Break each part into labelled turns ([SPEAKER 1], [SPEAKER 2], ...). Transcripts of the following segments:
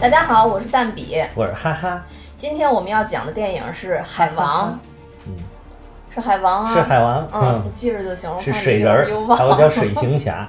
[SPEAKER 1] 大家好，我是蛋比。
[SPEAKER 2] 我是哈哈，
[SPEAKER 1] 今天我们要讲的电影是《海王》，
[SPEAKER 2] 嗯，
[SPEAKER 1] 是海王啊，
[SPEAKER 2] 是海王，
[SPEAKER 1] 嗯，
[SPEAKER 2] 嗯，
[SPEAKER 1] 记着就行了。
[SPEAKER 2] 是
[SPEAKER 1] 怕你
[SPEAKER 2] 水人
[SPEAKER 1] 一会
[SPEAKER 2] 儿
[SPEAKER 1] 又，
[SPEAKER 2] 还有
[SPEAKER 1] 忘
[SPEAKER 2] 叫
[SPEAKER 1] 了。
[SPEAKER 2] 水行 侠。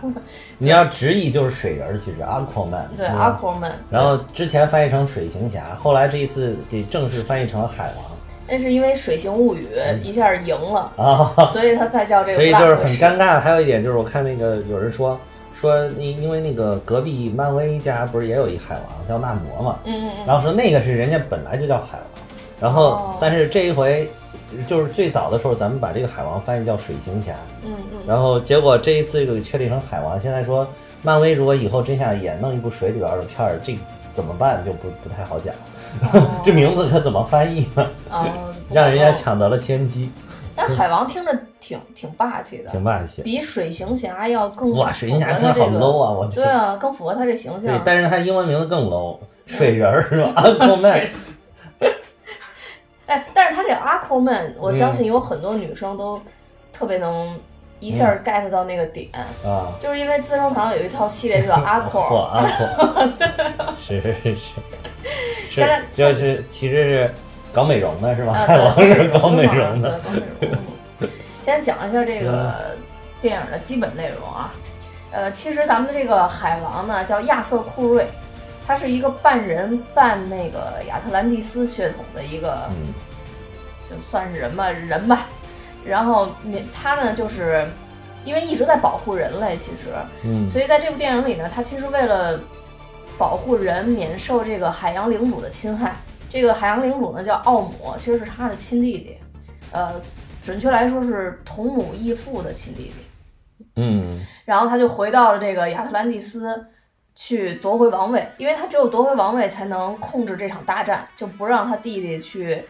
[SPEAKER 2] 你要直译就是水人儿，其实 Aquaman。
[SPEAKER 1] 对，
[SPEAKER 2] 嗯
[SPEAKER 1] 阿库们，
[SPEAKER 2] 然后之前翻译成水行侠，后来这一次给正式翻译成海王
[SPEAKER 1] 那是因为《水形物语》一下赢了，
[SPEAKER 2] 啊。
[SPEAKER 1] 所以他才叫这个。
[SPEAKER 2] 嗯所以就是很尴。尬的，还有一点就是，我看那个有人说说你，因为那个隔壁漫威家不是也有一海王叫纳摩嘛，
[SPEAKER 1] 嗯嗯
[SPEAKER 2] 然后说那个是人家本来就叫海王，然后、
[SPEAKER 1] 哦
[SPEAKER 2] 但是这一回就是最早的时候，咱们把这个海王翻译叫水行侠，
[SPEAKER 1] 嗯嗯
[SPEAKER 2] 然后结果这一次给确立成海王，现在说漫威如果以后真想也弄一部水里边的片儿，这怎么办就不不太好讲，
[SPEAKER 1] 哦
[SPEAKER 2] 这名字可怎么翻译 呢？
[SPEAKER 1] 嗯，哦
[SPEAKER 2] 让人家。抢得了先机，
[SPEAKER 1] 但是海王听着挺挺霸气的，
[SPEAKER 2] 挺霸气。
[SPEAKER 1] 比水行侠要更
[SPEAKER 2] 哇，水行侠
[SPEAKER 1] 符合
[SPEAKER 2] 真
[SPEAKER 1] 他
[SPEAKER 2] 好
[SPEAKER 1] 这个
[SPEAKER 2] low 啊！我觉
[SPEAKER 1] 对
[SPEAKER 2] 得。
[SPEAKER 1] 啊，更符合他这形
[SPEAKER 2] 对
[SPEAKER 1] 象，。
[SPEAKER 2] 但是他英文名字更 low，水 人儿是吧？Aquaman，
[SPEAKER 1] 哎，但是他这个 Aquaman，我相信有很多女生都特别能一下 get 到那个点，
[SPEAKER 2] 啊，
[SPEAKER 1] 就是因为资生堂有一套系列叫 Aqua，
[SPEAKER 2] 或 Aqua，是 是是
[SPEAKER 1] 现在
[SPEAKER 2] 是，就是其实是搞美容的是吧？
[SPEAKER 1] 啊
[SPEAKER 2] 海王是搞美容嗯的，，
[SPEAKER 1] 呃对对搞美容。嗯先讲一下这个电影的基本内容啊，呃，其实咱们这个海王呢叫亚瑟·库瑞，他是一个半人半那个亚特兰蒂斯血统的一个
[SPEAKER 2] 嗯，
[SPEAKER 1] 就算是人吧，人吧。然后你他呢，就是因为一直在保护人类，其实，
[SPEAKER 2] 嗯
[SPEAKER 1] 所以在这部电影里呢，他其实为了保护人免受这个海洋领主的侵害，这个海洋领主呢叫奥姆，其实是他的亲弟弟，呃，准确来说是同母异父的亲弟弟。
[SPEAKER 2] 嗯
[SPEAKER 1] 然后他就回到了这个亚特兰蒂斯去夺回王位，因为他只有夺回王位才能控制这场大战，就不让他弟弟去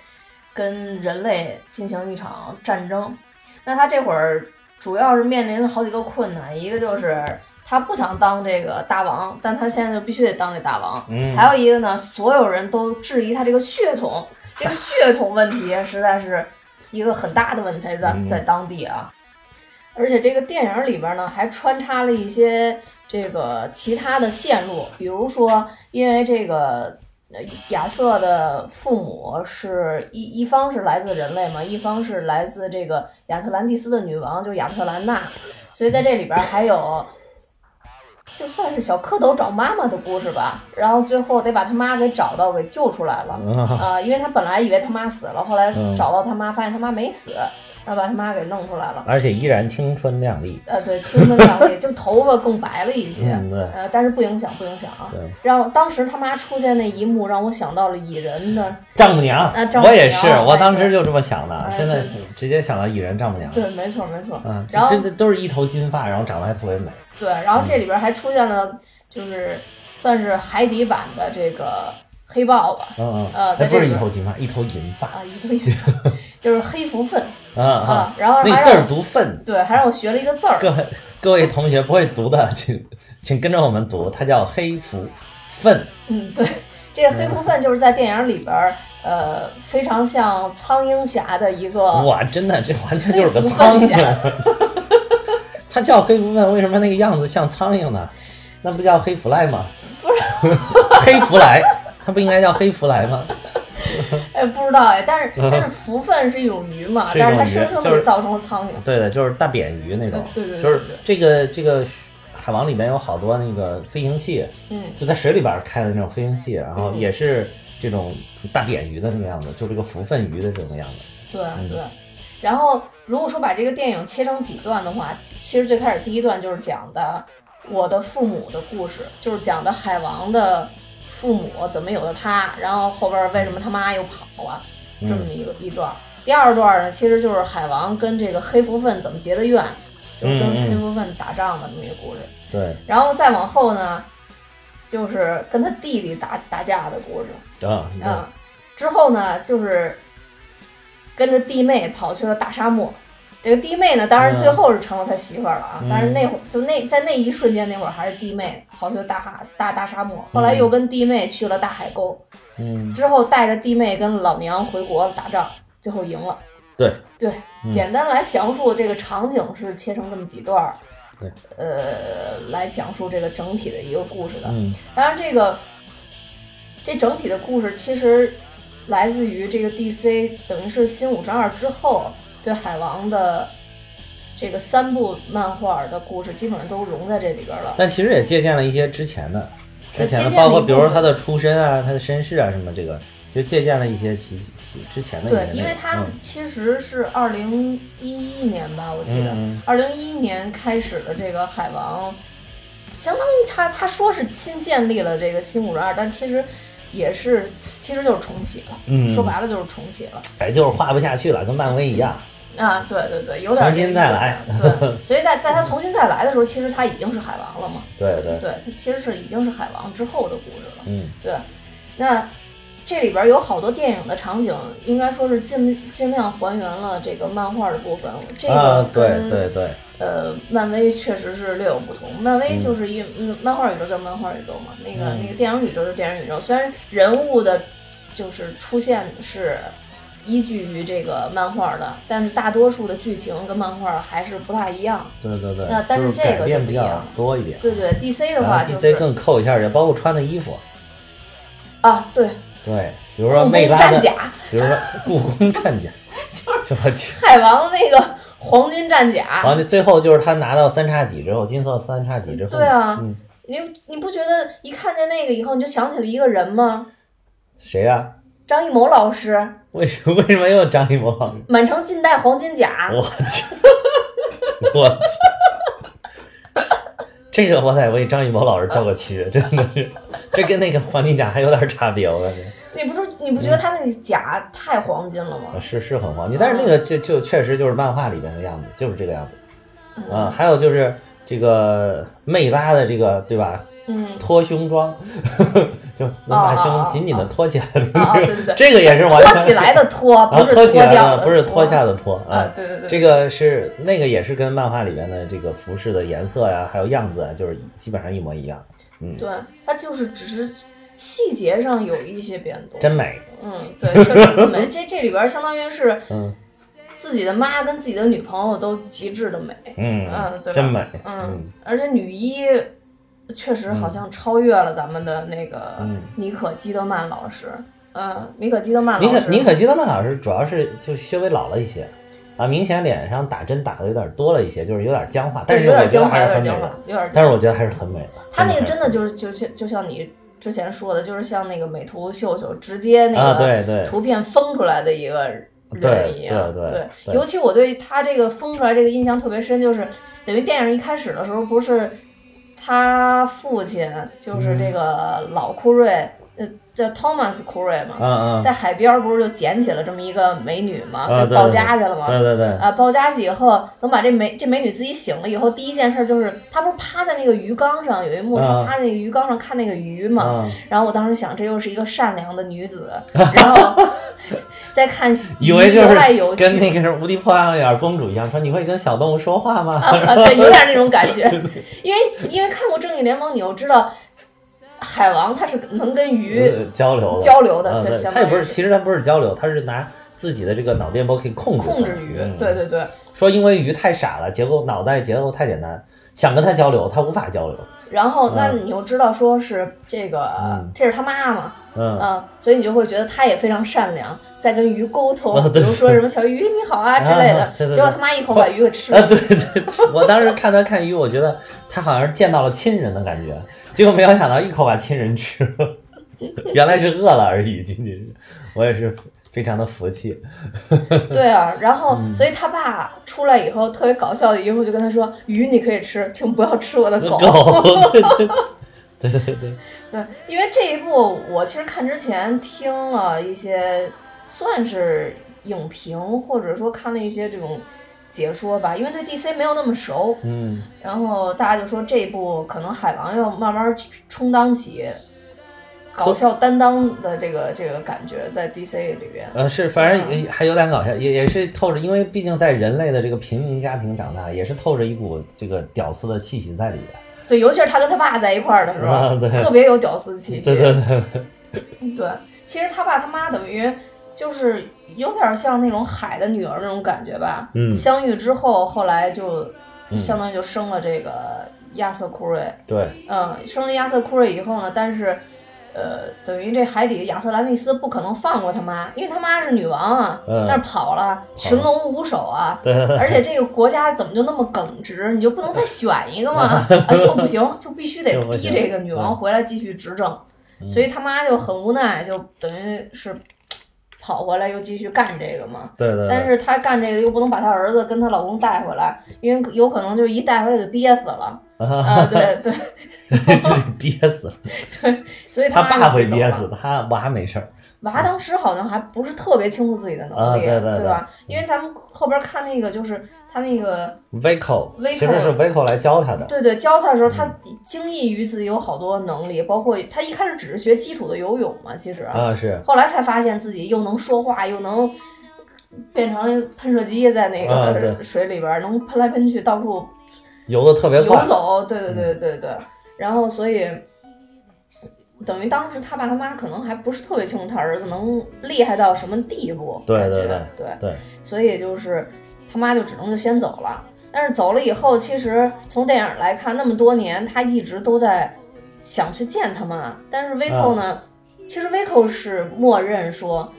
[SPEAKER 1] 跟人类进行一场战争。那他这会儿主要是面临好几个困难，一个就是他不想当这个大王，但他现在就必须得当这大王。
[SPEAKER 2] 嗯，
[SPEAKER 1] 还有一个呢，所有人都质疑他这个血统，这个血统问题实在是一个很大的问题，在在
[SPEAKER 2] 嗯
[SPEAKER 1] 在当地啊。而且这个电影里边呢，还穿插了一些这个其他的线路，比如说，因为这个呃亚瑟的父母是一一方是来自人类嘛，一方是来自这个亚特兰蒂斯的女王，就是亚特兰娜，所以在这里边还有就算是小蝌蚪找妈妈的故事吧，然后最后得把他妈给找到，给救出来了。
[SPEAKER 2] 啊
[SPEAKER 1] 啊、因为他本来以为他妈死了，后来
[SPEAKER 2] 嗯
[SPEAKER 1] 找到他妈，发现他妈没死，然后把他妈给弄出来了。
[SPEAKER 2] 而且依然青春靓丽，
[SPEAKER 1] 呃，对，青春靓丽，就头发更白了一些，
[SPEAKER 2] 嗯对
[SPEAKER 1] 呃，但是不影响，不影响啊。
[SPEAKER 2] 对，
[SPEAKER 1] 然后当时他妈出现那一幕，让我想到了蚁人的，
[SPEAKER 2] 丈母娘
[SPEAKER 1] 啊丈，母娘
[SPEAKER 2] 我也是，我当时就这么想的
[SPEAKER 1] 哎，
[SPEAKER 2] 真的
[SPEAKER 1] 真
[SPEAKER 2] 是直接想到蚁人丈母娘，
[SPEAKER 1] 对，没错没错。
[SPEAKER 2] 嗯，
[SPEAKER 1] 然后
[SPEAKER 2] 真的都是一头金发，然后长得还特别美，
[SPEAKER 1] 对，然后这里边还出现了，就是算是海底版的这个黑豹吧，
[SPEAKER 2] 嗯
[SPEAKER 1] 呃
[SPEAKER 2] 嗯，
[SPEAKER 1] 在
[SPEAKER 2] 那不
[SPEAKER 1] 这
[SPEAKER 2] 是
[SPEAKER 1] 里
[SPEAKER 2] 一
[SPEAKER 1] 边
[SPEAKER 2] 头金发，一头银发，
[SPEAKER 1] 啊，一个一 个，就是黑福分
[SPEAKER 2] 嗯嗯，
[SPEAKER 1] 啊，然后
[SPEAKER 2] 那
[SPEAKER 1] 还
[SPEAKER 2] 字儿
[SPEAKER 1] 让
[SPEAKER 2] 读粪，
[SPEAKER 1] 对，还让我学了一个字儿，
[SPEAKER 2] 各位各位同学不会读的，请请跟着我们读，它叫黑蝠粪。
[SPEAKER 1] 嗯，对，这个黑福分就是在电影里边儿，呃，非常像苍鹰侠的一个，
[SPEAKER 2] 哇，真的，这完全 就是个苍
[SPEAKER 1] 黑蝠
[SPEAKER 2] 蝇。 它叫黑蝠粪，为什么那个样子像苍蝇呢？那不叫黑福来吗？不是， 黑福来，它不应该叫黑福来吗？
[SPEAKER 1] 哎，不知道哎，但是但是福分是一种鱼嘛，
[SPEAKER 2] 嗯是一
[SPEAKER 1] 但
[SPEAKER 2] 种
[SPEAKER 1] 是它
[SPEAKER 2] 鱼
[SPEAKER 1] 生生
[SPEAKER 2] 就
[SPEAKER 1] 给
[SPEAKER 2] 是
[SPEAKER 1] 造成了苍蝇，
[SPEAKER 2] 对的，就是大扁鱼那种。
[SPEAKER 1] 对对对
[SPEAKER 2] 就是
[SPEAKER 1] 对
[SPEAKER 2] 这个这个海王里面有好多那个飞行器，
[SPEAKER 1] 嗯，
[SPEAKER 2] 就在水里边开的那种飞行器，然后
[SPEAKER 1] 嗯
[SPEAKER 2] 也是这种大扁鱼的这个样子，就是这个福分鱼的这种样子。
[SPEAKER 1] 对
[SPEAKER 2] 嗯
[SPEAKER 1] 对。然后如果说把这个电影切成几段的话，其实最开始第一段就是讲的我的父母的故事，就是讲的海王的父母怎么有的他，然后后边为什么他妈又跑了。
[SPEAKER 2] 嗯
[SPEAKER 1] 这么一个一段儿。第二段儿呢，其实就是海王跟这个黑蝠鲼怎么结的怨，就是跟
[SPEAKER 2] 嗯嗯
[SPEAKER 1] 黑蝠鲼打仗的这么一个故事。
[SPEAKER 2] 对，
[SPEAKER 1] 然后再往后呢，就是跟他弟弟打打架的故事。
[SPEAKER 2] 啊，对
[SPEAKER 1] 嗯，之后呢，就是跟着弟妹跑去了大沙漠。这个弟妹呢，当然
[SPEAKER 2] 嗯
[SPEAKER 1] 最后是成了他媳妇儿了啊，
[SPEAKER 2] 嗯
[SPEAKER 1] 但是那会儿就那在那一瞬间，那会儿还是弟妹跑去了大哈大大沙漠，后来又跟弟妹去了大海沟，
[SPEAKER 2] 嗯，
[SPEAKER 1] 之后带着弟妹跟老娘回国打仗，最后赢了。
[SPEAKER 2] 对
[SPEAKER 1] 对，
[SPEAKER 2] 嗯
[SPEAKER 1] 简单来详述这个场景是切成这么几段儿，
[SPEAKER 2] 对，
[SPEAKER 1] 呃，来讲述这个整体的一个故事的。
[SPEAKER 2] 嗯
[SPEAKER 1] 当然，这个这整体的故事其实来自于这个 DC，等于是新五十二之后对海王的这个三部漫画的故事，基本上都融在这里边了。
[SPEAKER 2] 但其实也借鉴了一些之前的，之前
[SPEAKER 1] 借
[SPEAKER 2] 的
[SPEAKER 1] 鉴
[SPEAKER 2] 包
[SPEAKER 1] 了
[SPEAKER 2] 括
[SPEAKER 1] 一
[SPEAKER 2] 比如说
[SPEAKER 1] 部
[SPEAKER 2] 他的出身啊、他的身世啊什么这个，其实借鉴了一些其其之前的一些
[SPEAKER 1] 对，
[SPEAKER 2] 内
[SPEAKER 1] 因为
[SPEAKER 2] 容
[SPEAKER 1] 它
[SPEAKER 2] 嗯
[SPEAKER 1] 其实是二零一一年吧，我记得
[SPEAKER 2] 嗯
[SPEAKER 1] 二零一一年开始的这个海王，相当于他他说是新建立了这个新五十二，但其实也是其实就是重启了，
[SPEAKER 2] 嗯
[SPEAKER 1] 说白了就是重启了。
[SPEAKER 2] 哎就是画不下去了，跟漫威一样。
[SPEAKER 1] 啊，对对对，有点
[SPEAKER 2] 重新
[SPEAKER 1] 这个
[SPEAKER 2] 再来
[SPEAKER 1] 意思对，所以在在他重新再来的时候，其实他已经是海王了嘛。
[SPEAKER 2] 对
[SPEAKER 1] 对
[SPEAKER 2] 对，
[SPEAKER 1] 他其实是已经是海王之后的故事了。
[SPEAKER 2] 嗯，
[SPEAKER 1] 对，那这里边有好多电影的场景，应该说是尽尽量还原了这个漫画的部分。这
[SPEAKER 2] 啊
[SPEAKER 1] 个
[SPEAKER 2] 对
[SPEAKER 1] 跟、
[SPEAKER 2] 对对，
[SPEAKER 1] 呃漫威确实是略有不同。漫威就是一、嗯漫画宇宙叫漫画宇宙嘛，那个、
[SPEAKER 2] 嗯
[SPEAKER 1] 那个电影宇宙就是电影宇宙。虽然人物的就是出现是依据于这个漫画的，但是大多数的剧情跟漫画还是不大一样。
[SPEAKER 2] 对对对
[SPEAKER 1] 那，但
[SPEAKER 2] 就是是
[SPEAKER 1] 这个
[SPEAKER 2] 改
[SPEAKER 1] 就
[SPEAKER 2] 变
[SPEAKER 1] 不
[SPEAKER 2] 比
[SPEAKER 1] 一样
[SPEAKER 2] 较
[SPEAKER 1] 了
[SPEAKER 2] 多一点。
[SPEAKER 1] 对对，DC 的
[SPEAKER 2] 啊然
[SPEAKER 1] 话
[SPEAKER 2] 后
[SPEAKER 1] 就是
[SPEAKER 2] DC 更扣一下人，包括穿的衣服，
[SPEAKER 1] 啊，对，
[SPEAKER 2] 对，比如说
[SPEAKER 1] 故宫
[SPEAKER 2] 魅拉
[SPEAKER 1] 战
[SPEAKER 2] 的，
[SPEAKER 1] 甲，
[SPEAKER 2] 比如 说故宫战甲，就我去，
[SPEAKER 1] 海王那个黄金战甲，
[SPEAKER 2] 完了最后就是他拿到三叉戟之后，金色三叉戟之后，
[SPEAKER 1] 对啊
[SPEAKER 2] 嗯，
[SPEAKER 1] 你你不觉得一看见那个以后你就想起了一个人吗？
[SPEAKER 2] 谁呀？
[SPEAKER 1] 张艺谋老师，《
[SPEAKER 2] 为什么为什么又张艺谋啊老师？
[SPEAKER 1] 满城尽带黄金甲》
[SPEAKER 2] 我去，我去，这个我得为张艺谋老师叫个屈，真的 是，这跟那个黄金甲还有点差别，我感觉
[SPEAKER 1] 你不是你不
[SPEAKER 2] 嗯
[SPEAKER 1] 觉得他那个甲太黄金了吗？
[SPEAKER 2] 啊是是很黄金，但是那个就就确实就是漫画里边的样子，就是这个样子
[SPEAKER 1] 嗯
[SPEAKER 2] 啊、还有就是这个魅拉的这个对吧？
[SPEAKER 1] 嗯，
[SPEAKER 2] 托胸装， 就能把
[SPEAKER 1] 哦
[SPEAKER 2] 胸紧紧的托起来的
[SPEAKER 1] 啊
[SPEAKER 2] 那
[SPEAKER 1] 啊
[SPEAKER 2] 个，
[SPEAKER 1] 对对对，
[SPEAKER 2] 这个也是完全
[SPEAKER 1] 托起来的托，
[SPEAKER 2] 然后
[SPEAKER 1] 不是
[SPEAKER 2] 脱起来
[SPEAKER 1] 掉
[SPEAKER 2] 的，
[SPEAKER 1] 的，
[SPEAKER 2] 不是脱下的脱啊
[SPEAKER 1] 啊，。对对对，
[SPEAKER 2] 这个是那个也是跟漫画里边的这个服饰的颜色呀，还有样子啊，就是基本上一模一样，
[SPEAKER 1] 对，它就是只是细节上有一些变动。
[SPEAKER 2] 真美。
[SPEAKER 1] 嗯，对，确实很美。这这里边儿相当于是
[SPEAKER 2] 嗯
[SPEAKER 1] 自己的妈跟自己的女朋友都极致的美。嗯
[SPEAKER 2] 嗯
[SPEAKER 1] 对吧
[SPEAKER 2] 真美。
[SPEAKER 1] 嗯
[SPEAKER 2] 嗯，
[SPEAKER 1] 而且女一确实好像超越了咱们的那个
[SPEAKER 2] 嗯
[SPEAKER 1] 妮可基德曼老师。嗯，妮可基德曼
[SPEAKER 2] 妮
[SPEAKER 1] 老
[SPEAKER 2] 可
[SPEAKER 1] 师，
[SPEAKER 2] 妮可基德曼老师主要是就稍微老了一些。啊，明显脸上打针打的有点多了一些，就是有点僵化，但
[SPEAKER 1] 对
[SPEAKER 2] 是
[SPEAKER 1] 有
[SPEAKER 2] 我
[SPEAKER 1] 点
[SPEAKER 2] 觉得
[SPEAKER 1] 僵化，
[SPEAKER 2] 还
[SPEAKER 1] 有点
[SPEAKER 2] 是很美
[SPEAKER 1] 僵化
[SPEAKER 2] 的。，
[SPEAKER 1] 有点
[SPEAKER 2] 但是我觉得还是很美的。
[SPEAKER 1] 他那个真的
[SPEAKER 2] 还是
[SPEAKER 1] 就是就像就像你之前说的，就是像那个美图秀秀直接
[SPEAKER 2] 啊，
[SPEAKER 1] 那个
[SPEAKER 2] 对对，
[SPEAKER 1] 图片封出来的一个
[SPEAKER 2] 对
[SPEAKER 1] 人一样。
[SPEAKER 2] 对对对
[SPEAKER 1] 尤其我对他这个封出来这个印象特别深，就是等于电影一开始的时候，不是他父亲就是
[SPEAKER 2] 嗯
[SPEAKER 1] 这个老库瑞，呃，叫 Thomas 库瑞嘛，
[SPEAKER 2] 嗯嗯，
[SPEAKER 1] 在海边儿不是就捡起了这么一个美女嘛，
[SPEAKER 2] 啊
[SPEAKER 1] 就
[SPEAKER 2] 对
[SPEAKER 1] 抱
[SPEAKER 2] 对
[SPEAKER 1] 家去了嘛。
[SPEAKER 2] 对对对，
[SPEAKER 1] 啊，抱家去以后，等把这美这美女自己醒了以后，第一件事就是她不是趴在那个鱼缸上，有一幕她
[SPEAKER 2] 啊
[SPEAKER 1] 趴在那个鱼缸上看那个鱼嘛。
[SPEAKER 2] 嗯，
[SPEAKER 1] 然后我当时想，这又是一个善良的女 子，然后再看
[SPEAKER 2] 以为就
[SPEAKER 1] 游来游
[SPEAKER 2] 是
[SPEAKER 1] 去，
[SPEAKER 2] 跟那个是无敌破案里边公主一样，说你会跟小动物说话吗？
[SPEAKER 1] 啊啊，对，有点那种感 觉，因为因为看过《正义联盟》，你又知道海王他是能跟鱼
[SPEAKER 2] 呃交流的
[SPEAKER 1] 交流的，
[SPEAKER 2] 啊
[SPEAKER 1] 相
[SPEAKER 2] 对
[SPEAKER 1] 相
[SPEAKER 2] 他也
[SPEAKER 1] 当
[SPEAKER 2] 不
[SPEAKER 1] 于
[SPEAKER 2] 是，其实他不是交流，他是拿自己的这个脑电波可以控制它
[SPEAKER 1] 控制鱼，
[SPEAKER 2] 嗯
[SPEAKER 1] 对对对，
[SPEAKER 2] 说因为鱼太傻了，结构脑袋结构太简单，想跟他交流，他无法交流。
[SPEAKER 1] 然后那你又知道说是这个，
[SPEAKER 2] 啊嗯
[SPEAKER 1] 这是他妈妈。
[SPEAKER 2] 嗯，
[SPEAKER 1] 嗯，所以你就会觉得他也非常善良，在跟鱼沟通，
[SPEAKER 2] 啊
[SPEAKER 1] 比
[SPEAKER 2] 对
[SPEAKER 1] 如说什么小鱼你好啊之类的，
[SPEAKER 2] 啊对对对
[SPEAKER 1] 结果他妈一口把鱼给吃了。
[SPEAKER 2] 啊，对对对，我当时看他看鱼，我觉得他好像是见到了亲人的感觉，结果没有想到一口把亲人吃了，原来是饿了而已，仅仅是，我也是非常的服气。
[SPEAKER 1] 对啊，然后、
[SPEAKER 2] 嗯
[SPEAKER 1] 所以他爸出来以后特别搞笑的一幕，就跟他说：“鱼你可以吃，请不要吃我的 狗。
[SPEAKER 2] 狗，对对对对对对，
[SPEAKER 1] 对，因为这一部我其实看之前听了一些，算是影评或者说看了一些这种解说吧，因为对 DC 没有那么熟，
[SPEAKER 2] 嗯，
[SPEAKER 1] 然后大家就说这一部可能海王要慢慢去充当起搞笑担当的这个这个感觉，在 DC 里边，
[SPEAKER 2] 呃，是，反正也还有点搞笑，也也是透着，因为毕竟在人类的这个平民家庭长大，也是透着一股这个屌丝的气息在里边。
[SPEAKER 1] 对，尤其是他跟他爸在一块儿的时候，
[SPEAKER 2] 啊对
[SPEAKER 1] 特别有屌丝气息。
[SPEAKER 2] 对对对，
[SPEAKER 1] 对其实他爸他妈等于就是有点像那种海的女儿那种感觉吧。
[SPEAKER 2] 嗯
[SPEAKER 1] 相遇之后，后来就
[SPEAKER 2] 嗯
[SPEAKER 1] 相当于就生了这个亚瑟库瑞，
[SPEAKER 2] 对，
[SPEAKER 1] 呃嗯，生了亚瑟库瑞以后呢，但是。呃，等于这海底亚瑟兰蒂斯不可能放过他妈，因为他妈是女王啊，
[SPEAKER 2] 嗯
[SPEAKER 1] 那儿跑了，群龙无首啊。
[SPEAKER 2] 对对对
[SPEAKER 1] 而且这个国家怎么就那么耿直？你就不能再选一 个吗？啊，就不行，就必须得
[SPEAKER 2] 就不
[SPEAKER 1] 逼
[SPEAKER 2] 行
[SPEAKER 1] 这个女王回来继续执政。
[SPEAKER 2] 嗯
[SPEAKER 1] 所以他妈就很无奈，就等于是跑回来又继续干这个嘛。
[SPEAKER 2] 对对，
[SPEAKER 1] 但
[SPEAKER 2] 对
[SPEAKER 1] 是她干这个又不能把她儿子跟她老公带回来，因为有可能就是一带回来就憋死 了。啊，对对，
[SPEAKER 2] 这憋死了，
[SPEAKER 1] 所以
[SPEAKER 2] 他
[SPEAKER 1] 妈
[SPEAKER 2] 爸
[SPEAKER 1] 就
[SPEAKER 2] 会
[SPEAKER 1] 自己
[SPEAKER 2] 憋
[SPEAKER 1] 走
[SPEAKER 2] 死
[SPEAKER 1] 了。，
[SPEAKER 2] 他娃没事儿。
[SPEAKER 1] 娃当时好像还不是特别清楚自己的能力，
[SPEAKER 2] 啊对对对
[SPEAKER 1] 吧？因为咱们后边看那个，就是他那个
[SPEAKER 2] Vico，
[SPEAKER 1] Vico
[SPEAKER 2] 其实是 Vico 来教他的。
[SPEAKER 1] 对对教他的时候，他
[SPEAKER 2] 嗯
[SPEAKER 1] 惊异于自己有好多能力，包括他一开始只是学基础的游泳嘛，其实，
[SPEAKER 2] 啊，是
[SPEAKER 1] 后来才发现自己又能说话，又能变成喷射机在那
[SPEAKER 2] 啊对
[SPEAKER 1] 个水里边、能喷来喷去，到处
[SPEAKER 2] 游的特别快嗯
[SPEAKER 1] 游，走，对对对对对。然后所以等于当时他爸他妈可能还不是特别清楚他儿子能厉害到什么地步，
[SPEAKER 2] 对
[SPEAKER 1] 感
[SPEAKER 2] 对
[SPEAKER 1] 觉对
[SPEAKER 2] 对，
[SPEAKER 1] 所以就是他妈就只能就先走了。但是走了以后，其实从电影来看，那么多年他一直都在想去见他妈，但是
[SPEAKER 2] 嗯
[SPEAKER 1] Vico 呢，其实 Vico 是默认说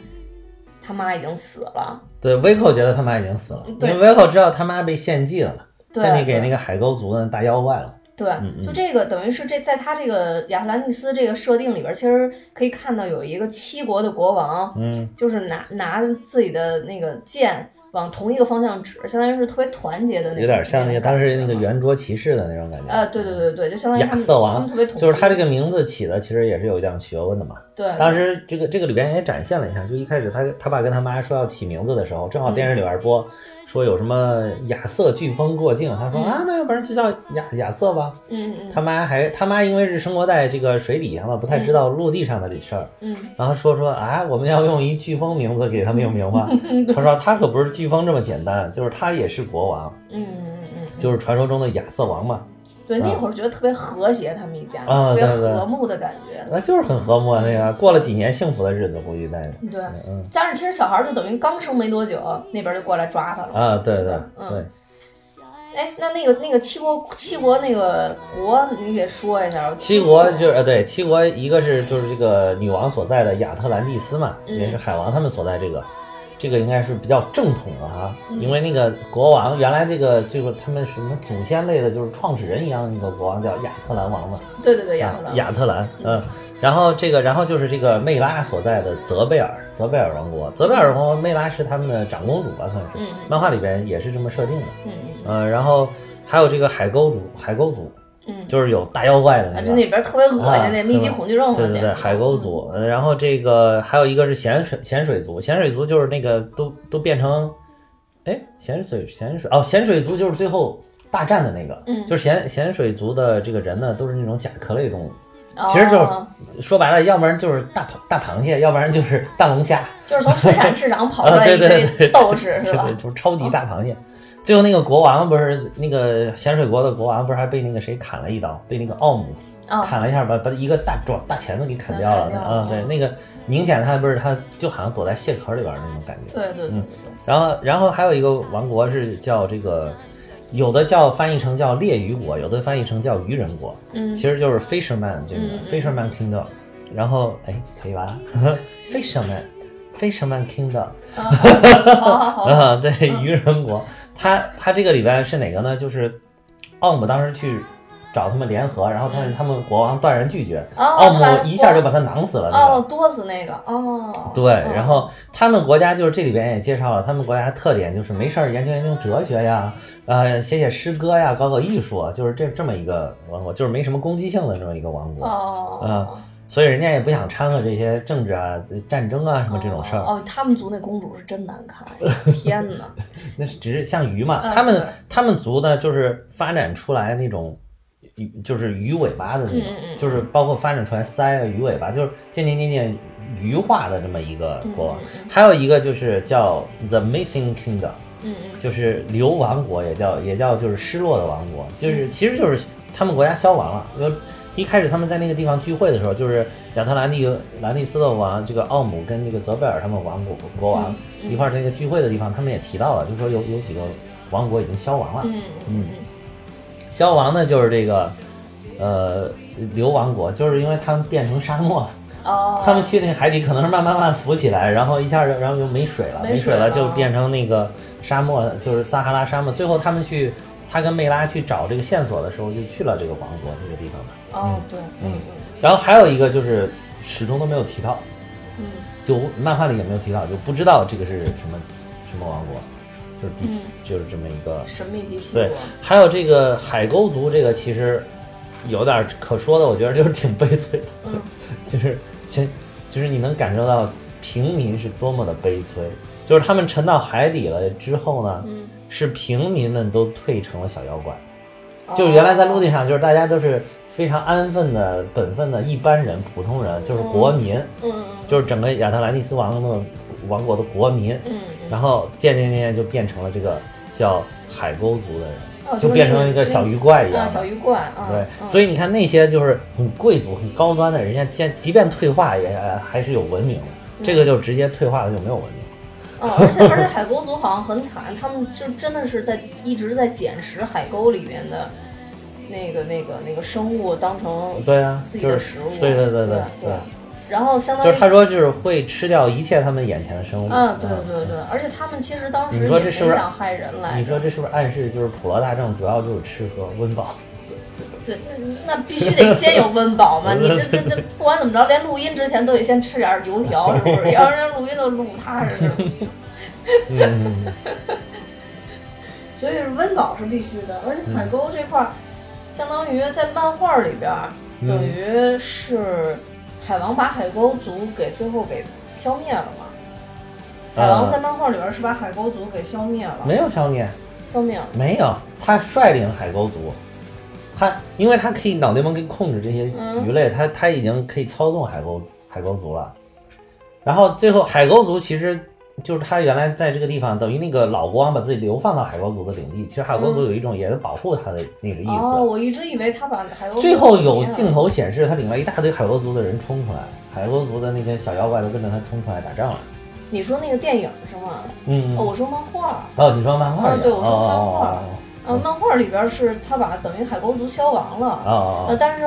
[SPEAKER 1] 他妈已经死了，
[SPEAKER 2] 对，Vico 觉得他妈已经死了，因
[SPEAKER 1] 嗯对
[SPEAKER 2] 为 Vico 知道他妈被献祭了嘛，
[SPEAKER 1] 对啊
[SPEAKER 2] 献祭给那
[SPEAKER 1] 对
[SPEAKER 2] 个海沟族的大妖怪了。
[SPEAKER 1] 对，
[SPEAKER 2] 嗯
[SPEAKER 1] 就这个等于是这，在他这个亚特兰蒂斯这个设定里边儿，其实可以看到有一个七国的国王，
[SPEAKER 2] 嗯，
[SPEAKER 1] 就是拿拿自己的那个剑往同一个方向指，相当于是特别团结的那种，
[SPEAKER 2] 有点像那个当时那个
[SPEAKER 1] 原
[SPEAKER 2] 圆桌骑士的那种感觉。
[SPEAKER 1] 呃，嗯对对，对对，就相当于他
[SPEAKER 2] 亚
[SPEAKER 1] 们
[SPEAKER 2] 瑟王
[SPEAKER 1] 他们特别统一，
[SPEAKER 2] 就是他这个名字起的，其实也是有一点学问的嘛。
[SPEAKER 1] 对，
[SPEAKER 2] 当时这个这个里边也展现了一下，就一开始他他爸跟他妈说要起名字的时候，正好电视里边播、说有什么亚瑟飓风过境，他说、
[SPEAKER 1] 嗯
[SPEAKER 2] 啊，那要不然就叫亚亚瑟吧。
[SPEAKER 1] 嗯嗯
[SPEAKER 2] 他妈还他妈因为是生活在这个水底下嘛，不太知道陆地上的这事儿，
[SPEAKER 1] 嗯
[SPEAKER 2] 然后说说啊，我们要用一飓风名字给他命名 吗？
[SPEAKER 1] 嗯
[SPEAKER 2] 他说他可不是飓风这么简单，就是他也是国王，
[SPEAKER 1] 嗯嗯嗯嗯，
[SPEAKER 2] 就是传说中的亚瑟王嘛，
[SPEAKER 1] 对，那
[SPEAKER 2] 啊
[SPEAKER 1] 会儿觉得特别和谐，他们一家
[SPEAKER 2] 啊
[SPEAKER 1] 特别
[SPEAKER 2] 对对
[SPEAKER 1] 和睦的感觉，
[SPEAKER 2] 那就是很和睦啊那个。过了几年幸福的日子，估计在着
[SPEAKER 1] 对。
[SPEAKER 2] 嗯
[SPEAKER 1] 但是其实小孩儿就等于刚生没多久，那边就过来抓他了。
[SPEAKER 2] 啊，对对
[SPEAKER 1] 嗯
[SPEAKER 2] 对，
[SPEAKER 1] 哎，那那个那个七国七国那个国，你给说一下。
[SPEAKER 2] 七国就是呃对，七国一个是就是这个女王所在的亚特兰蒂斯嘛，
[SPEAKER 1] 嗯
[SPEAKER 2] 也是海王他们所在这个，这个应该是比较正统的哈，
[SPEAKER 1] 嗯
[SPEAKER 2] 因为那个国王原来这个这个他们什么祖先类的，就是创始人一样的那个国王叫亚特兰王嘛，
[SPEAKER 1] 对对对，亚
[SPEAKER 2] 亚
[SPEAKER 1] 特兰。
[SPEAKER 2] 亚特兰，嗯，然后这个然后就是这个魅拉所在的泽贝尔泽贝尔王国，泽贝尔王国魅拉是他们的长公主吧，算是，
[SPEAKER 1] 嗯
[SPEAKER 2] 漫画里边也是这么设定的，
[SPEAKER 1] 嗯嗯
[SPEAKER 2] 嗯，然后还有这个海沟族海沟族
[SPEAKER 1] 嗯，
[SPEAKER 2] 就是有大妖怪的
[SPEAKER 1] 啊，
[SPEAKER 2] 那
[SPEAKER 1] 就
[SPEAKER 2] 个。
[SPEAKER 1] 那边特别恶
[SPEAKER 2] 啊
[SPEAKER 1] 心，那密集恐惧症嘛，
[SPEAKER 2] 对对对，
[SPEAKER 1] 那
[SPEAKER 2] 海沟族，呃然后这个还有一个是咸水咸水族，咸水族就是那个都都变成，哎，咸水咸水哦，咸水族就是最后大战的那个，
[SPEAKER 1] 嗯
[SPEAKER 2] 就是咸咸水族的这个人呢，都是那种甲壳类动物，
[SPEAKER 1] 哦
[SPEAKER 2] 其实就是说白了，要不然就是大螃大螃蟹，要不然就是大龙虾，
[SPEAKER 1] 就是从水产市场跑出
[SPEAKER 2] 啊
[SPEAKER 1] 来
[SPEAKER 2] 对
[SPEAKER 1] 一
[SPEAKER 2] 对
[SPEAKER 1] 堆
[SPEAKER 2] 对
[SPEAKER 1] 斗士
[SPEAKER 2] 就是
[SPEAKER 1] 吧？
[SPEAKER 2] 就是超级大螃蟹。最后那个国王不是那个咸水国的国王，不是还被那个谁砍了一刀，被那个奥姆
[SPEAKER 1] 啊，
[SPEAKER 2] 砍了一下，把把一个大爪大钳子给砍掉
[SPEAKER 1] 砍。
[SPEAKER 2] 了
[SPEAKER 1] 掉哦了
[SPEAKER 2] 嗯，对，那个明显他不是他就好像躲在蟹壳里边儿那种感觉。
[SPEAKER 1] 对对对对对，
[SPEAKER 2] 然后，然后还有一个王国是叫这个，有的叫翻译成叫猎鱼国，有的翻译成叫渔人国，
[SPEAKER 1] 嗯，
[SPEAKER 2] 其实就是 fisherman 这个
[SPEAKER 1] 嗯嗯
[SPEAKER 2] fisherman kingdom。然后哎，可以吧 ？fisherman fisherman kingdom
[SPEAKER 1] 啊好好好 好，
[SPEAKER 2] 啊，对，
[SPEAKER 1] 嗯
[SPEAKER 2] 渔人国。他他这个里边是哪个呢？就是奥姆当时去找他们联合，然后
[SPEAKER 1] 嗯
[SPEAKER 2] 但是他们国王断然拒绝，奥
[SPEAKER 1] 奥
[SPEAKER 2] 姆一下就把他囊死
[SPEAKER 1] 哦
[SPEAKER 2] 了。那个
[SPEAKER 1] 多死那个哦，
[SPEAKER 2] 对，
[SPEAKER 1] 嗯
[SPEAKER 2] 然后他们国家就是这里边也介绍了，他们国家特点就是没事儿研究研究哲学呀，呃，写写诗歌呀，搞搞艺术啊，就是这这么一个王国，就是没什么攻击性的这么一个王国，
[SPEAKER 1] 哦
[SPEAKER 2] 嗯所以人家也不想掺和这些政治啊、战争啊什么这种事儿。
[SPEAKER 1] 哦，他们族那公主是真难看，哎 天哪！
[SPEAKER 2] 那是只是像鱼嘛，
[SPEAKER 1] 嗯
[SPEAKER 2] 他
[SPEAKER 1] 对
[SPEAKER 2] 们他们族呢，就是发展出来那种，鱼就是鱼尾巴的那种
[SPEAKER 1] 嗯嗯，嗯
[SPEAKER 2] 就是包括发展出来鳃啊、鱼尾巴，就是渐渐渐渐鱼化的这么一个国王
[SPEAKER 1] 嗯嗯。
[SPEAKER 2] 还有一个就是叫 The Missing Kingdom，
[SPEAKER 1] 嗯嗯
[SPEAKER 2] 就是流亡国，也叫也叫就是失落的王国，就是其实就是他们国家消亡了。因为一开始他们在那个地方聚会的时候，就是亚特兰蒂兰蒂斯的王这个奥姆跟这个泽贝尔他们王国国王一块儿那个聚会的地方，他们也提到了，就说有有几个王国已经消亡了。
[SPEAKER 1] 嗯嗯
[SPEAKER 2] 消亡呢就是这个呃流亡国，就是因为他们变成沙漠，
[SPEAKER 1] 哦，
[SPEAKER 2] 他们去那个海底可能是慢慢慢浮起来，然后一下就然后就没水了，
[SPEAKER 1] 没
[SPEAKER 2] 没
[SPEAKER 1] 水
[SPEAKER 2] 水
[SPEAKER 1] 了
[SPEAKER 2] 了就变成那个沙漠，就是撒哈拉沙漠。最后他们去，他跟梅拉去找这个线索的时候，就去了这个王国那个地方。
[SPEAKER 1] 哦，对，嗯
[SPEAKER 2] 然后还有一个就是始终都没有提到，
[SPEAKER 1] 嗯
[SPEAKER 2] 就漫画里也没有提到，就不知道这个是什么什么王国，就是
[SPEAKER 1] 嗯
[SPEAKER 2] 第七，就是这么一个
[SPEAKER 1] 嗯，神秘地区
[SPEAKER 2] 对，还有这个海沟族，这个其实有点可说的，我觉得就是挺悲催的，
[SPEAKER 1] 嗯
[SPEAKER 2] 就是先就是你能感受到平民是多么的悲催，就是他们沉到海底了之后呢，
[SPEAKER 1] 嗯，
[SPEAKER 2] 是平民们都退成了小妖怪，
[SPEAKER 1] 嗯
[SPEAKER 2] 就是原来在陆地上，就是大家都是非常安分的、本分的一般人、普通人，就是国民，
[SPEAKER 1] 嗯，嗯
[SPEAKER 2] 就是整个亚特兰蒂斯王的王国的国民，
[SPEAKER 1] 嗯嗯，
[SPEAKER 2] 然后渐渐渐渐就变成了这个叫海沟族的
[SPEAKER 1] 哦
[SPEAKER 2] 人。就变成了一个小
[SPEAKER 1] 鱼
[SPEAKER 2] 鱼怪一
[SPEAKER 1] 啊，
[SPEAKER 2] 样
[SPEAKER 1] 小
[SPEAKER 2] 的。
[SPEAKER 1] 鱼怪啊，
[SPEAKER 2] 对，
[SPEAKER 1] 以
[SPEAKER 2] 所以你看那些就是很贵族、很高端的人家，即即便退化也呃还是有文明的。这个就直接退化了，就没有文明。
[SPEAKER 1] 嗯，而且而且海沟族好像很惨，他们就真的是在一直在捡拾海沟里面的那个那个那个生物当成
[SPEAKER 2] 对啊，
[SPEAKER 1] 哦自己
[SPEAKER 2] 就
[SPEAKER 1] 的
[SPEAKER 2] 是
[SPEAKER 1] 食物，
[SPEAKER 2] 对
[SPEAKER 1] 对
[SPEAKER 2] 对
[SPEAKER 1] 嗯
[SPEAKER 2] 对对
[SPEAKER 1] 对，然后相当
[SPEAKER 2] 对，就
[SPEAKER 1] 于
[SPEAKER 2] 是他说就是会吃掉一切他们眼前的生物。
[SPEAKER 1] 嗯，对对对，而且他们其实当时
[SPEAKER 2] 你
[SPEAKER 1] 也
[SPEAKER 2] 说
[SPEAKER 1] 没
[SPEAKER 2] 这是不是
[SPEAKER 1] 想害人来着，
[SPEAKER 2] 你说这是不是暗示就是普罗大众主要就是吃喝温饱？
[SPEAKER 1] 对，那那必须得先有温饱嘛！你这这 这，不管怎么着，连录音之前都得先吃点油条，是 不是？要不然录音都录不踏实。
[SPEAKER 2] 嗯，
[SPEAKER 1] 所以温饱是必须的，而且海沟这块儿，相当于在漫画里边儿，
[SPEAKER 2] 嗯
[SPEAKER 1] 等于是海王把海沟族给最后给消灭了嘛。海王
[SPEAKER 2] 呃
[SPEAKER 1] 在漫画里边儿是把海沟族给消灭了，
[SPEAKER 2] 没有消灭，
[SPEAKER 1] 消灭了。
[SPEAKER 2] 没有，他率领海沟族，他因为他可以脑内蒙可以控制这些
[SPEAKER 1] 嗯
[SPEAKER 2] 鱼类，他他已经可以操纵海沟海沟族了。然后最后海沟族其实就是他原来在这个地方，等于那个老国王把自己流放到海沟族的领地，其实海沟族有一种也是保护他的那个意思。
[SPEAKER 1] 哦，我一直以为他把海沟族
[SPEAKER 2] 最后有
[SPEAKER 1] 给灭
[SPEAKER 2] 镜
[SPEAKER 1] 了，
[SPEAKER 2] 头显示，他领了一大堆海沟族的人冲出来，海沟族的那些小妖怪都跟着他冲出来打仗了。
[SPEAKER 1] 你说那个电影是吗？
[SPEAKER 2] 嗯，
[SPEAKER 1] 哦，我说漫画儿。
[SPEAKER 2] 哦，你说漫画
[SPEAKER 1] 啊
[SPEAKER 2] 里
[SPEAKER 1] 对我说漫画
[SPEAKER 2] 哦
[SPEAKER 1] 啊，漫画里边是他把等于海沟族消亡
[SPEAKER 2] 哦
[SPEAKER 1] 了，
[SPEAKER 2] 哦
[SPEAKER 1] 呃，
[SPEAKER 2] 哦
[SPEAKER 1] 但是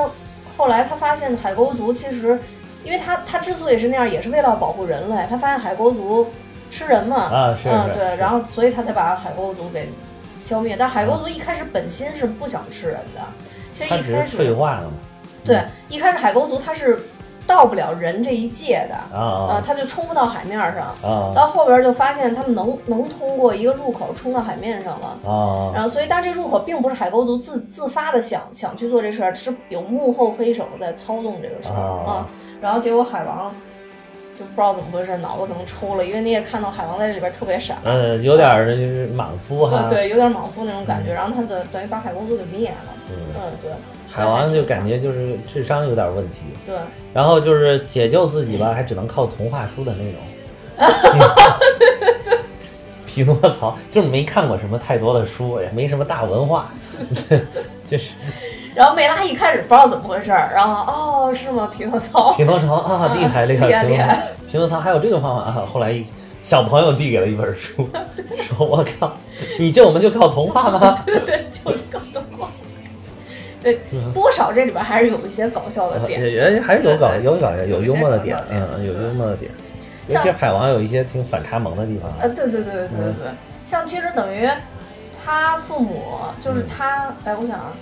[SPEAKER 1] 后来他发现海沟族其实，因为他他之所以是那样，也是为了保护人类，他发现海沟族吃人嘛，
[SPEAKER 2] 啊是
[SPEAKER 1] 嗯
[SPEAKER 2] 是
[SPEAKER 1] 对，
[SPEAKER 2] 是
[SPEAKER 1] 然后所以他才把海沟族给消灭。但海沟族一开始本心是不想吃人的，其实
[SPEAKER 2] 啊他
[SPEAKER 1] 一
[SPEAKER 2] 只
[SPEAKER 1] 开
[SPEAKER 2] 是嗯退
[SPEAKER 1] 始
[SPEAKER 2] 化了嘛。
[SPEAKER 1] 对一开始海沟族他是到不了人这一界的，
[SPEAKER 2] 啊啊
[SPEAKER 1] 啊，他就冲不到海面上，
[SPEAKER 2] 啊啊
[SPEAKER 1] 到后边就发现他们能能通过一个入口冲到海面上了。
[SPEAKER 2] 啊！
[SPEAKER 1] 呃然后，所以当这入口并不是海沟族自自发的想想去做这事儿，是有幕后黑手在操纵这个事儿啊
[SPEAKER 2] 啊、
[SPEAKER 1] 然后结果海王就不知道怎么回事，脑子可能抽了，因为你也看到海王在这里边特别傻，
[SPEAKER 2] 呃，有点儿就是莽夫哈，
[SPEAKER 1] 对对，有点莽夫那种感觉。然后他就等于把海沟族给灭了，
[SPEAKER 2] 嗯
[SPEAKER 1] 嗯，对，
[SPEAKER 2] 海王就感觉就是智商有点问题，
[SPEAKER 1] 对，
[SPEAKER 2] 然后就是解救自己吧，还只能靠童话书的内 容。 匹诺曹就是没看过什么太多的书，也没什么大文化， 就是
[SPEAKER 1] 然后梅拉一开始不知道怎么回事儿，然后哦是吗？匹诺曹，
[SPEAKER 2] 匹诺曹啊，厉害厉
[SPEAKER 1] 厉害
[SPEAKER 2] 害，匹
[SPEAKER 1] 厉
[SPEAKER 2] 诺
[SPEAKER 1] 害
[SPEAKER 2] 匹诺曹还有这个方法啊！后来一小朋友递给了一本 书，说我靠，你救我们就靠童话吗？
[SPEAKER 1] 对，就是搞笑话。 对，多少这里边还是有一些搞笑的点，
[SPEAKER 2] 呃也也还是有搞有搞有幽默的点
[SPEAKER 1] 有一，些搞笑
[SPEAKER 2] 嗯，有幽默的点。尤
[SPEAKER 1] 像
[SPEAKER 2] 其是海王有一些挺反差萌的地方，啊
[SPEAKER 1] 呃，对对对对对
[SPEAKER 2] 嗯
[SPEAKER 1] 对对，像其实等于他父母
[SPEAKER 2] 嗯
[SPEAKER 1] 就是他，哎，我想啊，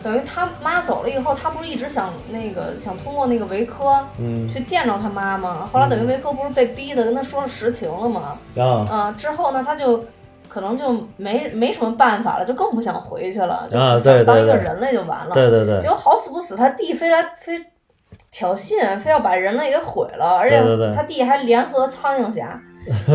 [SPEAKER 1] 等于他妈走了以后，他不是一直想那个想通过那个维科
[SPEAKER 2] 嗯
[SPEAKER 1] 去见着他妈吗？后来等于维科不是被逼的跟他说了实情了吗？
[SPEAKER 2] 啊
[SPEAKER 1] 嗯、之后呢，他就。可能就没没什么办法了，就更不想回去了，呃就
[SPEAKER 2] 啊
[SPEAKER 1] 不想
[SPEAKER 2] 对对
[SPEAKER 1] 当一个
[SPEAKER 2] 对
[SPEAKER 1] 人类就完了。
[SPEAKER 2] 对对对
[SPEAKER 1] 结果好死不死，他弟非来非挑衅，啊非要把人类给毁了，而且
[SPEAKER 2] 对对对
[SPEAKER 1] 他弟还联合苍蝇侠，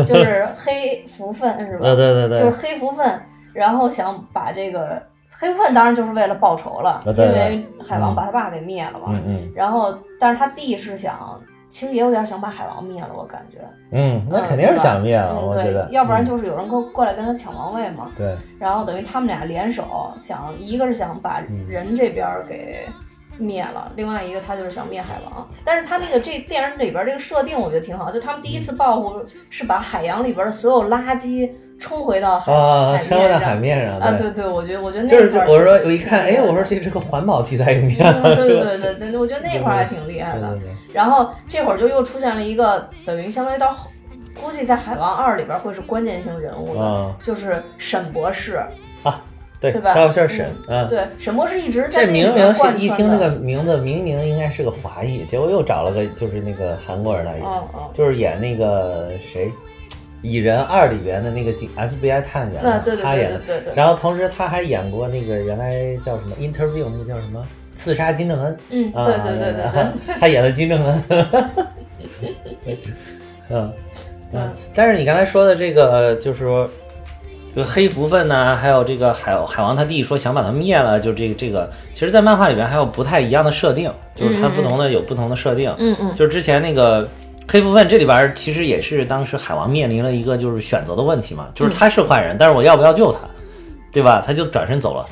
[SPEAKER 1] 就是黑福分是吧？
[SPEAKER 2] 啊对对对
[SPEAKER 1] 就是黑福分，然后想把这个黑福分，当然就是为了报仇了，
[SPEAKER 2] 呃对对
[SPEAKER 1] 因
[SPEAKER 2] 对
[SPEAKER 1] 为海王把他爸给灭了嘛。
[SPEAKER 2] 嗯嗯
[SPEAKER 1] 然后，但是他弟是想，其实也有点想把海王灭了，我感觉。
[SPEAKER 2] 嗯，那
[SPEAKER 1] 嗯
[SPEAKER 2] 肯定是想灭了，
[SPEAKER 1] 嗯
[SPEAKER 2] 我觉
[SPEAKER 1] 对
[SPEAKER 2] 得，
[SPEAKER 1] 要不然
[SPEAKER 2] 嗯
[SPEAKER 1] 就是有人过过来跟他抢王位嘛。
[SPEAKER 2] 对嗯
[SPEAKER 1] 然后等于他们俩联手，想一个是想把人这边儿给
[SPEAKER 3] 灭了，另外一个他就是想灭海王。但是他那个这电影里边这个设定我觉得挺好，就他们第一次报复是把海洋里边的所有垃圾冲回到海、
[SPEAKER 2] 啊，
[SPEAKER 3] 海
[SPEAKER 2] 穿过
[SPEAKER 3] 面
[SPEAKER 2] 到
[SPEAKER 3] 上
[SPEAKER 2] 海面上
[SPEAKER 3] 啊，对对，我觉得我觉得那
[SPEAKER 2] 就是
[SPEAKER 3] 块儿
[SPEAKER 2] 我说
[SPEAKER 3] 挺
[SPEAKER 2] 我一看，
[SPEAKER 3] 挺厉
[SPEAKER 2] 哎，
[SPEAKER 3] 害
[SPEAKER 2] 我说
[SPEAKER 3] 的
[SPEAKER 2] 这是个环保题材影 片，
[SPEAKER 3] 嗯对对对对对，我觉得那块儿还挺厉害
[SPEAKER 2] 对
[SPEAKER 3] 的
[SPEAKER 2] 对。对，
[SPEAKER 3] 然后这会儿就又出现了一个，等于相当于到后估计在《海王二》里边会是关键性人物的，
[SPEAKER 2] 嗯，
[SPEAKER 3] 就是沈博士。
[SPEAKER 2] 对，
[SPEAKER 3] 对吧
[SPEAKER 2] 到这儿审，嗯，
[SPEAKER 3] 对，沈博士一直
[SPEAKER 2] 这
[SPEAKER 3] 在那
[SPEAKER 2] 明
[SPEAKER 3] 里
[SPEAKER 2] 明
[SPEAKER 3] 面
[SPEAKER 2] 是
[SPEAKER 3] 贯
[SPEAKER 2] 一
[SPEAKER 3] 穿
[SPEAKER 2] 听
[SPEAKER 3] 的。
[SPEAKER 2] 这个名字，明明应该是个华裔，结果又找了个就是那个韩国人
[SPEAKER 1] 哦
[SPEAKER 2] 来演，
[SPEAKER 3] 嗯嗯，
[SPEAKER 2] 就是演那个谁，《蚁人二》里边的那个警 FBI 探员
[SPEAKER 3] 那
[SPEAKER 2] 嘛，
[SPEAKER 3] 啊对对
[SPEAKER 2] 嗯他
[SPEAKER 3] 对
[SPEAKER 2] 演
[SPEAKER 3] 对
[SPEAKER 2] 的。
[SPEAKER 3] 对对，
[SPEAKER 2] 然后同时他还演过那个原来叫什么《Interview》，那叫什么《刺杀金正恩》
[SPEAKER 3] 嗯，
[SPEAKER 2] 啊，
[SPEAKER 3] 对对对对对。
[SPEAKER 2] 对， 他演了金正恩。嗯，
[SPEAKER 3] 对
[SPEAKER 2] 嗯，但是你刚才说的这个，就是说，这个黑福分呐、还有这个海海王他弟说想把他灭了，就这个这个，其实，在漫画里边还有不太一样的设定，就是它不同的有不同的设定。
[SPEAKER 3] 嗯嗯，
[SPEAKER 2] 就是之前那个黑福分这里边儿其实也是当时海王面临了一个就是选择的问题嘛，就是他是坏人，但是我要不要救他，对吧？他就转身走了。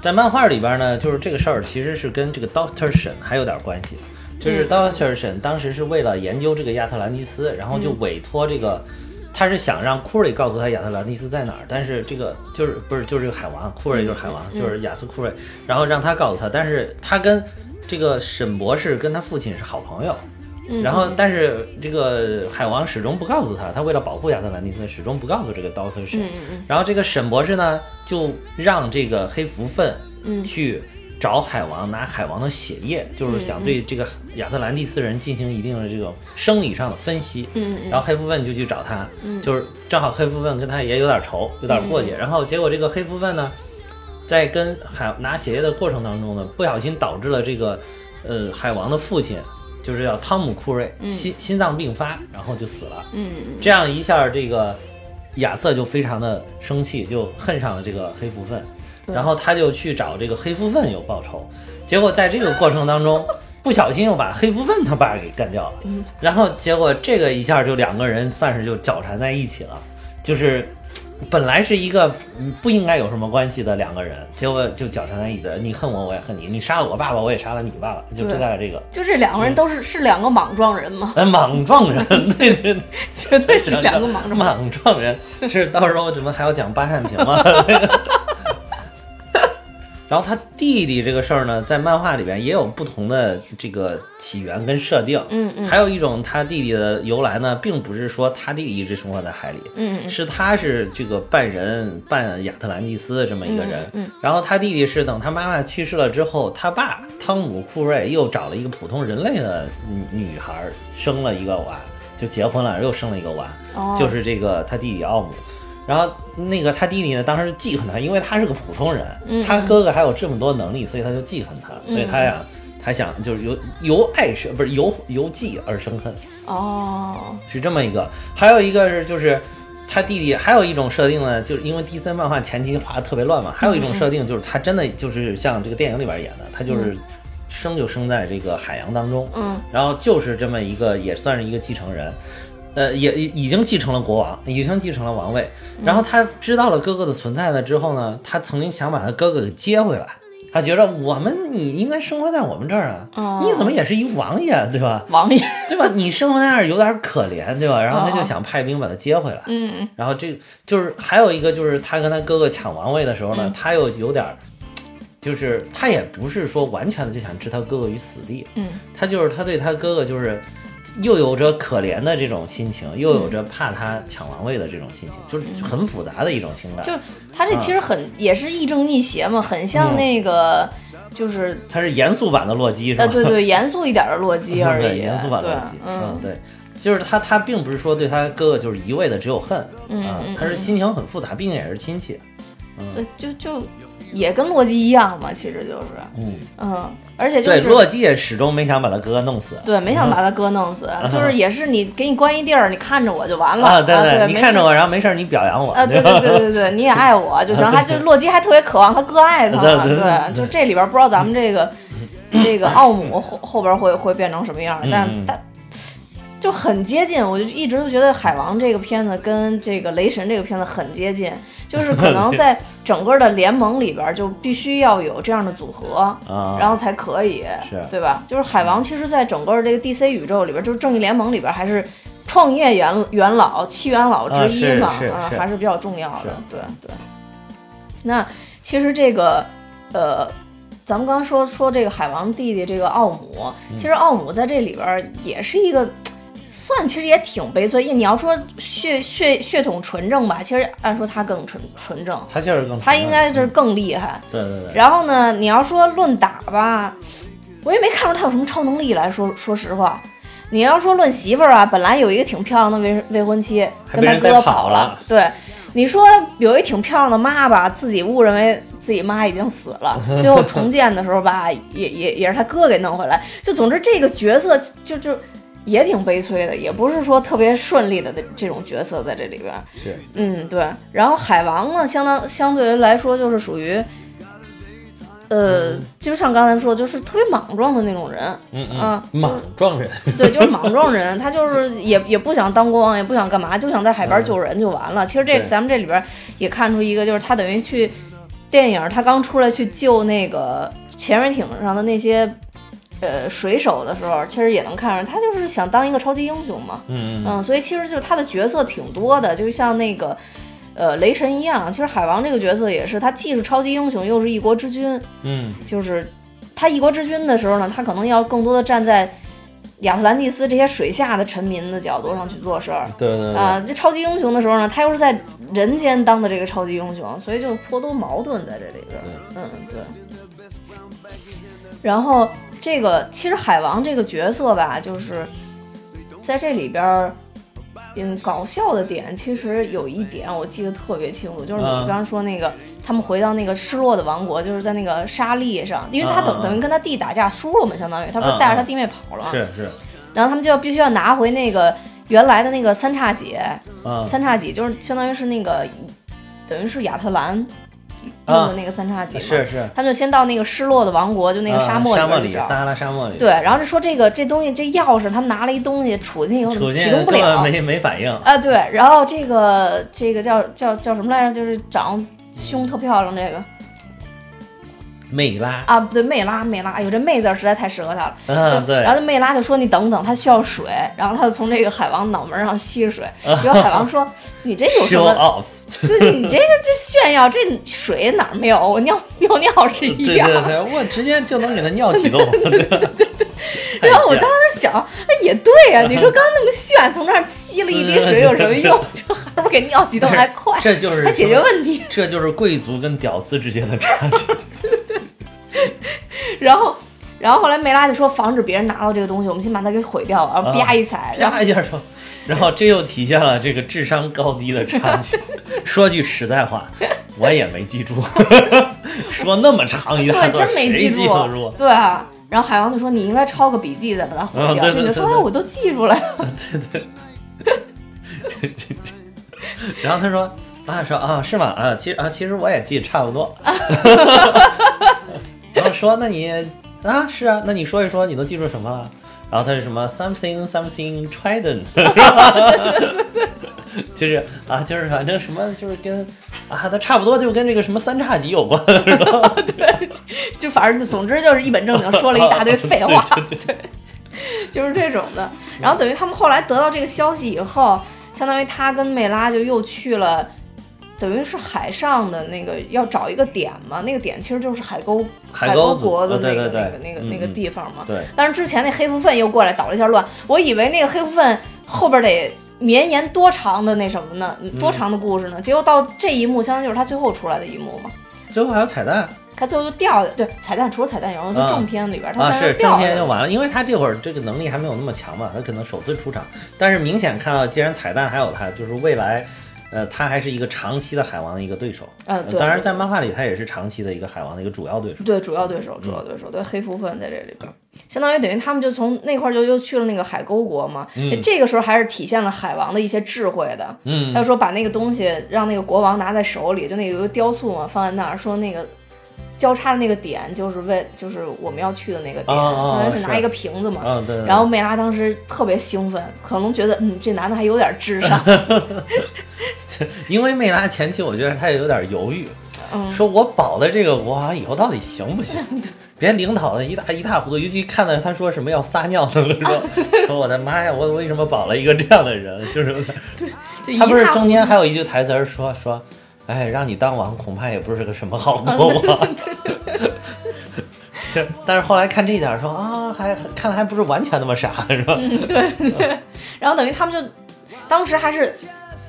[SPEAKER 2] 在漫画里边儿呢，就是这个事儿其实是跟这个 Doctor 沈还有点关系，就是
[SPEAKER 3] 嗯
[SPEAKER 2] Doctor 沈当时是为了研究这个亚特兰蒂斯，然后
[SPEAKER 3] 嗯
[SPEAKER 2] 就委托这个。他是想让库瑞告诉他亚特兰蒂斯在哪儿，但是这个就是不是就是这个海王库瑞就是海王，
[SPEAKER 3] 嗯嗯
[SPEAKER 2] 就是亚瑟库瑞，然后让他告诉他，但是他跟这个沈博士跟他父亲是好朋友，
[SPEAKER 3] 嗯
[SPEAKER 2] 然后
[SPEAKER 3] 嗯，
[SPEAKER 2] 但是这个海王始终不告诉他，他为了保护亚特兰蒂斯，始终不告诉这个 Doctor 沈。
[SPEAKER 3] 嗯嗯
[SPEAKER 2] 然后这个沈博士呢，就让这个黑福分
[SPEAKER 3] 嗯
[SPEAKER 2] 去找海王拿海王的血液，就是想对这个亚特兰蒂斯人进行一定的这种生理上的分析。
[SPEAKER 3] 嗯嗯，
[SPEAKER 2] 然后黑福分就去找他，
[SPEAKER 3] 嗯
[SPEAKER 2] 就是正好黑福分跟他也有点仇，有点过节。然后结果这个黑福分呢，在跟海拿血液的过程当中呢，不小心导致了这个呃海王的父亲，就是叫汤姆库瑞心心脏病发，然后就死了。
[SPEAKER 3] 嗯嗯
[SPEAKER 2] 这样一下，这个亚瑟就非常的生气，就恨上了这个黑福分，
[SPEAKER 3] 对
[SPEAKER 2] 然后他就去找这个黑福分有报仇。结果在这个过程当 中，不小心又把黑福分他爸给干掉了。
[SPEAKER 3] 嗯
[SPEAKER 2] 然后结果这个一下就两个人算是就绞缠在一起了，就是本来是一个嗯不应该有什么关系的两个人，结果就绞缠在一起了。你恨我，我也恨你；你杀了我爸爸，我也杀了你爸爸，就
[SPEAKER 3] 对
[SPEAKER 2] 大概这个。
[SPEAKER 1] 就这两个人都是是两个莽撞人吗？
[SPEAKER 2] 哎，莽撞人， 对对对，
[SPEAKER 1] 绝对是两个莽撞人。
[SPEAKER 2] 莽撞人，是到时候怎么还要讲八扇屏 吗？然后他弟弟这个事儿呢，在漫画里边也有不同的这个起源跟设定。
[SPEAKER 3] 嗯嗯
[SPEAKER 2] 还有一种他弟弟的由来呢，并不是说他弟弟一直生活在海里，
[SPEAKER 3] 嗯嗯
[SPEAKER 2] 是他是这个半人半亚特兰蒂斯这么一个人。
[SPEAKER 3] 嗯嗯
[SPEAKER 2] 然后他弟弟是等他妈妈去世了之后，他爸汤姆库瑞又找了一个普通人类的女女孩儿，生了一个娃，就结婚了，又生了一个娃。
[SPEAKER 1] 嗯
[SPEAKER 3] 哦
[SPEAKER 2] 就是这个他弟弟奥姆。然后那个他弟弟呢，当时记恨他，因为他是个普通人，他哥哥还有这么多能力，所以他就记恨他，所以他呀，他想就是由由爱生不是由由记而生恨，
[SPEAKER 3] 哦，
[SPEAKER 2] 是这么一个。还有一个是就是。他弟弟还有一种设定呢，就是因为 DC 漫画前期画的特别乱嘛，还有一种设定就是他真的就是像这个电影里边演的，他就是生就生在这个海洋当中，
[SPEAKER 3] 嗯
[SPEAKER 2] 然后就是这么一个，也算是一个继承人，呃，也已已经继承了国王，已经继承了王位。然后他知道了哥哥的存在了之后呢，他曾经想把他哥哥给接回来，他觉得我们你应该生活在我们这儿啊，
[SPEAKER 3] 哦
[SPEAKER 2] 你怎么也是一王爷对吧？
[SPEAKER 1] 王爷，
[SPEAKER 2] 对吧？你生活在那儿有点可怜对吧？然后他
[SPEAKER 1] 哦
[SPEAKER 2] 就
[SPEAKER 1] 哦
[SPEAKER 2] 想派兵把他接回来。
[SPEAKER 1] 嗯，
[SPEAKER 2] 然后这就是还有一个就是他跟他哥哥抢王位的时候
[SPEAKER 1] 嗯
[SPEAKER 2] 呢，他又有点儿，就是他也不是说完全的就想置他哥哥于死地，
[SPEAKER 3] 嗯，
[SPEAKER 2] 他就是他对他哥哥就是又有着可怜的这种心情，又
[SPEAKER 1] 嗯
[SPEAKER 2] 有着怕他抢王位的这种心情，就是很复杂的一种情感。
[SPEAKER 1] 就他这其
[SPEAKER 2] 嗯
[SPEAKER 1] 实很、也是亦正亦邪嘛，很像那个、就是
[SPEAKER 2] 他是严肃版的洛 基是吧？
[SPEAKER 1] 呃对对严肃一点的洛基而
[SPEAKER 2] 对
[SPEAKER 1] 已，
[SPEAKER 2] 严肃版洛
[SPEAKER 1] 对
[SPEAKER 2] 基，，
[SPEAKER 1] 嗯，
[SPEAKER 2] 对。就是他，他并不是说对他哥哥就是一味的只有恨，
[SPEAKER 1] 嗯
[SPEAKER 2] 啊
[SPEAKER 1] 嗯，
[SPEAKER 2] 他是心情很复杂，毕竟也是亲戚，嗯
[SPEAKER 1] 对就就也跟洛基一样嘛，其实就是
[SPEAKER 2] 嗯，
[SPEAKER 1] 嗯，而且就
[SPEAKER 2] 对，
[SPEAKER 1] 是
[SPEAKER 2] 洛嗯基也始终没想把他哥哥弄死。
[SPEAKER 1] 对没想把他哥弄死，就是 也是你给你关一地儿，你看着我就完了
[SPEAKER 2] 啊，对
[SPEAKER 1] 对，
[SPEAKER 2] 你
[SPEAKER 1] 没
[SPEAKER 2] 看
[SPEAKER 1] 事
[SPEAKER 2] 着我，然后没事儿你表 扬我，
[SPEAKER 1] 啊，对对对对对，你也爱我就 行。还就洛基还特别渴望他哥爱他，
[SPEAKER 2] 对对对
[SPEAKER 1] 就这里边不知道咱们这 个这个奥姆后后边会会变成什么样，但
[SPEAKER 2] 嗯嗯
[SPEAKER 1] 是但就很接近。我就一 直都觉得海王这个片子跟这个雷神这个片子很接近，就是可能在整个的联盟里边就必须要有这样的组合，
[SPEAKER 2] 啊，
[SPEAKER 1] 然后才可以，
[SPEAKER 2] 是
[SPEAKER 1] 对吧？就是海王，其实在整个这个 DC 宇宙里边，就是正义联盟里边，还是创业元元老、七元老之一嘛
[SPEAKER 2] 啊，是是
[SPEAKER 1] 啊
[SPEAKER 2] 是
[SPEAKER 1] 还是比较重要
[SPEAKER 2] 是
[SPEAKER 1] 的。对对。那其实这个，呃，咱们刚刚说说这个海王弟弟这个奥姆，
[SPEAKER 2] 嗯
[SPEAKER 1] 其实奥姆在这里边也是一个。算其实也挺悲催，你要说血血血统纯正吧，其实按说他更纯纯正，
[SPEAKER 2] 他就是更
[SPEAKER 1] 他应该就是是更厉害。
[SPEAKER 2] 对对对，
[SPEAKER 1] 然后呢，你要说论打吧，我也没看出他有什么超能力来说。说实话，你要说论媳妇儿啊，本来有一个挺漂亮的未未婚妻跟
[SPEAKER 2] 还被
[SPEAKER 1] 他
[SPEAKER 2] 人
[SPEAKER 1] 哥
[SPEAKER 2] 带
[SPEAKER 1] 跑
[SPEAKER 2] 跑了
[SPEAKER 1] 对，你说有一挺漂亮的妈吧，自己误认为自己妈已经死 了，最后重建的时候吧，也也也是他哥给弄回来。就总之这个角色就就。也挺悲催的，也不是说特别顺利的这这种角色在这里边儿，
[SPEAKER 2] 是
[SPEAKER 1] 嗯，对。然后海王呢，相当相对于来说就是属于，呃，就像刚才说，就是特别莽撞的那种人，
[SPEAKER 2] 嗯
[SPEAKER 1] 啊
[SPEAKER 2] 嗯，
[SPEAKER 1] 就是
[SPEAKER 2] 莽撞人，
[SPEAKER 1] 对，就是莽撞人，他就是也也不想当国王，也不想干嘛，就想在海边救人就完了。其实这
[SPEAKER 2] 对
[SPEAKER 1] 咱们这里边也看出一个，就是他等于去电影，他刚出来去救那个潜水艇上的那些呃水手的时候，其实也能看出他就是想当一个超级英雄嘛。
[SPEAKER 2] 嗯嗯
[SPEAKER 1] 嗯，所以其实就是他的角色挺多的，就像那个呃雷神一样，其实海王这个角色也是，他既是超级英雄，又是一国之君。
[SPEAKER 2] 嗯，
[SPEAKER 1] 就是他一国之君的时候呢，他可能要更多的站在亚特兰蒂斯这些水下的臣民的角度上去做事儿。
[SPEAKER 2] 对对对
[SPEAKER 1] 啊、这超级英雄的时候呢，他又是在人间当的这个超级英雄，所以就颇多矛盾在这里边儿。嗯，对。然后这个其实海王这个角色吧，就是在这里边儿，嗯，搞笑的点其实有一点我记得特别清楚，就是你
[SPEAKER 2] 嗯
[SPEAKER 1] 刚刚说那个、他们回到那个失落的王国，就是在那个沙粒上，因为他等、
[SPEAKER 2] 嗯嗯嗯
[SPEAKER 1] 等于跟他弟打架输了嘛，相当于他不
[SPEAKER 2] 嗯
[SPEAKER 1] 是带着他
[SPEAKER 2] 嗯
[SPEAKER 1] 弟妹跑了嘛，
[SPEAKER 2] 是是，
[SPEAKER 1] 然后他们就要必须要拿回那个原来的那个三叉戟，
[SPEAKER 2] 嗯
[SPEAKER 1] 三叉戟就是相当于是那个，等于是亚特兰弄
[SPEAKER 2] 啊
[SPEAKER 1] 的那个三叉戟嘛。
[SPEAKER 2] 是是，
[SPEAKER 1] 他们就先到那个失落的王国，就那个
[SPEAKER 2] 嗯
[SPEAKER 1] 沙漠
[SPEAKER 2] 沙
[SPEAKER 1] 里
[SPEAKER 2] 漠
[SPEAKER 1] 边去
[SPEAKER 2] 里撒
[SPEAKER 1] 找。
[SPEAKER 2] 哈拉沙漠里，
[SPEAKER 1] 对，然后就说这个这东西这钥匙，他们拿了一东西杵进去以后怎
[SPEAKER 2] 楚
[SPEAKER 1] 么
[SPEAKER 2] 进
[SPEAKER 1] 启动不
[SPEAKER 2] 根本
[SPEAKER 1] 了
[SPEAKER 2] 没没反应，
[SPEAKER 1] 啊？对，然后这个这个叫叫叫什么来着？就是长胸特漂亮这个
[SPEAKER 2] 魅拉，
[SPEAKER 1] 啊，不对，魅拉魅拉，哎呦这魅字儿实在太适合她了。
[SPEAKER 2] 嗯
[SPEAKER 1] 就
[SPEAKER 2] 对
[SPEAKER 1] 然，后就魅拉就说你等等，他需要水，然后他就从这个海王脑门上吸水，
[SPEAKER 2] 啊
[SPEAKER 1] 结果海王说你这有什
[SPEAKER 2] show
[SPEAKER 1] 么
[SPEAKER 2] off，
[SPEAKER 1] 对你这个这炫耀，这水哪儿没有？我尿尿尿是 一
[SPEAKER 2] 对
[SPEAKER 1] 样。
[SPEAKER 2] 对对，我直接就能给他尿 启动， 太
[SPEAKER 1] 然后我
[SPEAKER 2] 贱
[SPEAKER 1] 当时想，哎，也对呀、你说刚刚那么炫，从这儿吸了一滴水有什么用？就还不如给尿几桶还快，
[SPEAKER 2] 这就是
[SPEAKER 1] 还解决问题。
[SPEAKER 2] 这就是贵族跟屌丝之间的差距。
[SPEAKER 1] 然后，然后后来梅拉就说，防止别人拿到这个东西，我们先把它给毁掉，然后
[SPEAKER 2] 啊
[SPEAKER 1] 啪一踩，然后
[SPEAKER 2] 啪一下说，然后这又体现了这个智商高低的差距。 说句实在话，我也没记住， 说那么长一大
[SPEAKER 1] 对，
[SPEAKER 2] 段，
[SPEAKER 1] 真没
[SPEAKER 2] 谁
[SPEAKER 1] 记
[SPEAKER 2] 记
[SPEAKER 1] 住
[SPEAKER 2] 得住。
[SPEAKER 1] 对啊。然后海王就说：“你应该抄个笔记再把它毁
[SPEAKER 2] 嗯
[SPEAKER 1] 掉。
[SPEAKER 2] 对
[SPEAKER 1] 你
[SPEAKER 2] 对
[SPEAKER 1] 就
[SPEAKER 2] 对
[SPEAKER 1] 说：“
[SPEAKER 2] 对
[SPEAKER 1] 哎，我都记住了。
[SPEAKER 2] 然后他说。啊，说啊，是吗？啊，其实啊，其实我也记得差不 多。 然后说，那你啊，是啊，那你说一说，你都记住什么了？然后他是什么 something something trident，是 吧就是啊，就是反正什么，就是跟啊，它差不多就跟这个什么三叉戟有关，是吧？”
[SPEAKER 1] 就反正就总之就是一本正经说了一大堆废话。
[SPEAKER 2] 对对对
[SPEAKER 1] 就是这种的。然后等于他们后来得到这个消息以后，相当于他跟梅拉就又去了，等于是海上的那个要找一个点嘛，那个点其实就是海沟
[SPEAKER 2] 海
[SPEAKER 1] 沟
[SPEAKER 2] 沟组
[SPEAKER 1] 国的
[SPEAKER 2] 呃
[SPEAKER 1] 那
[SPEAKER 2] 对
[SPEAKER 1] 个
[SPEAKER 2] 对对
[SPEAKER 1] 那个那个
[SPEAKER 2] 嗯
[SPEAKER 1] 那个
[SPEAKER 2] 嗯
[SPEAKER 1] 地方嘛。
[SPEAKER 2] 对
[SPEAKER 1] 但是之前那黑蝠鲼又过来捣了一下乱，我以为那个黑蝠鲼后边得绵延多长的那什么呢？
[SPEAKER 2] 嗯
[SPEAKER 1] 多长的故事呢？结果到这一幕，相当于就是他最后出来的一幕嘛。
[SPEAKER 2] 嗯最后还有彩蛋
[SPEAKER 1] 他最后就掉的，对彩蛋除了彩蛋以外，就
[SPEAKER 2] 啊
[SPEAKER 1] 正片里边、他
[SPEAKER 2] 啊，
[SPEAKER 1] 相当于
[SPEAKER 2] 是
[SPEAKER 1] 掉
[SPEAKER 2] 正
[SPEAKER 1] 下来
[SPEAKER 2] 片
[SPEAKER 1] 了嗯
[SPEAKER 2] 就完了，因为他这会儿这个能力还没有那么强嘛，他可能首次出场，但是明显看到，既然彩蛋还有他，就是未来。呃，他还是一个长期的海王的一个对手，
[SPEAKER 1] 嗯
[SPEAKER 2] 呃
[SPEAKER 1] 对
[SPEAKER 2] 当然
[SPEAKER 1] 对
[SPEAKER 2] 在漫画里他也是长期的一个海王的一个主要对手，
[SPEAKER 1] 对，主要对手，主要对手，对黑蝠鲼在这里边儿，相当于等于他们就从那块儿就又去了那个海沟国嘛。哎
[SPEAKER 2] 嗯
[SPEAKER 1] 这个时候还是体现了海王的一些智慧的。
[SPEAKER 2] 嗯
[SPEAKER 1] 他说把那个东西让那个国王拿在手里，就那有一个雕塑嘛，放在那儿，说那个交叉的那个点就是为就是我们要去的那个点，
[SPEAKER 2] 啊啊啊
[SPEAKER 1] 相当于是拿
[SPEAKER 2] 是
[SPEAKER 1] 一个瓶子嘛。
[SPEAKER 2] 啊对，对
[SPEAKER 1] 然后梅拉当时特别兴奋，可能觉得嗯这男的还有 点智商
[SPEAKER 2] 对因为梅拉前期我觉得他也有点犹豫，
[SPEAKER 1] 嗯
[SPEAKER 2] 说我保的这个，我好像以后到底行 不行？别领导的一大一塌糊涂，尤其看到他说什么要撒尿 的时候，说我的妈呀，我为什么保了一个这样的人？就是
[SPEAKER 1] 就一
[SPEAKER 2] 他不是
[SPEAKER 1] 塌糊
[SPEAKER 2] 中间还有一句台词儿说说，哎，让你当王恐怕也不是个什么好国
[SPEAKER 1] 啊
[SPEAKER 2] 王。 就但是后来看这一点儿说啊，还看来还不是完全那么傻，是吧？
[SPEAKER 1] 嗯然后等于他们就当时还是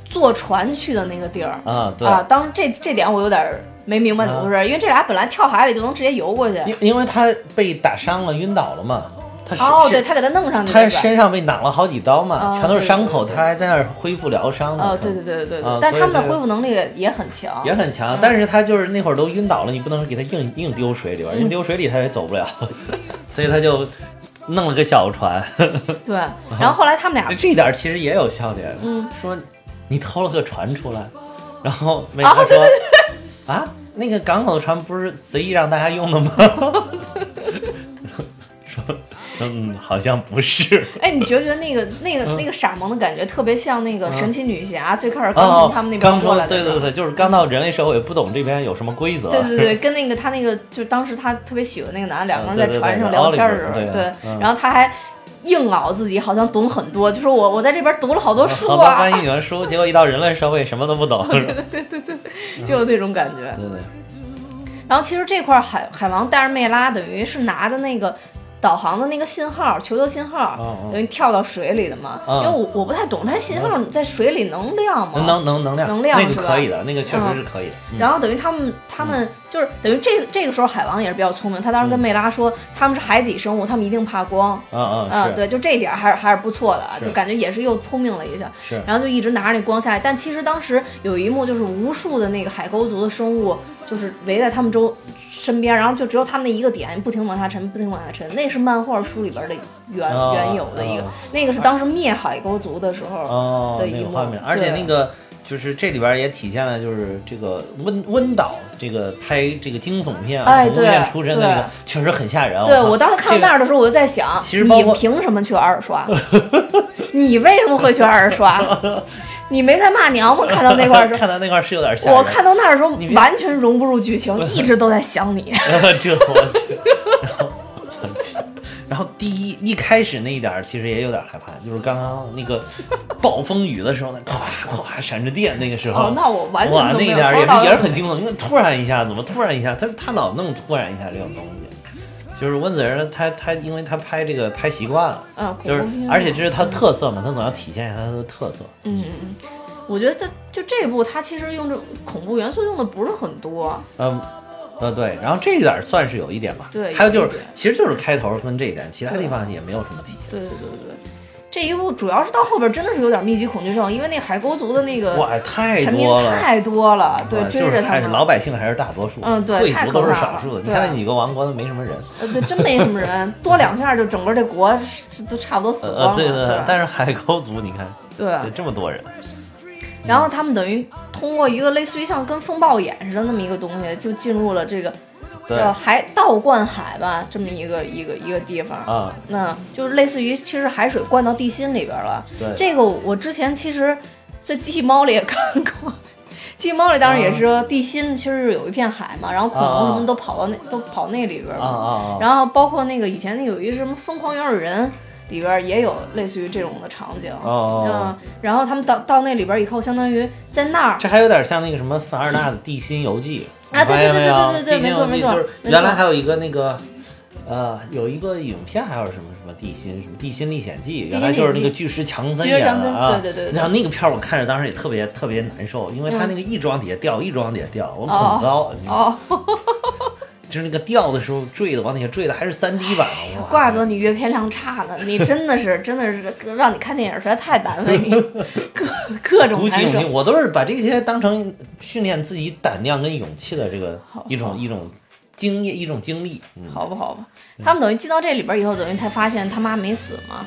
[SPEAKER 1] 坐船去的那个地儿
[SPEAKER 2] 啊，对，啊
[SPEAKER 1] 啊。当这这点我有点儿没明白怎么回事，因为这俩本来跳海里就能直接游过去。
[SPEAKER 2] 因因为他被打伤了，晕倒了嘛，他是、
[SPEAKER 1] 哦，
[SPEAKER 2] 是
[SPEAKER 1] 对，他给他弄上去
[SPEAKER 2] 他
[SPEAKER 1] 对
[SPEAKER 2] 是
[SPEAKER 1] 吧？
[SPEAKER 2] 身上被攮了好几刀嘛，
[SPEAKER 1] 哦
[SPEAKER 2] 全都是伤口，
[SPEAKER 1] 对对对
[SPEAKER 2] 他还在那儿恢复疗伤呢。
[SPEAKER 1] 呃，对对嗯对对对对
[SPEAKER 2] 啊，
[SPEAKER 1] 但他们的
[SPEAKER 2] 所以这个
[SPEAKER 1] 恢复能力也很强。
[SPEAKER 2] 也很强，但是他就是那会儿都晕倒了，你不能给他硬硬丢水里边，
[SPEAKER 1] 嗯
[SPEAKER 2] 硬丢水里他也走不了， 所以他就弄了个小船。
[SPEAKER 1] 对，然后后来他们俩
[SPEAKER 2] 啊这点儿其实也有笑点，
[SPEAKER 1] 嗯，
[SPEAKER 2] 说你偷了个船出来，然后美
[SPEAKER 1] 哦
[SPEAKER 2] 国说、啊，那个港口的船不是随意让大家用的吗？ 说嗯，好像不是。
[SPEAKER 1] 哎，你觉不觉得那个那个那个傻萌的感觉特别像那个神奇女侠最开始刚
[SPEAKER 2] 嗯
[SPEAKER 1] 嗯
[SPEAKER 2] 哦
[SPEAKER 1] 从他们那，边
[SPEAKER 2] 刚
[SPEAKER 1] 过
[SPEAKER 2] 说
[SPEAKER 1] 来的
[SPEAKER 2] 对
[SPEAKER 1] 时候
[SPEAKER 2] 对？对，就是刚到人类社会，不懂这边有什么规则。
[SPEAKER 1] 对 对对，跟那个他那个就是当时他特别喜欢那个男的，两个人
[SPEAKER 2] 嗯
[SPEAKER 1] 在
[SPEAKER 2] 对对
[SPEAKER 1] 船上
[SPEAKER 2] 对
[SPEAKER 1] 聊天的时候，
[SPEAKER 2] Oliver，对啊嗯
[SPEAKER 1] 然后他还硬熬自己好像懂很多，就说我我在这边读了好多书
[SPEAKER 2] 嗯好多
[SPEAKER 1] 啊
[SPEAKER 2] 关，于你们书，结果一到人类社会什么都不懂。对对
[SPEAKER 1] 就有那种感觉。
[SPEAKER 2] 对，
[SPEAKER 1] 然后其实这块儿海海王带着梅拉，等于是拿的那个导航的那个信号，求救信号，
[SPEAKER 2] 嗯嗯
[SPEAKER 1] 等于跳到水里的嘛。
[SPEAKER 2] 嗯
[SPEAKER 1] 因为我我不太懂，它信号在水里能亮吗？
[SPEAKER 2] 能能能能量
[SPEAKER 1] 能量
[SPEAKER 2] 那
[SPEAKER 1] 是
[SPEAKER 2] 个
[SPEAKER 1] 吧
[SPEAKER 2] 可以的，那个确实是可以的。嗯
[SPEAKER 1] 然后等于他们，他们就是等于这这个时候，海王也是比较聪明。他当时跟
[SPEAKER 2] 嗯
[SPEAKER 1] 梅拉说，他们是海底生物，他们一定怕光。
[SPEAKER 2] 嗯嗯
[SPEAKER 1] 嗯，
[SPEAKER 2] 是
[SPEAKER 1] 对，就这一点还是还是不错的啊，
[SPEAKER 2] 是
[SPEAKER 1] 就感觉也是又聪明了一下。
[SPEAKER 2] 是
[SPEAKER 1] 然后就一直拿着那光下去，但其实当时有一幕就是无数的那个海沟族的生物，就是围在他们周身边，然后就只有他们那一个点不停往下沉，不停往下沉。那是漫画书里边的原、
[SPEAKER 2] 哦
[SPEAKER 1] 原有的一个，
[SPEAKER 2] 哦
[SPEAKER 1] 那个是当时灭海沟族的时候。
[SPEAKER 2] 哦
[SPEAKER 1] 的一
[SPEAKER 2] 那个
[SPEAKER 1] 幕
[SPEAKER 2] 画面，而且
[SPEAKER 1] 对
[SPEAKER 2] 那个。就是这里边也体现了，就是这个温温导这个拍这个惊悚片啊，
[SPEAKER 1] 哎
[SPEAKER 2] 恐怖片
[SPEAKER 1] 对
[SPEAKER 2] 出身的那个
[SPEAKER 1] 对，
[SPEAKER 2] 确实很吓人。
[SPEAKER 1] 对
[SPEAKER 2] 我
[SPEAKER 1] 我当时看到那
[SPEAKER 2] 儿，
[SPEAKER 1] 儿的时候，我就在想，
[SPEAKER 2] 其实包括
[SPEAKER 1] 你凭什么去二刷？你为什么会去二刷？你没在骂娘吗？看到那块儿的时候，
[SPEAKER 2] 看到那块儿是有点吓人。
[SPEAKER 1] 我看到那儿的时候
[SPEAKER 2] 你别
[SPEAKER 1] 完全融不入剧情，一直都在想 你。
[SPEAKER 2] 这我去，然后我去，然后第一一开始那一点儿其实也有点害怕，就是刚刚那个暴风雨的时候呢，咵咵闪着电那个时候，
[SPEAKER 1] 哦，那我完
[SPEAKER 2] 哇
[SPEAKER 1] 全
[SPEAKER 2] 那
[SPEAKER 1] 都没
[SPEAKER 2] 一
[SPEAKER 1] 有
[SPEAKER 2] 点儿也
[SPEAKER 1] 刷到。
[SPEAKER 2] 是也是很惊悚，因为突然一下怎么突然一下，他他老弄突然一下这种东西，就是温子仁他他因为他拍这个拍习惯了，
[SPEAKER 1] 嗯，恐
[SPEAKER 2] 就是
[SPEAKER 1] 怖片
[SPEAKER 2] 而且这是他特色嘛，他总要体现一下他的特色，
[SPEAKER 1] 嗯嗯嗯，我觉得这就这部它其实用这恐怖元素用的不是很多，
[SPEAKER 2] 嗯。呃，对，然后这一点儿算是有一点吧。
[SPEAKER 1] 对
[SPEAKER 2] 还有就
[SPEAKER 1] 有一
[SPEAKER 2] 是
[SPEAKER 1] 点，
[SPEAKER 2] 其实就是开头跟这一点，其他地方也没有什么体现。
[SPEAKER 1] 对对对对对，这一部主要是到后边真的是有点密集恐惧症，因为那海沟族的那个
[SPEAKER 2] 哇，太
[SPEAKER 1] 臣民
[SPEAKER 2] 多了，
[SPEAKER 1] 太多了，对
[SPEAKER 2] 啊，
[SPEAKER 1] 追
[SPEAKER 2] 就是
[SPEAKER 1] 着他
[SPEAKER 2] 还是
[SPEAKER 1] 们，
[SPEAKER 2] 老百姓还是大多数，
[SPEAKER 1] 嗯对
[SPEAKER 2] 贵
[SPEAKER 1] 太
[SPEAKER 2] 族
[SPEAKER 1] 可
[SPEAKER 2] 都是
[SPEAKER 1] 怕
[SPEAKER 2] 少
[SPEAKER 1] 了
[SPEAKER 2] 数的。你
[SPEAKER 1] 对
[SPEAKER 2] 看那几个王国都没什么人，
[SPEAKER 1] 呃，对，真没什么人，多两下就整个这国是都差不多死
[SPEAKER 2] 呃
[SPEAKER 1] 光
[SPEAKER 2] 呃，
[SPEAKER 1] 了，
[SPEAKER 2] 对对对，但
[SPEAKER 1] 是
[SPEAKER 2] 是海沟族你看
[SPEAKER 1] 对
[SPEAKER 2] 就这么多人，
[SPEAKER 1] 然后他们等于通过一个类似于像跟风暴眼似的那么一个东西，就进入了这个
[SPEAKER 2] 对
[SPEAKER 1] 叫海倒灌海吧，这么一个一个一个地方。
[SPEAKER 2] 啊，
[SPEAKER 1] 那就是类似于，其实海水灌到地心里边了。
[SPEAKER 2] 对
[SPEAKER 1] 这个我之前其实，在《机器猫》里也看过，《机器猫》里当然也是
[SPEAKER 2] 啊
[SPEAKER 1] 说地心其实有一片海嘛，然后恐龙什么都跑到那、都跑那里边了。
[SPEAKER 2] 啊啊啊，
[SPEAKER 1] 然后包括那个以前有一什么《疯狂原始人》里边也有类似于这种的场景。
[SPEAKER 2] 哦哦哦
[SPEAKER 1] 嗯，然后他们到到那里边以后，相当于在那儿
[SPEAKER 2] 这还有点像那个什么凡尔纳的《地心游记》
[SPEAKER 1] 啊对对对
[SPEAKER 2] 你发现没有
[SPEAKER 1] 对对对对没错
[SPEAKER 2] 地
[SPEAKER 1] 没
[SPEAKER 2] 心游记
[SPEAKER 1] 错
[SPEAKER 2] 就是
[SPEAKER 1] 没错
[SPEAKER 2] 原来还有一个那个。呃，有一个影片，还有什么什么地心什么地心历险记，原来就是那个巨石强森
[SPEAKER 1] 巨石
[SPEAKER 2] 演
[SPEAKER 1] 强
[SPEAKER 2] 的
[SPEAKER 1] 森
[SPEAKER 2] 啊。
[SPEAKER 1] 对对对对
[SPEAKER 2] 然后那个片儿我看着当时也特别特别难受，因为他那个一直往底下掉，一直往底下掉，我恐高，你知道吗
[SPEAKER 1] 哦，
[SPEAKER 2] 就是那个掉的时候坠的，往底下坠的还是三 D 版，哇
[SPEAKER 1] 怪不得你阅片量差呢，你真的是真的是让你看电影实在太难为你，各各种
[SPEAKER 2] 鼓起
[SPEAKER 1] 难
[SPEAKER 2] 勇气，
[SPEAKER 1] 受。
[SPEAKER 2] 我都是把这些当成训练自己胆量跟勇气的这个
[SPEAKER 1] 好
[SPEAKER 2] 一种一种经验一种经历。嗯，
[SPEAKER 1] 好吧，好吧，他们等于进到这里边以后，等于才发现他妈没死嘛。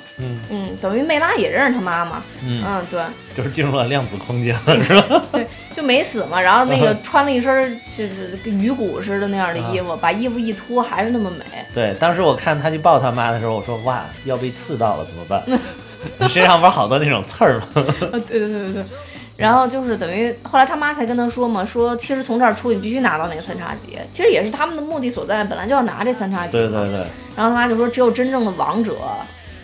[SPEAKER 2] 嗯
[SPEAKER 1] 等于梅拉也认识他妈妈。
[SPEAKER 2] 嗯
[SPEAKER 1] 对，
[SPEAKER 2] 就是进入了量子空间了，是吧？
[SPEAKER 1] 就没死嘛。然后那
[SPEAKER 2] 嗯
[SPEAKER 1] 个穿了一身就是跟鱼骨似的那样的衣
[SPEAKER 2] 啊
[SPEAKER 1] 服，把衣服一脱还是那么美。
[SPEAKER 2] 对，当时我看他去抱他妈的时候，我说哇， 要被刺到了怎么办？你身上不是好多那种刺儿吗？
[SPEAKER 1] 啊，对对对对对。然后就是等于后来他妈才跟他说嘛，说其实从这儿出你必须拿到那个三叉戟，其实也是他们的目的所在，本来就要拿这三叉戟。
[SPEAKER 2] 对对对，
[SPEAKER 1] 然后他妈就说，只有真正的王者，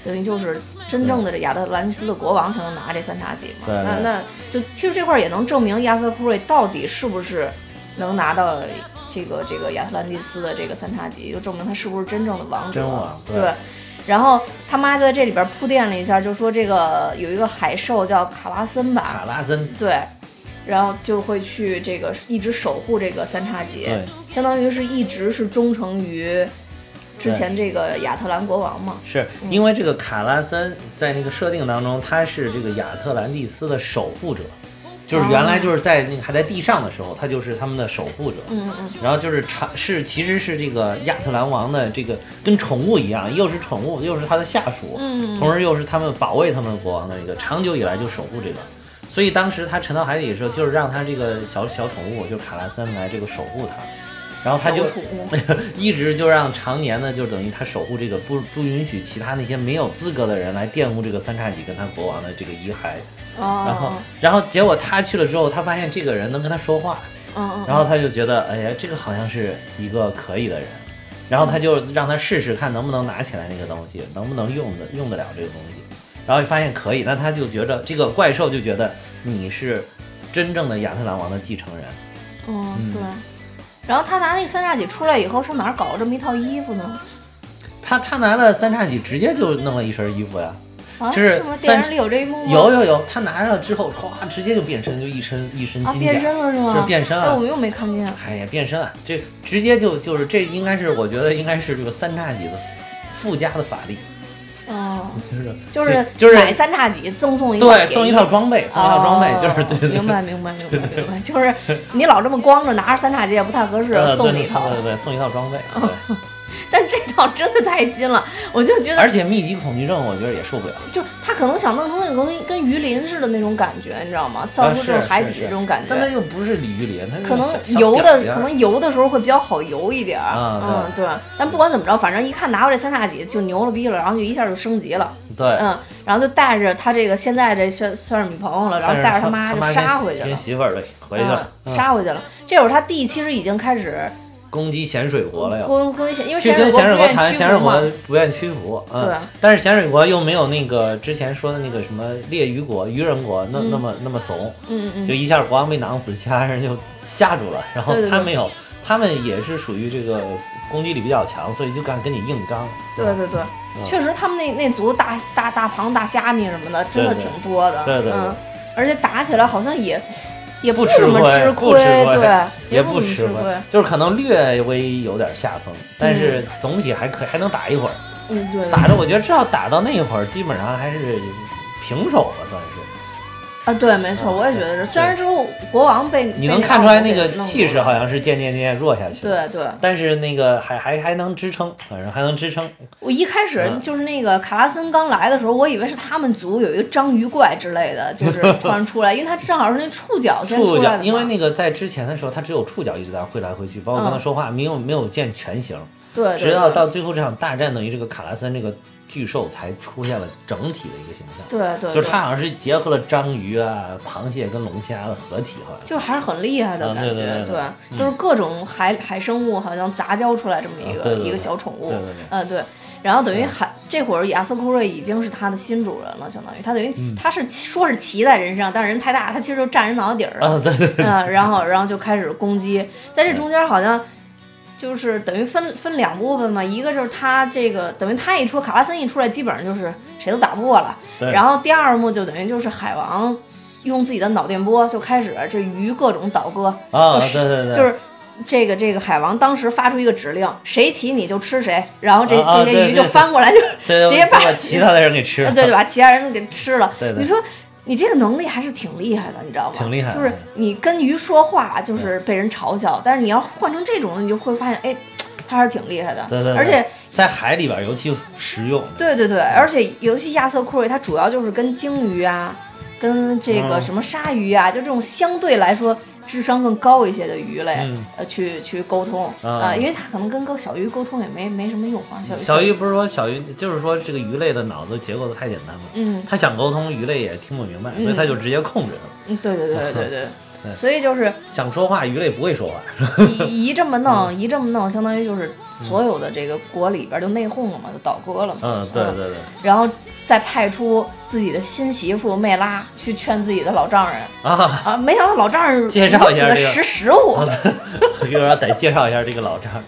[SPEAKER 1] 等于就是真正的这亚特兰蒂斯的国王才能拿这三叉戟嘛。
[SPEAKER 2] 对对
[SPEAKER 1] 那那就其实这块儿也能证明亚瑟库瑞到底是不是能拿到这个这个亚特兰蒂斯的这个三叉戟，就证明他是不是真正的王者。
[SPEAKER 2] 真王对
[SPEAKER 1] 然后他妈就在这里边铺垫了一下，就说这个有一个海兽叫卡拉森吧，
[SPEAKER 2] 卡拉森，
[SPEAKER 1] 对，然后就会去这个一直守护这个三叉戟
[SPEAKER 2] 对，
[SPEAKER 1] 相当于是一直是忠诚于之前这个亚特兰国王嘛。
[SPEAKER 2] 是因为这个卡拉森在那个设定当中，他是这个亚特兰蒂斯的守护者，就是原
[SPEAKER 1] 哦
[SPEAKER 2] 来就是在那个还在地上的时候，他就是他们的守护者。
[SPEAKER 1] 嗯嗯
[SPEAKER 2] 然后就是长是其实是这个亚特兰王的这个跟宠物一样，又是宠物又是他的下属，
[SPEAKER 1] 嗯
[SPEAKER 2] 同时又是他们保卫他们国王的一个长久以来就守护这个。所以当时他沉到海底的时候，就是让他这个小小宠物，就卡拉森来这个守护他，然后他就
[SPEAKER 1] 小宠物
[SPEAKER 2] 一直就让常年呢，就等于他守护这个不不允许其他那些没有资格的人来玷污这个三叉戟跟他国王的这个遗骸。
[SPEAKER 1] 嗯，
[SPEAKER 2] 然后
[SPEAKER 1] 哦，
[SPEAKER 2] 然后结果他去了之后，他发现这个人能跟他说话，
[SPEAKER 1] 嗯嗯，
[SPEAKER 2] 然后他就觉得，哎呀，这个好像是一个可以的人，然后他就让他试试看能不能拿起来那个东西，能不能用得用得了这个东西，然后发现可以，那他就觉得这个怪兽就觉得你是真正的亚特兰王的继承人，
[SPEAKER 1] 嗯对。然后他拿那个三叉戟出来以后，上哪儿搞这么一套衣服呢？
[SPEAKER 2] 他他拿了三叉戟，直接就弄了一身衣服呀，
[SPEAKER 1] 啊，
[SPEAKER 2] 就是
[SPEAKER 1] 是吗？电
[SPEAKER 2] 三
[SPEAKER 1] 影里有这一幕吗？
[SPEAKER 2] 有有有，他拿了之后，哗，直接就变身，就一身一身
[SPEAKER 1] 啊，
[SPEAKER 2] 金
[SPEAKER 1] 变
[SPEAKER 2] 甲，
[SPEAKER 1] 身了是
[SPEAKER 2] 就是
[SPEAKER 1] 吗？
[SPEAKER 2] 变身
[SPEAKER 1] 哎，我
[SPEAKER 2] 啊。
[SPEAKER 1] 们又没看见。
[SPEAKER 2] 哎呀，变身啊！这直接就就是这应该是我觉得应该是这个三叉戟的附加的法力，
[SPEAKER 1] 哦，
[SPEAKER 2] 就是
[SPEAKER 1] 就是
[SPEAKER 2] 嗯就是
[SPEAKER 1] 买三叉戟赠送一套
[SPEAKER 2] 对
[SPEAKER 1] 铁
[SPEAKER 2] 送一
[SPEAKER 1] 衣
[SPEAKER 2] 套装备，送一套装备
[SPEAKER 1] 哦
[SPEAKER 2] 就是对对对
[SPEAKER 1] 明白明白明白明白， 就是你老这么光着拿着三叉戟也不太合适，
[SPEAKER 2] 呃
[SPEAKER 1] 送
[SPEAKER 2] 对
[SPEAKER 1] 你一套哦
[SPEAKER 2] 对。对对送一套装备。对
[SPEAKER 1] 但这套真的太金了，我就觉得，
[SPEAKER 2] 而且密集恐惧症我觉得也受不了，
[SPEAKER 1] 就他可能想弄成那种跟跟鱼鳞似的那种感觉，你知道吗？造出这种
[SPEAKER 2] 啊是
[SPEAKER 1] 海
[SPEAKER 2] 是
[SPEAKER 1] 底
[SPEAKER 2] 是
[SPEAKER 1] 这种感
[SPEAKER 2] 但它
[SPEAKER 1] 觉。
[SPEAKER 2] 又不是鲤鱼鳞，它是
[SPEAKER 1] 可能
[SPEAKER 2] 小小
[SPEAKER 1] 游的
[SPEAKER 2] 点儿
[SPEAKER 1] 可能游的时候会比较好游一点儿，
[SPEAKER 2] 啊
[SPEAKER 1] 嗯对，但不管怎么着，反正一看拿过这三叉戟就牛了逼了，然后就一下就升级了，
[SPEAKER 2] 对，
[SPEAKER 1] 嗯，然后就带着他这个现在这算算是女朋友了，然后
[SPEAKER 2] 但是
[SPEAKER 1] 带着
[SPEAKER 2] 他
[SPEAKER 1] 妈
[SPEAKER 2] 他
[SPEAKER 1] 就
[SPEAKER 2] 妈跟
[SPEAKER 1] 杀回去
[SPEAKER 2] 跟
[SPEAKER 1] 了，
[SPEAKER 2] 媳妇儿了回去了，
[SPEAKER 1] 嗯，杀回去了。这会儿他弟其实已经开始
[SPEAKER 2] 攻击咸水国了又。
[SPEAKER 1] 公公因为
[SPEAKER 2] 去
[SPEAKER 1] 咸
[SPEAKER 2] 跟
[SPEAKER 1] 水
[SPEAKER 2] 咸水
[SPEAKER 1] 不
[SPEAKER 2] 国
[SPEAKER 1] 愿
[SPEAKER 2] 谈，
[SPEAKER 1] 意
[SPEAKER 2] 咸水
[SPEAKER 1] 屈服
[SPEAKER 2] 国
[SPEAKER 1] 嘛，
[SPEAKER 2] 不愿屈服，嗯
[SPEAKER 1] 对，
[SPEAKER 2] 但是咸水国又没有那个之前说的那个什么猎鱼国、渔人国那
[SPEAKER 1] 嗯
[SPEAKER 2] 那么那么怂，
[SPEAKER 1] 嗯嗯
[SPEAKER 2] 就一下国王被囊死，其他人就吓住了，然后
[SPEAKER 1] 对对对
[SPEAKER 2] 他没有，他们也是属于这个攻击力比较强，所以就敢跟你硬刚，
[SPEAKER 1] 对对对，
[SPEAKER 2] 嗯
[SPEAKER 1] 确实他们那那族大大大螃大虾米什么的，真的
[SPEAKER 2] 对
[SPEAKER 1] 挺
[SPEAKER 2] 对
[SPEAKER 1] 多的，
[SPEAKER 2] 对对对
[SPEAKER 1] 嗯，而且打起来好像也也
[SPEAKER 2] 不吃
[SPEAKER 1] 怎么
[SPEAKER 2] 亏
[SPEAKER 1] 吃
[SPEAKER 2] 不吃亏
[SPEAKER 1] 对，
[SPEAKER 2] 也
[SPEAKER 1] 不
[SPEAKER 2] 不
[SPEAKER 1] 怎么
[SPEAKER 2] 吃
[SPEAKER 1] 吃
[SPEAKER 2] 亏，就是可能略微有点下风，但是总体还可以，还能打一会儿，
[SPEAKER 1] 嗯对，对
[SPEAKER 2] 打着我觉得至少打到那一会儿，基本上还是平手了，算是。
[SPEAKER 1] 啊对，没错，
[SPEAKER 2] 嗯
[SPEAKER 1] 我也觉得是，
[SPEAKER 2] 对
[SPEAKER 1] 虽然之后国王被
[SPEAKER 2] 你
[SPEAKER 1] 被
[SPEAKER 2] 能
[SPEAKER 1] 那
[SPEAKER 2] 看
[SPEAKER 1] 奥
[SPEAKER 2] 出来
[SPEAKER 1] 古
[SPEAKER 2] 那
[SPEAKER 1] 给
[SPEAKER 2] 个
[SPEAKER 1] 弄
[SPEAKER 2] 气
[SPEAKER 1] 过
[SPEAKER 2] 势好像是渐渐渐渐弱下去了。
[SPEAKER 1] 对对，
[SPEAKER 2] 但是那个还还还能支撑，反正还能支撑。
[SPEAKER 1] 我一开始
[SPEAKER 2] 嗯
[SPEAKER 1] 就是那个卡拉森刚来的时候，我以为是他们族有一个章鱼怪之类的， 就是突然出来，因为他正好是那触角先出
[SPEAKER 2] 触
[SPEAKER 1] 来
[SPEAKER 2] 角，
[SPEAKER 1] 的
[SPEAKER 2] 因为
[SPEAKER 1] 嘛
[SPEAKER 2] 那个在之前的时候，他只有触角一直在挥来挥去，包括跟他
[SPEAKER 1] 嗯
[SPEAKER 2] 说话，没有没有见全形，
[SPEAKER 1] 对对
[SPEAKER 2] 直到
[SPEAKER 1] 对
[SPEAKER 2] 到最后这场大战，等于这个卡拉森这个巨兽才出现了整体的一个形象。
[SPEAKER 1] 对对，
[SPEAKER 2] 就是
[SPEAKER 1] 对
[SPEAKER 2] 他好像是结合了章鱼啊、螃蟹跟龙虾的合体，好像。
[SPEAKER 1] 就是还是很厉害的
[SPEAKER 2] 啊
[SPEAKER 1] 感
[SPEAKER 2] 对
[SPEAKER 1] 觉，
[SPEAKER 2] 对对嗯对
[SPEAKER 1] 就是各种海海生物好像杂交出来这么一个、
[SPEAKER 2] 啊对对对
[SPEAKER 1] 一个小宠物，
[SPEAKER 2] 对对对
[SPEAKER 1] 嗯对。然后等于海这会儿亚瑟库瑞已经是他的新主人了，相当于他等于、
[SPEAKER 2] 嗯
[SPEAKER 1] 他是说是骑在人身上，但是人太大，他其实就占人脑底儿了。
[SPEAKER 2] 啊，对对 对，
[SPEAKER 1] 嗯，然后然后就开始攻击，在这中间好像就是等于分分两部分嘛，一个就是他这个等于他一出卡拉森一出来，基本上就是谁都打不过了。
[SPEAKER 2] 对
[SPEAKER 1] 然后第二幕就等于就是海王用自己的脑电波就开始这鱼各种倒戈，
[SPEAKER 2] 啊，
[SPEAKER 1] 就是
[SPEAKER 2] 对对对，
[SPEAKER 1] 就是。这个这个海王当时发出一个指令，谁骑你就吃谁，然后这、
[SPEAKER 2] 啊啊
[SPEAKER 1] 这
[SPEAKER 2] 对
[SPEAKER 1] 些鱼
[SPEAKER 2] 对
[SPEAKER 1] 就
[SPEAKER 2] 对
[SPEAKER 1] 翻过来就
[SPEAKER 2] 这
[SPEAKER 1] 直接把
[SPEAKER 2] 把其他的人给吃 了。
[SPEAKER 1] 啊对对，把其他人给吃了。
[SPEAKER 2] 对对
[SPEAKER 1] 你说你这个能力还是挺厉害的，你知道吗？
[SPEAKER 2] 挺厉害的
[SPEAKER 1] 就是你跟鱼说话，就是被人嘲笑，但是你要换成这种，你就会发现，哎，他还是挺厉害的。
[SPEAKER 2] 对对对
[SPEAKER 1] 而且，
[SPEAKER 2] 在海里边尤其实用。
[SPEAKER 1] 对对对，而且尤其亚瑟库瑞，他主要就是跟鲸鱼啊。跟这个
[SPEAKER 2] 嗯
[SPEAKER 1] 什么鲨鱼啊，就这种相对来说智商更高一些的鱼类，
[SPEAKER 2] 嗯
[SPEAKER 1] 呃，去去沟通啊、
[SPEAKER 2] 啊
[SPEAKER 1] 因为它可能跟跟小鱼沟通也没没什么用啊，小鱼
[SPEAKER 2] 小鱼不是说小鱼，就是说这个鱼类的脑子结构的太简单了，
[SPEAKER 1] 嗯
[SPEAKER 2] 它想沟通，鱼类也听不明白，所以它就直接控制它了。
[SPEAKER 1] 嗯，对对对对对
[SPEAKER 2] 对
[SPEAKER 1] 对，所以就是
[SPEAKER 2] 想说话，鱼类不会说话。
[SPEAKER 1] 一一这么弄，
[SPEAKER 2] 嗯
[SPEAKER 1] 一这么弄，相当于就是所有的这个国里边就内讧了嘛，就倒戈了嘛。
[SPEAKER 2] 嗯，对对对，
[SPEAKER 1] 然后再派出自己的新媳妇妹拉去劝自己的老丈人
[SPEAKER 2] 啊，
[SPEAKER 1] 啊，没想到老丈人
[SPEAKER 2] 介绍一下
[SPEAKER 1] 如此
[SPEAKER 2] 这个
[SPEAKER 1] 地识时务，
[SPEAKER 2] 我跟你说，得介绍一下这个老丈人。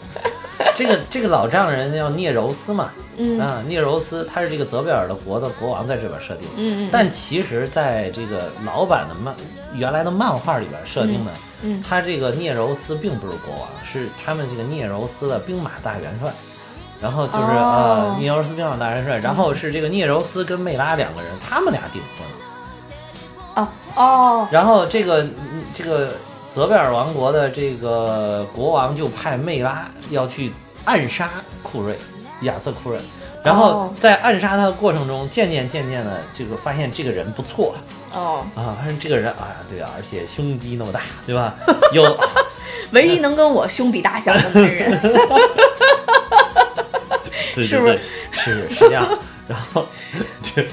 [SPEAKER 2] 这个这个老丈人叫聂柔斯嘛，
[SPEAKER 1] 嗯
[SPEAKER 2] 啊，聂柔斯他是这个泽贝尔的国的国王在这边设定，
[SPEAKER 1] 嗯嗯，
[SPEAKER 2] 但其实在这个老版的漫原来的漫画里边设定呢，
[SPEAKER 1] 嗯嗯
[SPEAKER 2] 他这个聂柔斯并不是国王，是他们这个聂柔斯的兵马大元帅。然后就是、
[SPEAKER 1] 哦
[SPEAKER 2] 呃，聂柔斯兵马大元帅，然后是这个聂柔斯跟梅拉两个人，他们俩订婚。
[SPEAKER 1] 哦哦，
[SPEAKER 2] 然后这个嗯这个泽贝尔王国的这个国王就派梅拉要去暗杀库瑞，亚瑟库瑞。然后
[SPEAKER 1] 哦
[SPEAKER 2] 在暗杀他的过程中，渐渐渐渐的，这个发现这个人不错，
[SPEAKER 1] 哦，
[SPEAKER 2] 啊，而且这个人啊，对啊，而且胸肌那么大，对吧？有，
[SPEAKER 1] 唯一能跟我胸比大小的男 人，
[SPEAKER 2] 对
[SPEAKER 1] 是
[SPEAKER 2] 对
[SPEAKER 1] 不是
[SPEAKER 2] 对，是是这样。然后，这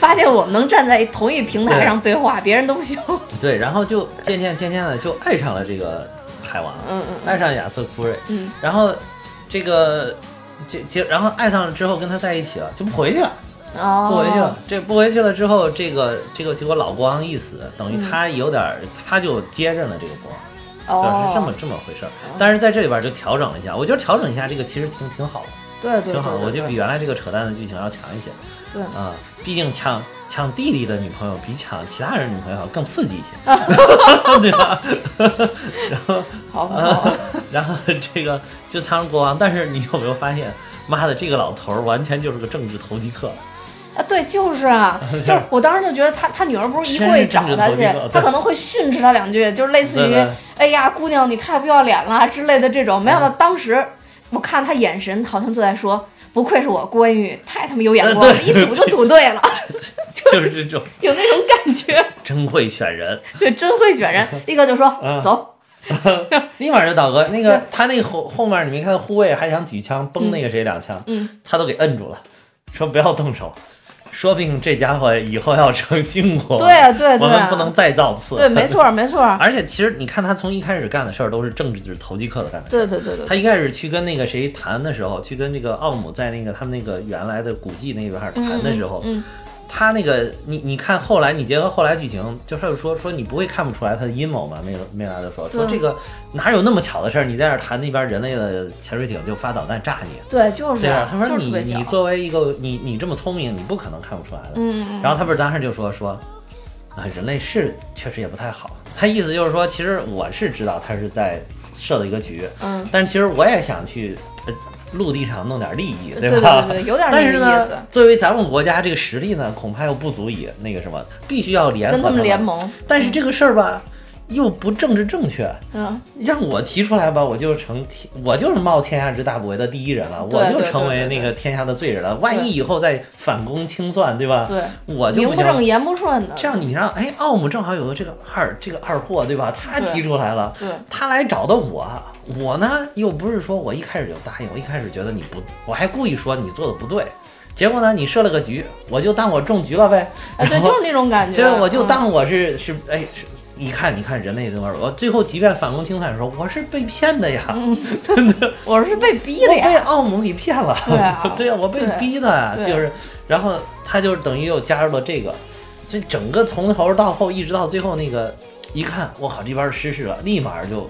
[SPEAKER 1] 发现我们能站在同一平台
[SPEAKER 2] 对
[SPEAKER 1] 上对话，别人都不行。
[SPEAKER 2] 对，然后就渐渐渐渐的就爱上了这个海王，
[SPEAKER 1] 嗯嗯
[SPEAKER 2] 爱上亚瑟库瑞，
[SPEAKER 1] 嗯，
[SPEAKER 2] 然后这个结结，然后爱上了之后跟他在一起了，就不回去了，
[SPEAKER 1] 嗯哦，
[SPEAKER 2] 不回去了。这不回去了之后，这个这个结果老国王一死，等于他有点儿，他就接任了这个国王。
[SPEAKER 1] 哦，
[SPEAKER 2] 就是这么这么回事儿。但是在这里边儿就调整了一下，我觉得调整一下这个其实挺挺好的，
[SPEAKER 1] 对对对
[SPEAKER 2] 挺好的，
[SPEAKER 1] 对
[SPEAKER 2] 我觉得
[SPEAKER 1] 对
[SPEAKER 2] 比原来这个扯淡的剧情要强一些
[SPEAKER 1] 对，
[SPEAKER 2] 啊。毕竟抢抢弟弟的女朋友比抢其他人女朋友更刺激一些， 对吧？然后
[SPEAKER 1] 好好好，
[SPEAKER 2] 然后这个就当上国王，但是你有没有发现？妈的，这个老头儿完全就是个政治投机 客，
[SPEAKER 1] 啊，对，就是 啊，就是我当时就觉得他他女儿不是一
[SPEAKER 2] 真是
[SPEAKER 1] 跪找
[SPEAKER 2] 政治
[SPEAKER 1] 他
[SPEAKER 2] 投
[SPEAKER 1] 去
[SPEAKER 2] 机者，
[SPEAKER 1] 他
[SPEAKER 2] 对
[SPEAKER 1] 可能会训斥他两句，就是类似
[SPEAKER 2] 对
[SPEAKER 1] 于
[SPEAKER 2] 对
[SPEAKER 1] “哎呀，姑娘你太不要脸了”之类的这种。没想
[SPEAKER 2] 嗯
[SPEAKER 1] 到当时我看他眼神好像就在说：“不愧是我郭恩宇，太他妈有眼光了，
[SPEAKER 2] 呃对
[SPEAKER 1] 一赌就赌对了”，
[SPEAKER 2] 就是这种
[SPEAKER 1] 有那种感觉，
[SPEAKER 2] 真会选人。
[SPEAKER 1] 对，真会选人。立刻就说
[SPEAKER 2] 嗯：“
[SPEAKER 1] 走，
[SPEAKER 2] 立马就倒戈，那个他那后后面你没看护卫还想举枪崩那个谁两枪，
[SPEAKER 1] 嗯，
[SPEAKER 2] 他都给摁住了，说不要动手，说不定这家伙以后要成性国，
[SPEAKER 1] 对啊对啊
[SPEAKER 2] 我
[SPEAKER 1] 对
[SPEAKER 2] 们
[SPEAKER 1] 啊，
[SPEAKER 2] 不能再造次，
[SPEAKER 1] 对，没。错儿没错 儿，
[SPEAKER 2] 而且其实你看他从一开始干的事儿都是政治投机客的干的事
[SPEAKER 1] 对
[SPEAKER 2] 儿，
[SPEAKER 1] 对对对
[SPEAKER 2] 他一开始去跟那个谁谈的时候，去跟这个奥姆在那个他们那个原来的古迹那边儿谈的时候，
[SPEAKER 1] 嗯嗯
[SPEAKER 2] 他那个你你看后来你结合后来剧情，就是说说你不会看不出来他的阴谋嘛？没有没来就说说
[SPEAKER 1] 对
[SPEAKER 2] 这个哪有那么巧的事儿？你在那儿谈那边人类的潜水艇就发导弹炸你，
[SPEAKER 1] 对，就是
[SPEAKER 2] 对
[SPEAKER 1] 啊
[SPEAKER 2] 啊？他
[SPEAKER 1] 就
[SPEAKER 2] 说
[SPEAKER 1] 是
[SPEAKER 2] 你
[SPEAKER 1] 特别
[SPEAKER 2] 你
[SPEAKER 1] 小，
[SPEAKER 2] 作为一个你你这么聪明，你不可能看不出来的。
[SPEAKER 1] 嗯嗯
[SPEAKER 2] 然后他不是当时就说说。啊，人类是确实也不太好。他意思就是说，其实我是知道他是在设了一个局，
[SPEAKER 1] 嗯，
[SPEAKER 2] 但其实我也想去呃陆地上弄点利益，
[SPEAKER 1] 对对
[SPEAKER 2] 吧？
[SPEAKER 1] 对对，有点
[SPEAKER 2] 但
[SPEAKER 1] 那
[SPEAKER 2] 是
[SPEAKER 1] 个意
[SPEAKER 2] 呢
[SPEAKER 1] 思，，
[SPEAKER 2] 作为咱们国家这个实力呢，恐怕又不足以那个什么，必须要联合
[SPEAKER 1] 跟他们联
[SPEAKER 2] 们。
[SPEAKER 1] 盟，
[SPEAKER 2] 但是这个事儿吧，又不政治正确，
[SPEAKER 1] 嗯。
[SPEAKER 2] 让我提出来吧，我就成天我就是冒天下之大不韪的第一人了，
[SPEAKER 1] 对
[SPEAKER 2] 我
[SPEAKER 1] 对
[SPEAKER 2] 就
[SPEAKER 1] 对
[SPEAKER 2] 成为
[SPEAKER 1] 对对
[SPEAKER 2] 那个天下的罪人了。万一以后再反攻清算，对吧？
[SPEAKER 1] 对，
[SPEAKER 2] 我就
[SPEAKER 1] 名
[SPEAKER 2] 不
[SPEAKER 1] 不
[SPEAKER 2] 行
[SPEAKER 1] 正言不顺的。
[SPEAKER 2] 这样你让哎，奥姆正好有个这个二这个二货对吧？他
[SPEAKER 1] 对
[SPEAKER 2] 提出来了，
[SPEAKER 1] 对
[SPEAKER 2] 他来找的我，我呢又不是说我一开始就答应，我一开始觉得你不，我还故意说你做的不对，结果呢你设了个局，我就当我中局了呗，
[SPEAKER 1] 哎，对，就是那种感觉。
[SPEAKER 2] 对吧，我
[SPEAKER 1] 嗯
[SPEAKER 2] 就当我是、是哎是。你看，你看人类这块儿，我最后即便反攻清算的时候，我是被骗的呀，
[SPEAKER 1] 我是被逼
[SPEAKER 2] 我
[SPEAKER 1] 的呀。
[SPEAKER 2] 被奥姆给骗了，
[SPEAKER 1] 啊对啊
[SPEAKER 2] 对我被
[SPEAKER 1] 对
[SPEAKER 2] 逼的啊，
[SPEAKER 1] 对
[SPEAKER 2] 就是，然后他就等于又加入了这个，所以整个从头到后一直到最后那个，一看我靠这边失势了，立马就，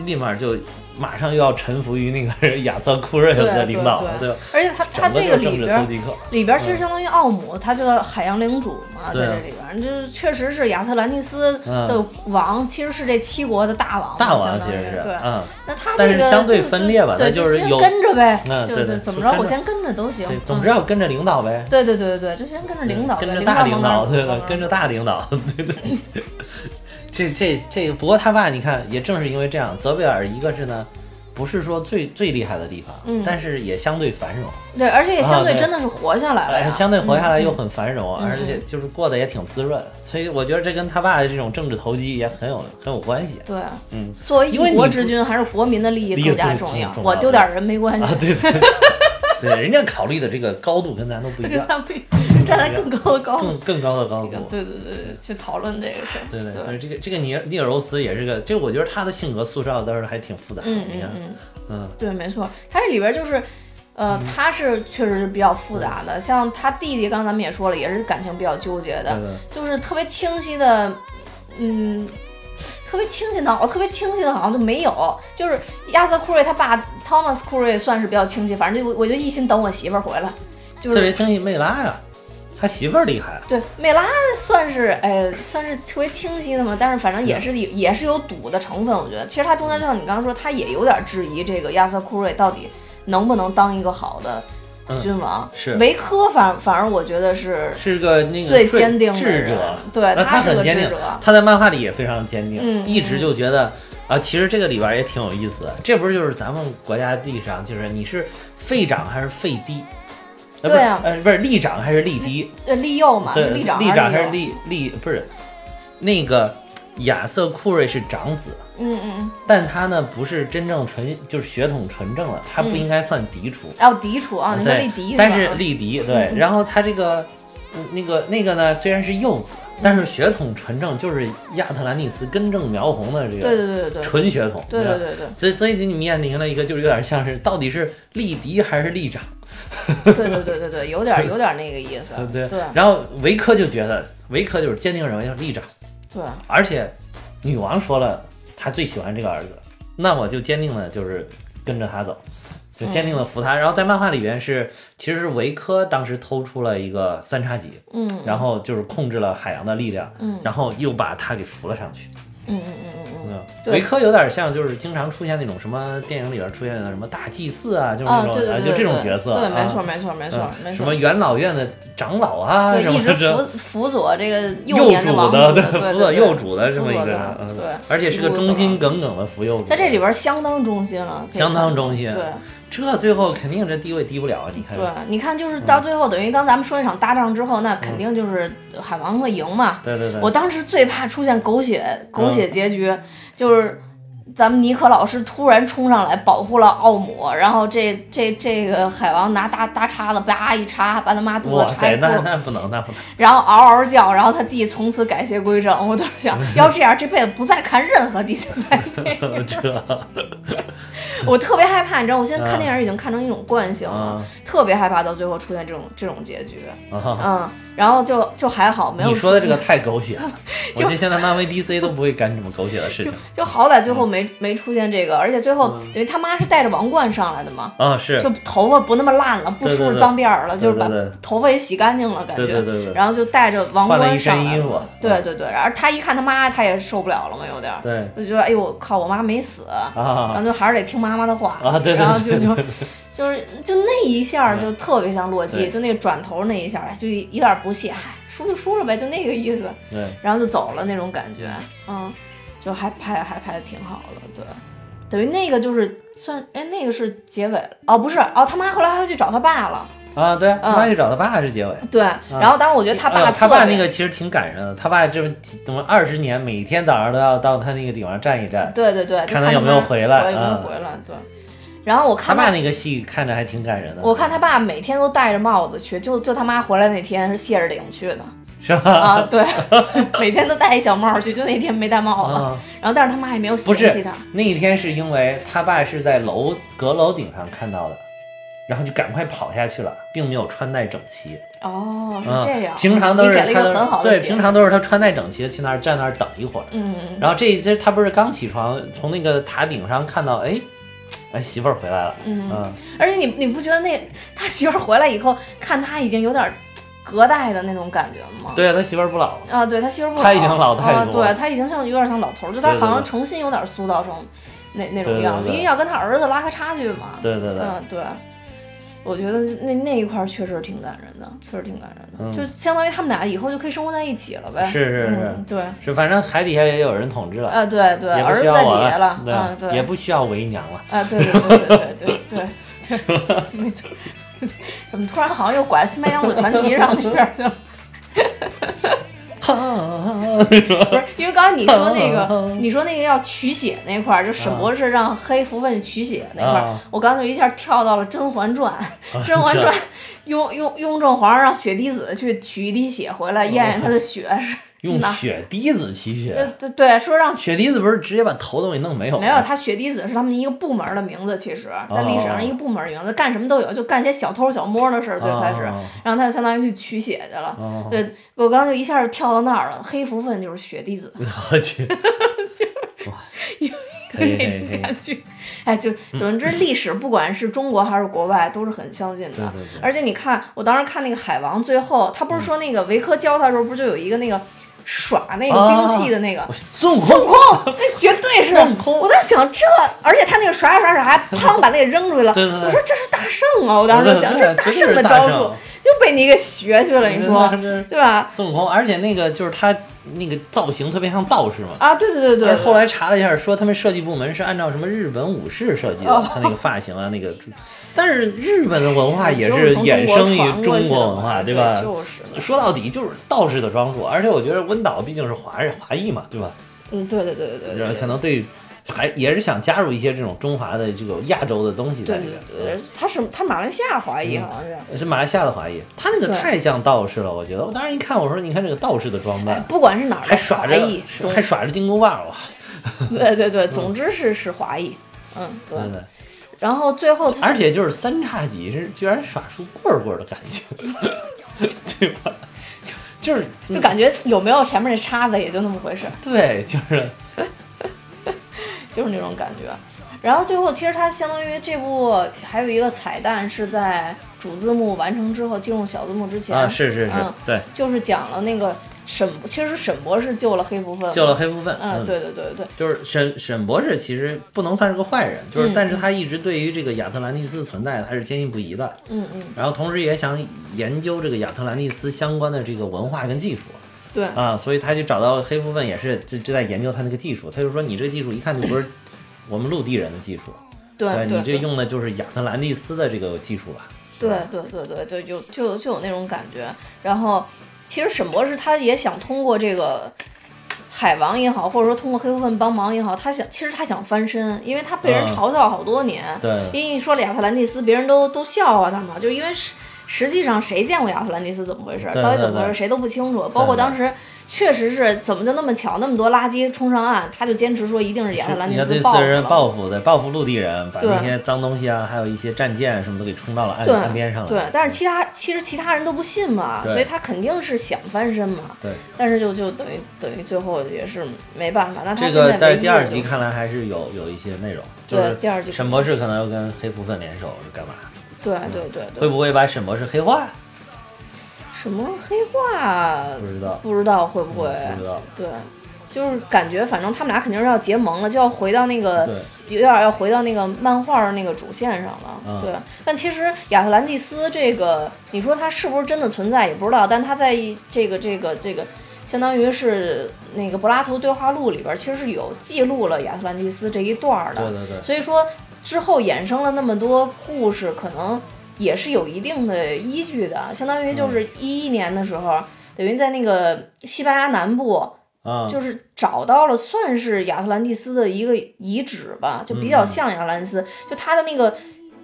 [SPEAKER 2] 立马就马上又要臣服于那个 亚瑟库瑞
[SPEAKER 1] 对
[SPEAKER 2] 的领导了，
[SPEAKER 1] 对
[SPEAKER 2] 对吧？
[SPEAKER 1] 而且他他
[SPEAKER 2] 整个
[SPEAKER 1] 这
[SPEAKER 2] 就
[SPEAKER 1] 个
[SPEAKER 2] 是
[SPEAKER 1] 里
[SPEAKER 2] 政治
[SPEAKER 1] 边
[SPEAKER 2] 投
[SPEAKER 1] 儿
[SPEAKER 2] 机客，
[SPEAKER 1] 里边儿其实相当于奥姆，他就是海洋领主嘛，在
[SPEAKER 2] 对啊嗯
[SPEAKER 1] 这里边儿，就是确实是亚特兰蒂斯的王，其实是这七国的大王嘛，
[SPEAKER 2] 大王
[SPEAKER 1] 相
[SPEAKER 2] 其
[SPEAKER 1] 当于
[SPEAKER 2] 实是，
[SPEAKER 1] 对。
[SPEAKER 2] 嗯，
[SPEAKER 1] 那他
[SPEAKER 2] 但
[SPEAKER 1] 这
[SPEAKER 2] 是
[SPEAKER 1] 个
[SPEAKER 2] 相对
[SPEAKER 1] 就
[SPEAKER 2] 分裂吧
[SPEAKER 1] 对，
[SPEAKER 2] 那就是
[SPEAKER 1] 先
[SPEAKER 2] 有
[SPEAKER 1] 跟着呗
[SPEAKER 2] 嗯，
[SPEAKER 1] 就
[SPEAKER 2] 对对
[SPEAKER 1] 就怎么
[SPEAKER 2] 就
[SPEAKER 1] 着，
[SPEAKER 2] 跟
[SPEAKER 1] 我
[SPEAKER 2] 着
[SPEAKER 1] 先跟着都行
[SPEAKER 2] 对，。总
[SPEAKER 1] 嗯
[SPEAKER 2] 之要跟着领导呗，
[SPEAKER 1] 对对对对对，就先跟着领导呗，
[SPEAKER 2] 嗯跟着
[SPEAKER 1] 领
[SPEAKER 2] 大
[SPEAKER 1] 往
[SPEAKER 2] 领
[SPEAKER 1] 哪儿
[SPEAKER 2] 导，
[SPEAKER 1] 走
[SPEAKER 2] 对
[SPEAKER 1] 往哪
[SPEAKER 2] 对
[SPEAKER 1] 儿，走
[SPEAKER 2] 跟着大领导，对对。这这这个，不过他爸，你看，也正是因为这样，泽贝尔一个是呢，不是说最最厉害的地方，
[SPEAKER 1] 嗯
[SPEAKER 2] 但是也相对繁荣，
[SPEAKER 1] 对，而且也
[SPEAKER 2] 啊
[SPEAKER 1] 相对
[SPEAKER 2] 对哎
[SPEAKER 1] 真的是活下来了哎呀。嗯
[SPEAKER 2] 相对活下来又很繁荣，而且就是过得也挺滋润，所以我觉得这跟他爸的这种政治投机也很有很有关系。
[SPEAKER 1] 对，
[SPEAKER 2] 嗯，
[SPEAKER 1] 作为
[SPEAKER 2] 因为
[SPEAKER 1] 一
[SPEAKER 2] 你
[SPEAKER 1] 国
[SPEAKER 2] 不
[SPEAKER 1] 之君，还是国民的利益
[SPEAKER 2] 利益
[SPEAKER 1] 更加
[SPEAKER 2] 更
[SPEAKER 1] 重
[SPEAKER 2] 更
[SPEAKER 1] 要。
[SPEAKER 2] 重
[SPEAKER 1] 我
[SPEAKER 2] 要
[SPEAKER 1] 丢点人没关
[SPEAKER 2] 啊
[SPEAKER 1] 系，，
[SPEAKER 2] 对对对，人家考虑的这个高度跟咱都不
[SPEAKER 1] 这
[SPEAKER 2] 一
[SPEAKER 1] 个
[SPEAKER 2] 样，
[SPEAKER 1] 他们站在更高的高度
[SPEAKER 2] 更更高的高度。
[SPEAKER 1] 对对对对，去讨论这个事儿。
[SPEAKER 2] 对对，所以这个这个尼尔尼尔罗斯也是个，就我觉得他的性格塑造倒是还挺复杂的。
[SPEAKER 1] 嗯
[SPEAKER 2] 你
[SPEAKER 1] 嗯
[SPEAKER 2] 看，
[SPEAKER 1] 嗯，
[SPEAKER 2] 嗯，
[SPEAKER 1] 对，没错，它这里边就是。呃，他是确实是比较复杂的，像他弟弟，刚才咱们也说了，也是感情比较纠结
[SPEAKER 2] 对
[SPEAKER 1] 的，
[SPEAKER 2] 对，
[SPEAKER 1] 就是特别清晰的，嗯，特别清晰的，我特别清晰的，好像就没有。就是亚瑟库瑞他爸 Thomas 库瑞算是比较清晰，反正就我就一心等我媳妇儿回来，就
[SPEAKER 2] 特
[SPEAKER 1] 是
[SPEAKER 2] 别相信梅拉呀，他媳妇儿厉害，啊
[SPEAKER 1] 对梅拉算是哎算是特别清晰的嘛，但是反正也
[SPEAKER 2] 啊
[SPEAKER 1] 是有也是有赌的成分，我觉得。其实他中间像你刚刚说，他也有点质疑这个亚瑟库瑞到底能不能当一个好的
[SPEAKER 2] 嗯
[SPEAKER 1] 君王。
[SPEAKER 2] 是
[SPEAKER 1] 维科反反而我觉得是
[SPEAKER 2] 是个那个
[SPEAKER 1] 最
[SPEAKER 2] 智
[SPEAKER 1] 坚定的
[SPEAKER 2] 智
[SPEAKER 1] 人啊
[SPEAKER 2] 者，，
[SPEAKER 1] 对，
[SPEAKER 2] 那他
[SPEAKER 1] 是
[SPEAKER 2] 很
[SPEAKER 1] 个智
[SPEAKER 2] 坚定
[SPEAKER 1] 者。
[SPEAKER 2] 他在漫画里也非常坚定，
[SPEAKER 1] 嗯
[SPEAKER 2] 一直就觉得啊，其实这个里边也挺有意思的。这不是就是咱们国家历史上就是你是废长还是废低？呃
[SPEAKER 1] 对啊
[SPEAKER 2] 不是呃，不是立长还是立低？
[SPEAKER 1] 呃，利诱嘛，
[SPEAKER 2] 对，
[SPEAKER 1] 利长
[SPEAKER 2] 立长还是
[SPEAKER 1] 利
[SPEAKER 2] 立立不是那个亚瑟库瑞是长子，
[SPEAKER 1] 诱？嗯嗯嗯，
[SPEAKER 2] 但他呢不是真正纯就是血统纯正的，他不
[SPEAKER 1] 嗯
[SPEAKER 2] 应该算嫡出。
[SPEAKER 1] 要嫡出啊，你说
[SPEAKER 2] 呃对
[SPEAKER 1] 立嫡，
[SPEAKER 2] 但是
[SPEAKER 1] 吧？
[SPEAKER 2] 力敌对，
[SPEAKER 1] 嗯
[SPEAKER 2] 然后他这个嗯那个那个呢，虽然是幼子，但是血统纯正，就是亚特兰蒂斯根正苗红的这
[SPEAKER 1] 对对
[SPEAKER 2] 个
[SPEAKER 1] 对对对
[SPEAKER 2] 纯血统。
[SPEAKER 1] 对
[SPEAKER 2] 吧
[SPEAKER 1] 对对对。
[SPEAKER 2] 所以所以就你面临了一个，就是有点像是到底是力敌还是力长，
[SPEAKER 1] 对对对对对，有点有点那个意思
[SPEAKER 2] 对不。
[SPEAKER 1] 对
[SPEAKER 2] 对？
[SPEAKER 1] 对
[SPEAKER 2] 然后维科就觉得，维科就是坚定认为要力长，
[SPEAKER 1] 对，
[SPEAKER 2] 而且女王说了，她最喜欢这个儿子，那我就坚定的就是跟着他走，就坚定的
[SPEAKER 1] 嗯
[SPEAKER 2] 服他。然后在漫画里边是，其实是维科当时偷出了一个三叉戟，
[SPEAKER 1] 嗯，
[SPEAKER 2] 然后就是控制了海洋的力量，
[SPEAKER 1] 嗯
[SPEAKER 2] 然后又把他给扶了上去。
[SPEAKER 1] 嗯嗯嗯嗯嗯。
[SPEAKER 2] 嗯，
[SPEAKER 1] 对
[SPEAKER 2] 维科有点像，就是经常出现那种什么电影里边出现的什么大祭祀啊，就是那
[SPEAKER 1] 啊，
[SPEAKER 2] 种、
[SPEAKER 1] 对对对
[SPEAKER 2] 啊，
[SPEAKER 1] 对
[SPEAKER 2] 就这种
[SPEAKER 1] 对
[SPEAKER 2] 角色，
[SPEAKER 1] 对，没
[SPEAKER 2] 啊
[SPEAKER 1] 错，没错，没错
[SPEAKER 2] 嗯，
[SPEAKER 1] 没
[SPEAKER 2] 什
[SPEAKER 1] 错
[SPEAKER 2] 么。元老院的长老啊，什
[SPEAKER 1] 对，一
[SPEAKER 2] 么
[SPEAKER 1] 直
[SPEAKER 2] 这
[SPEAKER 1] 辅辅佐这 个幼
[SPEAKER 2] 幼
[SPEAKER 1] 年的王
[SPEAKER 2] 主
[SPEAKER 1] 子，对对
[SPEAKER 2] 的，辅
[SPEAKER 1] 对
[SPEAKER 2] 佐
[SPEAKER 1] 对
[SPEAKER 2] 幼主的这么一
[SPEAKER 1] 辅
[SPEAKER 2] 个
[SPEAKER 1] 佐
[SPEAKER 2] 人
[SPEAKER 1] 的，
[SPEAKER 2] 嗯
[SPEAKER 1] 对，
[SPEAKER 2] 而且是个
[SPEAKER 1] 辅佐
[SPEAKER 2] 忠心
[SPEAKER 1] 的
[SPEAKER 2] 耿耿的扶幼主，
[SPEAKER 1] 在这里边相当忠心了，可以
[SPEAKER 2] 相当
[SPEAKER 1] 看
[SPEAKER 2] 忠心，
[SPEAKER 1] 对，
[SPEAKER 2] 这最后肯定这地位低不了啊，你看，
[SPEAKER 1] 对，你看，就是到最后，等于刚咱们说那场大仗之后，那肯
[SPEAKER 2] 嗯
[SPEAKER 1] 定就是海王会赢嘛，
[SPEAKER 2] 对对对，嗯
[SPEAKER 1] 我当时最怕出现狗血狗血结局，就是咱们尼克老师突然冲上来保护了奥姆，然后这这这个海王拿大大叉子叭一插，把他妈肚
[SPEAKER 2] 哇
[SPEAKER 1] 子插
[SPEAKER 2] 塞，
[SPEAKER 1] 一
[SPEAKER 2] 那
[SPEAKER 1] 破，
[SPEAKER 2] 那不能，那不能，
[SPEAKER 1] 然后嗷嗷叫，然后他弟从此改邪归正。我当时想，要这样这辈子不再看任何第三代 电影，
[SPEAKER 2] 这
[SPEAKER 1] 我特别害怕，你知道，我现在看
[SPEAKER 2] 嗯
[SPEAKER 1] 电影已经看成一种惯性了，
[SPEAKER 2] 啊
[SPEAKER 1] 特别害怕到最后出现这种这种结局。
[SPEAKER 2] 啊。
[SPEAKER 1] 嗯，然后就就还好没有
[SPEAKER 2] 你
[SPEAKER 1] 出
[SPEAKER 2] 说的这个
[SPEAKER 1] 现
[SPEAKER 2] 太狗 血了，我觉得现在漫威、DC 都不会干这么狗血的事情
[SPEAKER 1] 就好歹最后没没出现这个，而且最后
[SPEAKER 2] 嗯
[SPEAKER 1] 等于他妈是带着王冠上来的嘛，
[SPEAKER 2] 啊！是
[SPEAKER 1] 就头发不那么烂了，不
[SPEAKER 2] 对对
[SPEAKER 1] 梳着
[SPEAKER 2] 对
[SPEAKER 1] 脏辫儿了，
[SPEAKER 2] 对
[SPEAKER 1] 就是把
[SPEAKER 2] 对对
[SPEAKER 1] 头发也洗干净了，感
[SPEAKER 2] 对对
[SPEAKER 1] 觉。
[SPEAKER 2] 对对，
[SPEAKER 1] 然后就带着王
[SPEAKER 2] 换了一
[SPEAKER 1] 冠
[SPEAKER 2] 身
[SPEAKER 1] 上来
[SPEAKER 2] 衣
[SPEAKER 1] 了。
[SPEAKER 2] 服，啊
[SPEAKER 1] 对对对，然后他一看他妈，他也受不了了嘛，有点儿，
[SPEAKER 2] 对
[SPEAKER 1] 我就觉得哎呦，我靠，我妈没死，然后
[SPEAKER 2] 啊
[SPEAKER 1] 就还是得听妈妈的话，
[SPEAKER 2] 啊对对
[SPEAKER 1] 然后就
[SPEAKER 2] 对
[SPEAKER 1] 就就是就那一下儿
[SPEAKER 2] 嗯
[SPEAKER 1] 就特别像洛基，
[SPEAKER 2] 对
[SPEAKER 1] 就那个转头那一下儿，哎就有点不屑，嗨，输就输了呗，就那个意思。
[SPEAKER 2] 对，
[SPEAKER 1] 然后就走了那种感觉，嗯，就还拍还拍的挺好的，对，等于那个就是算哎那个是结尾了哦不是哦他妈后来还要去找他爸了，
[SPEAKER 2] 啊对，他妈去找他爸是结尾。
[SPEAKER 1] 对，然后当时我觉嗯得他
[SPEAKER 2] 啊哎
[SPEAKER 1] 爸
[SPEAKER 2] 呦
[SPEAKER 1] 特
[SPEAKER 2] 他
[SPEAKER 1] 别、
[SPEAKER 2] 爸那个其实挺感人的，他爸这怎么二十年每天早上都要到他那个地方站一站，
[SPEAKER 1] 对对对，就
[SPEAKER 2] 看他
[SPEAKER 1] 他
[SPEAKER 2] 有没
[SPEAKER 1] 妈
[SPEAKER 2] 有回来
[SPEAKER 1] 有没有
[SPEAKER 2] 嗯
[SPEAKER 1] 回来，对，然后我
[SPEAKER 2] 他
[SPEAKER 1] 看
[SPEAKER 2] 爸那个戏看着还挺感人的，
[SPEAKER 1] 我看他爸每天都戴着帽子去，就就他妈回来那天是卸着领去的
[SPEAKER 2] 是吧？
[SPEAKER 1] 啊，对， 每天都戴一小帽去，就那天没戴帽子，
[SPEAKER 2] 啊，
[SPEAKER 1] 然后但是他妈也没有
[SPEAKER 2] 不
[SPEAKER 1] 哦嫌
[SPEAKER 2] 是
[SPEAKER 1] 弃他，
[SPEAKER 2] 那一天是因为他爸是在楼阁楼顶上看到的，然后就赶快跑下去了，并没有穿戴整齐。
[SPEAKER 1] 哦是
[SPEAKER 2] 啊，
[SPEAKER 1] 这样，
[SPEAKER 2] 平常都
[SPEAKER 1] 你
[SPEAKER 2] 是
[SPEAKER 1] 给了一
[SPEAKER 2] 他
[SPEAKER 1] 个
[SPEAKER 2] 都
[SPEAKER 1] 很好
[SPEAKER 2] 是
[SPEAKER 1] 的
[SPEAKER 2] 对，
[SPEAKER 1] 解
[SPEAKER 2] 平
[SPEAKER 1] 释
[SPEAKER 2] 常都是他穿戴整齐的去那儿站那儿等一会儿。
[SPEAKER 1] 嗯嗯。嗯
[SPEAKER 2] 然后这一次他不是刚起床，从那个塔顶上看到，哎，哎媳妇儿回来了，
[SPEAKER 1] 嗯
[SPEAKER 2] 嗯，
[SPEAKER 1] 而且你你不觉得那他媳妇儿回来以后，看他已经有点儿隔代的那种感觉吗？
[SPEAKER 2] 对他媳妇儿不老了。
[SPEAKER 1] 啊，对他媳妇儿不
[SPEAKER 2] 他已经老太
[SPEAKER 1] 啊，
[SPEAKER 2] 多了
[SPEAKER 1] 对他已经像有点像老头儿，就他
[SPEAKER 2] 对对
[SPEAKER 1] 好像
[SPEAKER 2] 对
[SPEAKER 1] 重新有点塑造成那那种
[SPEAKER 2] 对对
[SPEAKER 1] 样子，
[SPEAKER 2] 对
[SPEAKER 1] 因为要跟他儿子拉开差距嘛。
[SPEAKER 2] 对对对，
[SPEAKER 1] 嗯，对。我觉得那那一块儿确实挺感人的，确实挺感人的，
[SPEAKER 2] 嗯
[SPEAKER 1] 就相当于他们俩以后就可以生活在一起了呗。
[SPEAKER 2] 是是是
[SPEAKER 1] 嗯，对，
[SPEAKER 2] 是反正海底下也有人统治了，
[SPEAKER 1] 啊对对，
[SPEAKER 2] 也不
[SPEAKER 1] 儿子
[SPEAKER 2] 需
[SPEAKER 1] 在
[SPEAKER 2] 要
[SPEAKER 1] 底
[SPEAKER 2] 我
[SPEAKER 1] 下了，啊
[SPEAKER 2] 也
[SPEAKER 1] 对，
[SPEAKER 2] 不需要为娘了。
[SPEAKER 1] 啊对对对对对对对， 没错。怎么突然好像又拐到《新白娘子传奇》上那边儿去了？不是，因为刚才你说那个，你说那个要取血那块儿，就沈博士让黑福分取血那块儿，
[SPEAKER 2] 啊
[SPEAKER 1] 我刚才就一下跳到了《甄嬛传》甄嬛传》雍雍雍正皇上让血滴子去取一滴血回来验验他的血是
[SPEAKER 2] 用
[SPEAKER 1] 哪儿
[SPEAKER 2] 血滴子吸
[SPEAKER 1] 呃
[SPEAKER 2] 血，
[SPEAKER 1] 对对，说让
[SPEAKER 2] 血滴子不是直接把头都给弄没有？
[SPEAKER 1] 没有，，他血滴子是他们一个部门的名字，其实，在历史
[SPEAKER 2] 哦
[SPEAKER 1] 上一个部门的名字，干什么都有，就干些小偷小摸的事儿。最开始，
[SPEAKER 2] 哦
[SPEAKER 1] 然后他就相当于去取血去了。
[SPEAKER 2] 哦
[SPEAKER 1] 对，我刚刚就一下就跳到那儿了。黑福分就是血滴子，
[SPEAKER 2] 我去，哇，可以可
[SPEAKER 1] 那
[SPEAKER 2] 以
[SPEAKER 1] 种
[SPEAKER 2] 可以，
[SPEAKER 1] 感觉。哎，就总之，历史不管是中国还是国外，都是很相近的。
[SPEAKER 2] 对对对
[SPEAKER 1] 而且你看，我当时看那个海王，最后他不是说那个维科教他的时候，不是就有一个那个耍那
[SPEAKER 2] 啊
[SPEAKER 1] 个兵器的那个。
[SPEAKER 2] 孙悟
[SPEAKER 1] 孙悟
[SPEAKER 2] 空，
[SPEAKER 1] 空，那绝对是
[SPEAKER 2] 孙悟空
[SPEAKER 1] 我在想这，而且他那个耍耍耍耍，还 砰把那个扔出去了。
[SPEAKER 2] 对对对
[SPEAKER 1] 我说这是大圣啊！我当时就想，
[SPEAKER 2] 对
[SPEAKER 1] 这
[SPEAKER 2] 对
[SPEAKER 1] 是
[SPEAKER 2] 对
[SPEAKER 1] 圣的招数
[SPEAKER 2] 绝对是大圣，啊
[SPEAKER 1] 又被你给学去了，你说
[SPEAKER 2] 对对对
[SPEAKER 1] 对吧？
[SPEAKER 2] 孙悟空，而且那个就是他那个造型特别像道士嘛。
[SPEAKER 1] 啊，对对对对
[SPEAKER 2] 但
[SPEAKER 1] 对，
[SPEAKER 2] 是后来查了一下，说他们设计部门是按照什么日本武士设计的，
[SPEAKER 1] 哦
[SPEAKER 2] 他那个发型啊，那个，但是日本的文化也
[SPEAKER 1] 就是从
[SPEAKER 2] 衍
[SPEAKER 1] 中国
[SPEAKER 2] 生
[SPEAKER 1] 传过
[SPEAKER 2] 于中
[SPEAKER 1] 去的
[SPEAKER 2] 国
[SPEAKER 1] 嘛
[SPEAKER 2] 文化，
[SPEAKER 1] 对
[SPEAKER 2] 吧？
[SPEAKER 1] 就是的
[SPEAKER 2] 说到底就是道士的装束，而且我觉得温导毕竟是华人华裔嘛，对吧？
[SPEAKER 1] 嗯，对对对对对
[SPEAKER 2] 然后
[SPEAKER 1] 对
[SPEAKER 2] 可能对还也是想加入一些这种中华的这个亚洲的东西在
[SPEAKER 1] 对
[SPEAKER 2] 里
[SPEAKER 1] 对
[SPEAKER 2] 面。
[SPEAKER 1] 对对，他是他马来西亚华
[SPEAKER 2] 嗯
[SPEAKER 1] 裔好像是。
[SPEAKER 2] 是马来西亚的华裔，他那个
[SPEAKER 1] 对
[SPEAKER 2] 太像道士了，我觉得。我当时一看，我说你看这个道士的装扮，
[SPEAKER 1] 哎不管是哪儿的
[SPEAKER 2] 还耍
[SPEAKER 1] 华
[SPEAKER 2] 着
[SPEAKER 1] 裔，总
[SPEAKER 2] 还耍着金箍棒，哇！
[SPEAKER 1] 对对对，总之是是华裔，嗯对。
[SPEAKER 2] 真的，
[SPEAKER 1] 然后最后他
[SPEAKER 2] 而且就是三叉戟是居然耍出棍儿棍儿的感 觉，对吧？就就是嗯
[SPEAKER 1] 就感觉有没有前面那叉子也就那么回事儿，
[SPEAKER 2] 对，就是
[SPEAKER 1] 就是那种感觉。然后最后，其实它相当于这部还有一个彩蛋是在主字幕完成之后进入小字幕之前，
[SPEAKER 2] 啊，是是是
[SPEAKER 1] 嗯，
[SPEAKER 2] 对，
[SPEAKER 1] 就是讲了那个沈，其实沈博士救了黑福分，
[SPEAKER 2] 救了黑蝠鲼，
[SPEAKER 1] 嗯，对对对对对，
[SPEAKER 2] 就是沈沈博士其实不能算是个坏人，就是、
[SPEAKER 1] 嗯
[SPEAKER 2] 但是他一直对于这个亚特兰蒂斯存在他是坚信不疑的，
[SPEAKER 1] 嗯嗯
[SPEAKER 2] 然后同时也想研究这个亚特兰蒂斯相关的这个文化跟技术
[SPEAKER 1] 对，
[SPEAKER 2] 啊，所以他就找到黑蝠鲼也是就就在研究他那个技术，他就说你这个技术一看就不是我们陆地人的技术，
[SPEAKER 1] 对
[SPEAKER 2] 对
[SPEAKER 1] 对
[SPEAKER 2] 你这用的就是亚特兰蒂斯的这个技术吧？
[SPEAKER 1] 对对对对对，就就就有那种感觉。然后，其实沈博士他也想通过这个海王也好，或者说通过黑部分帮忙也好，他想其实他想翻身，因为他被人
[SPEAKER 2] 嗯
[SPEAKER 1] 嘲笑好多年。
[SPEAKER 2] 对
[SPEAKER 1] 因为一说了亚特兰蒂斯，别人都都笑话他嘛，就因为实实际上谁见过亚特兰蒂斯怎么回事，
[SPEAKER 2] 对
[SPEAKER 1] 到底怎
[SPEAKER 2] 对
[SPEAKER 1] 么回
[SPEAKER 2] 对
[SPEAKER 1] 事谁都不清楚。包括
[SPEAKER 2] 对
[SPEAKER 1] 当时确实是怎么就那么巧，那么多垃圾冲上岸，他就坚持说一定是亚特兰蒂
[SPEAKER 2] 亚特
[SPEAKER 1] 斯
[SPEAKER 2] 兰蒂
[SPEAKER 1] 报
[SPEAKER 2] 斯
[SPEAKER 1] 复
[SPEAKER 2] 人
[SPEAKER 1] 了。
[SPEAKER 2] 报复对报复陆地人，把
[SPEAKER 1] 对
[SPEAKER 2] 那些脏东西啊，还有一些战舰什么都给冲到了岸
[SPEAKER 1] 对
[SPEAKER 2] 岸边上来。
[SPEAKER 1] 对，但是其他其实其他人都不信嘛，
[SPEAKER 2] 对
[SPEAKER 1] 所以他肯定是想翻身嘛。
[SPEAKER 2] 对。
[SPEAKER 1] 但是就就等于等于最后也是没办法。那他
[SPEAKER 2] 这
[SPEAKER 1] 现在唯一
[SPEAKER 2] 个
[SPEAKER 1] 的
[SPEAKER 2] 在第二集
[SPEAKER 1] 就是
[SPEAKER 2] 看来还是有有一些内容，就
[SPEAKER 1] 对
[SPEAKER 2] 是
[SPEAKER 1] 第二集
[SPEAKER 2] 沈博士可能要跟黑蝠鲼联手是干嘛？
[SPEAKER 1] 对对对
[SPEAKER 2] 嗯会
[SPEAKER 1] 对，
[SPEAKER 2] 不会把沈博士黑化？
[SPEAKER 1] 什么黑化
[SPEAKER 2] 不知道，
[SPEAKER 1] 不知道会不会？
[SPEAKER 2] 不知道。
[SPEAKER 1] 对，就是感觉反正他们俩肯定是要结盟了，就要回到那个
[SPEAKER 2] 对，
[SPEAKER 1] 有点要回到那个漫画的那个主线上了。
[SPEAKER 2] 嗯
[SPEAKER 1] 对，但其实亚特兰蒂斯这个，你说它是不是真的存在也不知道，但它在这个这个这个。相当于是那个柏拉图对话录里边，其实是有记录了亚特兰蒂斯这一段儿的。
[SPEAKER 2] 对对对
[SPEAKER 1] 所以说之后衍生了那么多故事，可能也是有一定的依据的。相当于
[SPEAKER 2] 嗯
[SPEAKER 1] 就是一一年的时候，等于在那个西班牙南部，
[SPEAKER 2] 啊，
[SPEAKER 1] 就是找到了算是亚特兰蒂斯的一个遗址吧，就比较像亚特兰蒂斯，就它的那个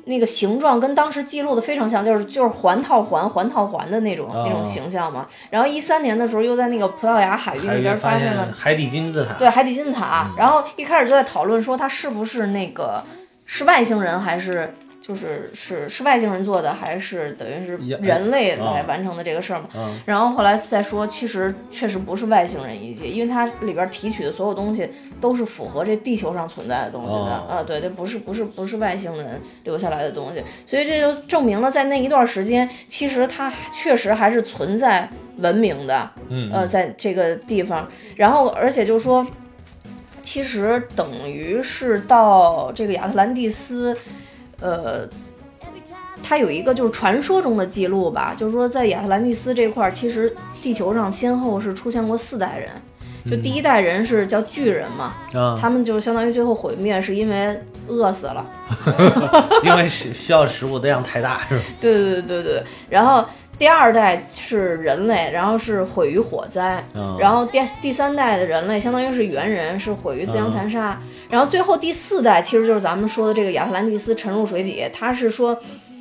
[SPEAKER 1] 那个形状跟当时记录的非常像，就是就是环套环环套环的那种、
[SPEAKER 2] 哦
[SPEAKER 1] 那种形象嘛。然后一三年的时候，又在那个葡萄牙海域
[SPEAKER 2] 还
[SPEAKER 1] 那边
[SPEAKER 2] 有
[SPEAKER 1] 发
[SPEAKER 2] 发
[SPEAKER 1] 现
[SPEAKER 2] 现
[SPEAKER 1] 了
[SPEAKER 2] 海底金字塔，嗯
[SPEAKER 1] 对海底金字塔，然后一开始就在讨论说它是不是那个是外星人还是。就是是是外星人做的，还是等于是
[SPEAKER 2] 也
[SPEAKER 1] 人类
[SPEAKER 2] 啊
[SPEAKER 1] 来完成的这个事儿嘛？
[SPEAKER 2] 嗯，
[SPEAKER 1] 然后后来再说，其实确实不是外星人遗迹，因为它里边提取的所有东西都是符合这地球上存在的东西的、
[SPEAKER 2] 哦
[SPEAKER 1] 啊，对，这不是不是不是外星人留下来的东西，所以这就证明了在那一段时间，其实它确实还是存在文明的，
[SPEAKER 2] 嗯
[SPEAKER 1] 呃，在这个地方，然后而且就说，其实等于是到这个亚特兰蒂斯，呃，它有一个就是传说中的记录吧，就是说在亚特兰蒂斯这块儿，其实地球上先后是出现过四代人，就第一代人是叫巨人嘛，
[SPEAKER 2] 嗯啊，
[SPEAKER 1] 他们就是相当于最后毁灭是因为饿死了。
[SPEAKER 2] 因为是需要食物的量太大，是吧？
[SPEAKER 1] 对对对对对。然后第二代是人类，然后是毁于火灾，
[SPEAKER 2] 嗯
[SPEAKER 1] 然后第第三代的人类相当于是猿人，是毁于自相残杀。然后最后第四代其实就是咱们说的这个亚特兰蒂斯沉入水底，它是说，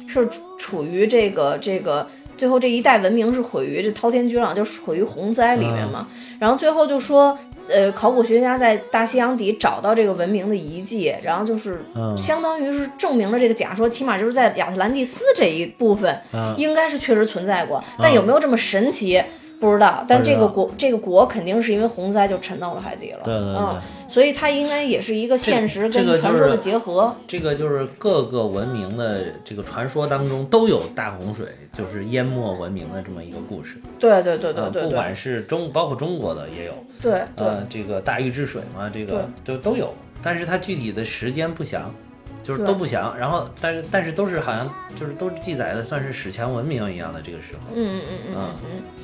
[SPEAKER 1] 是处处于这个这个。最后这一代文明是毁于这滔天巨浪，就是毁于洪灾里面嘛。
[SPEAKER 2] 嗯
[SPEAKER 1] 然后最后就说，呃，考古学家在大西洋底找到这个文明的遗迹，然后就是
[SPEAKER 2] 嗯
[SPEAKER 1] 相当于是证明了这个假说，起码就是在亚特兰蒂斯这一部分
[SPEAKER 2] 嗯
[SPEAKER 1] 应该是确实存在过，但有没有这么神奇不知道。但
[SPEAKER 2] 不知
[SPEAKER 1] 这个
[SPEAKER 2] 道
[SPEAKER 1] 国这个国肯定是因为洪灾就沉到了海底了，
[SPEAKER 2] 对对对
[SPEAKER 1] 嗯，所以它应该也是一个现实
[SPEAKER 2] 这
[SPEAKER 1] 跟
[SPEAKER 2] 个就是呃
[SPEAKER 1] 传说的结合。
[SPEAKER 2] 这个就是各个文明的这个传说当中都有大洪水，就是淹没文明的这么一个故事。
[SPEAKER 1] 对对对对
[SPEAKER 2] 呃
[SPEAKER 1] 啊对
[SPEAKER 2] 不
[SPEAKER 1] 对
[SPEAKER 2] 管是中，包括中国的也有，
[SPEAKER 1] 对对
[SPEAKER 2] 呃，这个大禹治水嘛，这个都都有，但是它具体的时间不详，就是
[SPEAKER 1] 对
[SPEAKER 2] 都不详。然后，但是但是都是好像就是都是记载的，算是史前文明一样的这个时候，
[SPEAKER 1] 嗯嗯嗯嗯
[SPEAKER 2] 嗯，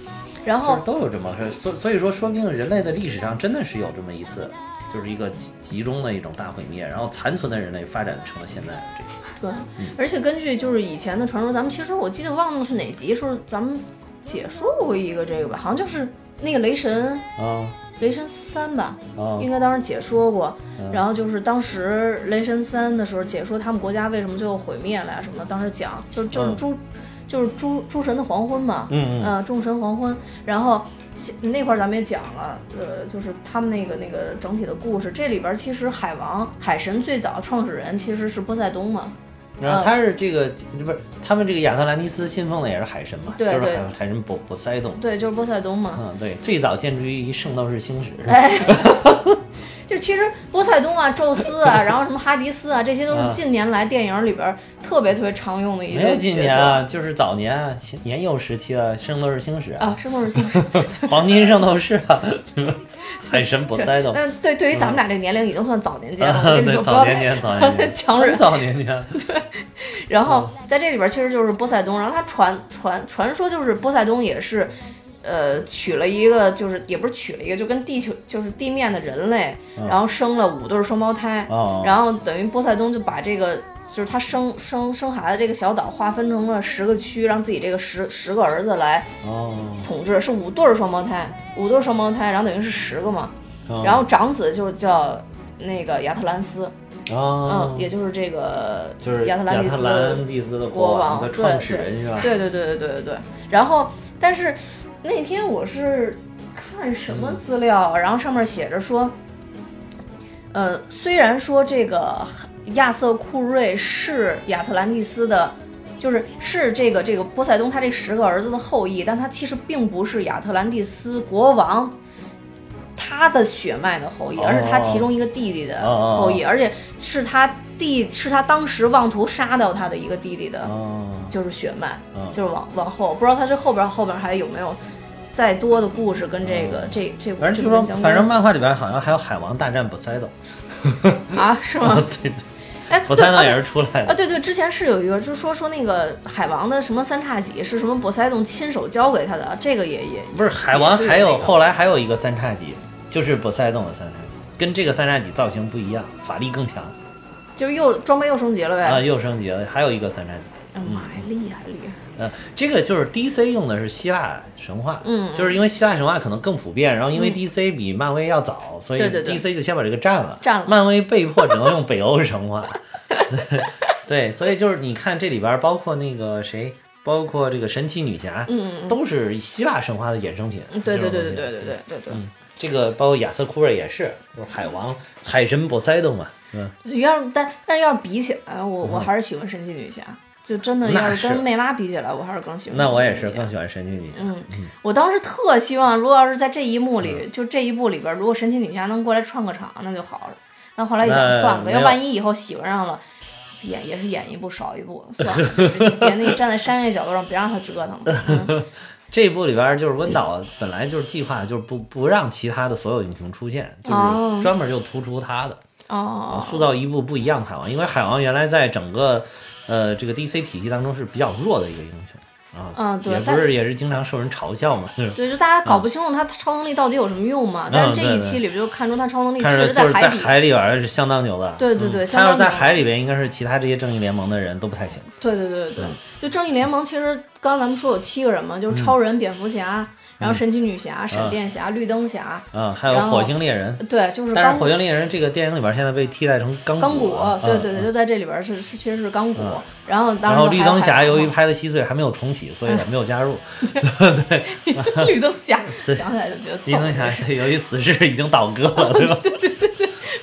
[SPEAKER 1] 嗯。然
[SPEAKER 2] 就
[SPEAKER 1] 后
[SPEAKER 2] 是都有这么个事儿。所所以说，说明人类的历史上真的是有这么一次，就是一个集集中的一种大毁灭，然后残存的人类发展成了现在的这个。
[SPEAKER 1] 对，
[SPEAKER 2] 嗯
[SPEAKER 1] 而且根据就是以前的传说，咱们其实我记得忘了是哪集时候咱们解说过一个这个吧，好像就是那个雷神
[SPEAKER 2] 啊
[SPEAKER 1] 雷神三吧，
[SPEAKER 2] 啊
[SPEAKER 1] 应该当时解说过，
[SPEAKER 2] 嗯
[SPEAKER 1] 然后就是当时雷神三的时候解说他们国家为什么最后毁灭了呀什么的，当时讲就是就是
[SPEAKER 2] 嗯
[SPEAKER 1] 诸、就是诸诸神的黄昏嘛，
[SPEAKER 2] 嗯嗯
[SPEAKER 1] 呃众神黄昏，然后其那块儿咱们也讲了，呃，就是他们那个那个整体的故事，这里边儿其实海王海神最早创始人其实是波塞冬嘛，
[SPEAKER 2] 然
[SPEAKER 1] 嗯
[SPEAKER 2] 后他是这个不是他们这个亚特兰蒂斯信奉的也是海神嘛，
[SPEAKER 1] 对
[SPEAKER 2] 就是
[SPEAKER 1] 对
[SPEAKER 2] 海海神波波塞冬。
[SPEAKER 1] 对，就是波塞冬嘛，
[SPEAKER 2] 嗯，对，最早建筑于一圣斗士星矢。
[SPEAKER 1] 哎，就其实波塞冬啊、宙斯啊，然后什么哈迪斯啊，这些都是近年来电影里边特别特别常用的一
[SPEAKER 2] 嗯没有
[SPEAKER 1] 些
[SPEAKER 2] 几
[SPEAKER 1] 角
[SPEAKER 2] 年
[SPEAKER 1] 色。
[SPEAKER 2] 啊，就是早年啊，年幼时期的圣斗士星矢
[SPEAKER 1] 啊，，圣斗士 星矢，
[SPEAKER 2] 黄金圣斗士啊， 海神波塞冬。
[SPEAKER 1] 但嗯对对于咱们俩这个年龄已经算早年间了。我
[SPEAKER 2] 啊，
[SPEAKER 1] 跟你
[SPEAKER 2] 对，
[SPEAKER 1] 说，不
[SPEAKER 2] 早
[SPEAKER 1] 要再
[SPEAKER 2] 年间，
[SPEAKER 1] 不
[SPEAKER 2] 早
[SPEAKER 1] 要
[SPEAKER 2] 年
[SPEAKER 1] 再
[SPEAKER 2] 间，
[SPEAKER 1] 强
[SPEAKER 2] 很
[SPEAKER 1] 忍。
[SPEAKER 2] 早年间，
[SPEAKER 1] 然后
[SPEAKER 2] 嗯
[SPEAKER 1] 在这里边其实就是波塞冬，然后他传传传说就是波塞冬也是，呃，娶了一个就是也不是娶了一个，就跟地球就是地面的人类，然后生了五对儿双胞胎，
[SPEAKER 2] 嗯哦
[SPEAKER 1] 然后等于波塞冬就把这个就是他生生生孩子这个小岛划分成了十个区，让自己这个十十个儿子来
[SPEAKER 2] 哦，
[SPEAKER 1] 统治，是五对儿双胞胎，五对儿双胞胎，然后等于是十个嘛，然后长子就叫那个亚特兰斯，
[SPEAKER 2] 哦，
[SPEAKER 1] 嗯，也就是这个
[SPEAKER 2] 就是
[SPEAKER 1] 亚特兰蒂斯的
[SPEAKER 2] 兰蒂斯的
[SPEAKER 1] 国
[SPEAKER 2] 王
[SPEAKER 1] 王
[SPEAKER 2] 的
[SPEAKER 1] 对
[SPEAKER 2] 创始人是吧？
[SPEAKER 1] 对对对对对对对。然后，但是那天我是看什么资料，然后上面写着说，呃，虽然说这个亚瑟库瑞是亚特兰蒂斯的。就是是这个这个波塞冬他这十个儿子的后裔，但他其实并不是亚特兰蒂斯国王他的血脉的后裔，
[SPEAKER 2] 哦
[SPEAKER 1] 而是他其中一个弟弟的后裔，而且是他弟是他当时妄图杀掉他的一个弟弟的
[SPEAKER 2] 哦，
[SPEAKER 1] 就是血脉，
[SPEAKER 2] 嗯
[SPEAKER 1] 就是往往后，不知道他这后边后边还有没有再多的故事跟这个、
[SPEAKER 2] 嗯
[SPEAKER 1] 这这
[SPEAKER 2] 反正
[SPEAKER 1] 这
[SPEAKER 2] 据
[SPEAKER 1] 部
[SPEAKER 2] 说
[SPEAKER 1] 分，相关
[SPEAKER 2] 反正漫画里边好像还有海王大战波 塞冬，
[SPEAKER 1] 啊是 吗？
[SPEAKER 2] 对，
[SPEAKER 1] 哎，
[SPEAKER 2] 波
[SPEAKER 1] 对
[SPEAKER 2] 塞冬
[SPEAKER 1] 啊
[SPEAKER 2] 也是出来
[SPEAKER 1] 啊
[SPEAKER 2] 的，
[SPEAKER 1] 对对，之前是有一个，就说说那个海王的什么三叉戟是什么波塞冬亲手教给他的，这个也也
[SPEAKER 2] 不是海王，
[SPEAKER 1] 也是
[SPEAKER 2] 还有
[SPEAKER 1] 那个
[SPEAKER 2] 后来还有一个三叉戟，就是波塞冬的三叉戟，跟这个三叉戟造型不一样，法力更强
[SPEAKER 1] 就是又装备又升级了
[SPEAKER 2] 啊，嗯
[SPEAKER 1] 呗。
[SPEAKER 2] 又升级了，还有一个三叉戟。
[SPEAKER 1] 哎呀妈呀，厉害厉害！
[SPEAKER 2] 呃，这个就是 DC 用的是希腊神话，
[SPEAKER 1] 嗯
[SPEAKER 2] 就是因为希腊神话可能更普遍，然后因为 DC 比漫威要早，所以
[SPEAKER 1] 对对对
[SPEAKER 2] DC 就先把这个占了，
[SPEAKER 1] 占了
[SPEAKER 2] 漫威被迫只能用北欧神话，对，所以就是你看这里边包括那个谁，包括这个神奇女侠，
[SPEAKER 1] 嗯
[SPEAKER 2] 都是希腊神话的衍生品，
[SPEAKER 1] 嗯，对对
[SPEAKER 2] 这
[SPEAKER 1] 对
[SPEAKER 2] 种
[SPEAKER 1] 对
[SPEAKER 2] 东
[SPEAKER 1] 对
[SPEAKER 2] 西
[SPEAKER 1] 对对对对。
[SPEAKER 2] 这个包括亚瑟库瑞也是，就是海王、海神波塞冬嘛，嗯，
[SPEAKER 1] 要是但但是要是比起来，我我还是喜欢神奇女侠，就真的
[SPEAKER 2] 那
[SPEAKER 1] 要
[SPEAKER 2] 是
[SPEAKER 1] 跟妹妈比起来，我还是更喜欢。
[SPEAKER 2] 那我也是更喜欢神奇女侠，
[SPEAKER 1] 嗯，我当时特希望，如果要是在这一幕里，
[SPEAKER 2] 嗯
[SPEAKER 1] 就这一部里边，如果神奇女侠能过来串个场，那就好了。但后来一想，
[SPEAKER 2] 那
[SPEAKER 1] 算了吧，
[SPEAKER 2] 没
[SPEAKER 1] 要
[SPEAKER 2] 有
[SPEAKER 1] 万一以后喜欢上了，演也是演一部少一部，算了，就就别那站在商业角度上，别让他折腾了。 嗯
[SPEAKER 2] 这一部里边儿就是温导本来就是计划就是不不让其他的所有英雄出现，就是专门就突出他的，
[SPEAKER 1] 哦，
[SPEAKER 2] 塑造一部不一样的海王。因为海王原来在整个呃这个 DC 体系当中是比较弱的一个英雄啊，
[SPEAKER 1] 嗯对
[SPEAKER 2] 也不
[SPEAKER 1] 但
[SPEAKER 2] 是也嗯是经常受人嘲笑嘛，就是
[SPEAKER 1] 对，就大家搞不清楚他超能力到底有什么用
[SPEAKER 2] 嗯
[SPEAKER 1] 嘛。但是这一期里边就看出他超能力确
[SPEAKER 2] 看着
[SPEAKER 1] 实
[SPEAKER 2] 就是
[SPEAKER 1] 海
[SPEAKER 2] 在
[SPEAKER 1] 底，
[SPEAKER 2] 海里边儿是相当牛的，
[SPEAKER 1] 对对对
[SPEAKER 2] 嗯
[SPEAKER 1] 相
[SPEAKER 2] 他要是
[SPEAKER 1] 当
[SPEAKER 2] 在
[SPEAKER 1] 牛
[SPEAKER 2] 海里边，应该是其他这些正义联盟的人都不太行，
[SPEAKER 1] 对对对对对
[SPEAKER 2] 嗯。
[SPEAKER 1] 就正义联盟其实刚刚咱们说有七个人嘛，就是超人、蝙蝠侠，然后神奇女侠、闪电侠、绿灯侠，
[SPEAKER 2] 嗯，还有
[SPEAKER 1] 然后
[SPEAKER 2] 火星猎人，
[SPEAKER 1] 对，就是
[SPEAKER 2] 但是
[SPEAKER 1] 钢
[SPEAKER 2] 火星猎人这个电影里边儿现在被替代成钢
[SPEAKER 1] 钢
[SPEAKER 2] 骨
[SPEAKER 1] 骨
[SPEAKER 2] 了，，
[SPEAKER 1] 对
[SPEAKER 2] 嗯
[SPEAKER 1] 对对，
[SPEAKER 2] 嗯
[SPEAKER 1] 就在这里边是是其实是钢骨。然后当
[SPEAKER 2] 然后
[SPEAKER 1] 时
[SPEAKER 2] 绿
[SPEAKER 1] 还有
[SPEAKER 2] 灯
[SPEAKER 1] 海
[SPEAKER 2] 侠
[SPEAKER 1] 王
[SPEAKER 2] 由于
[SPEAKER 1] 嘛
[SPEAKER 2] 拍的稀碎，还没有重启，所以没有加入。
[SPEAKER 1] 绿灯侠
[SPEAKER 2] 对
[SPEAKER 1] 想起来就觉 得
[SPEAKER 2] 绿
[SPEAKER 1] 逗
[SPEAKER 2] 灯侠由于此事已经倒戈了，对吧？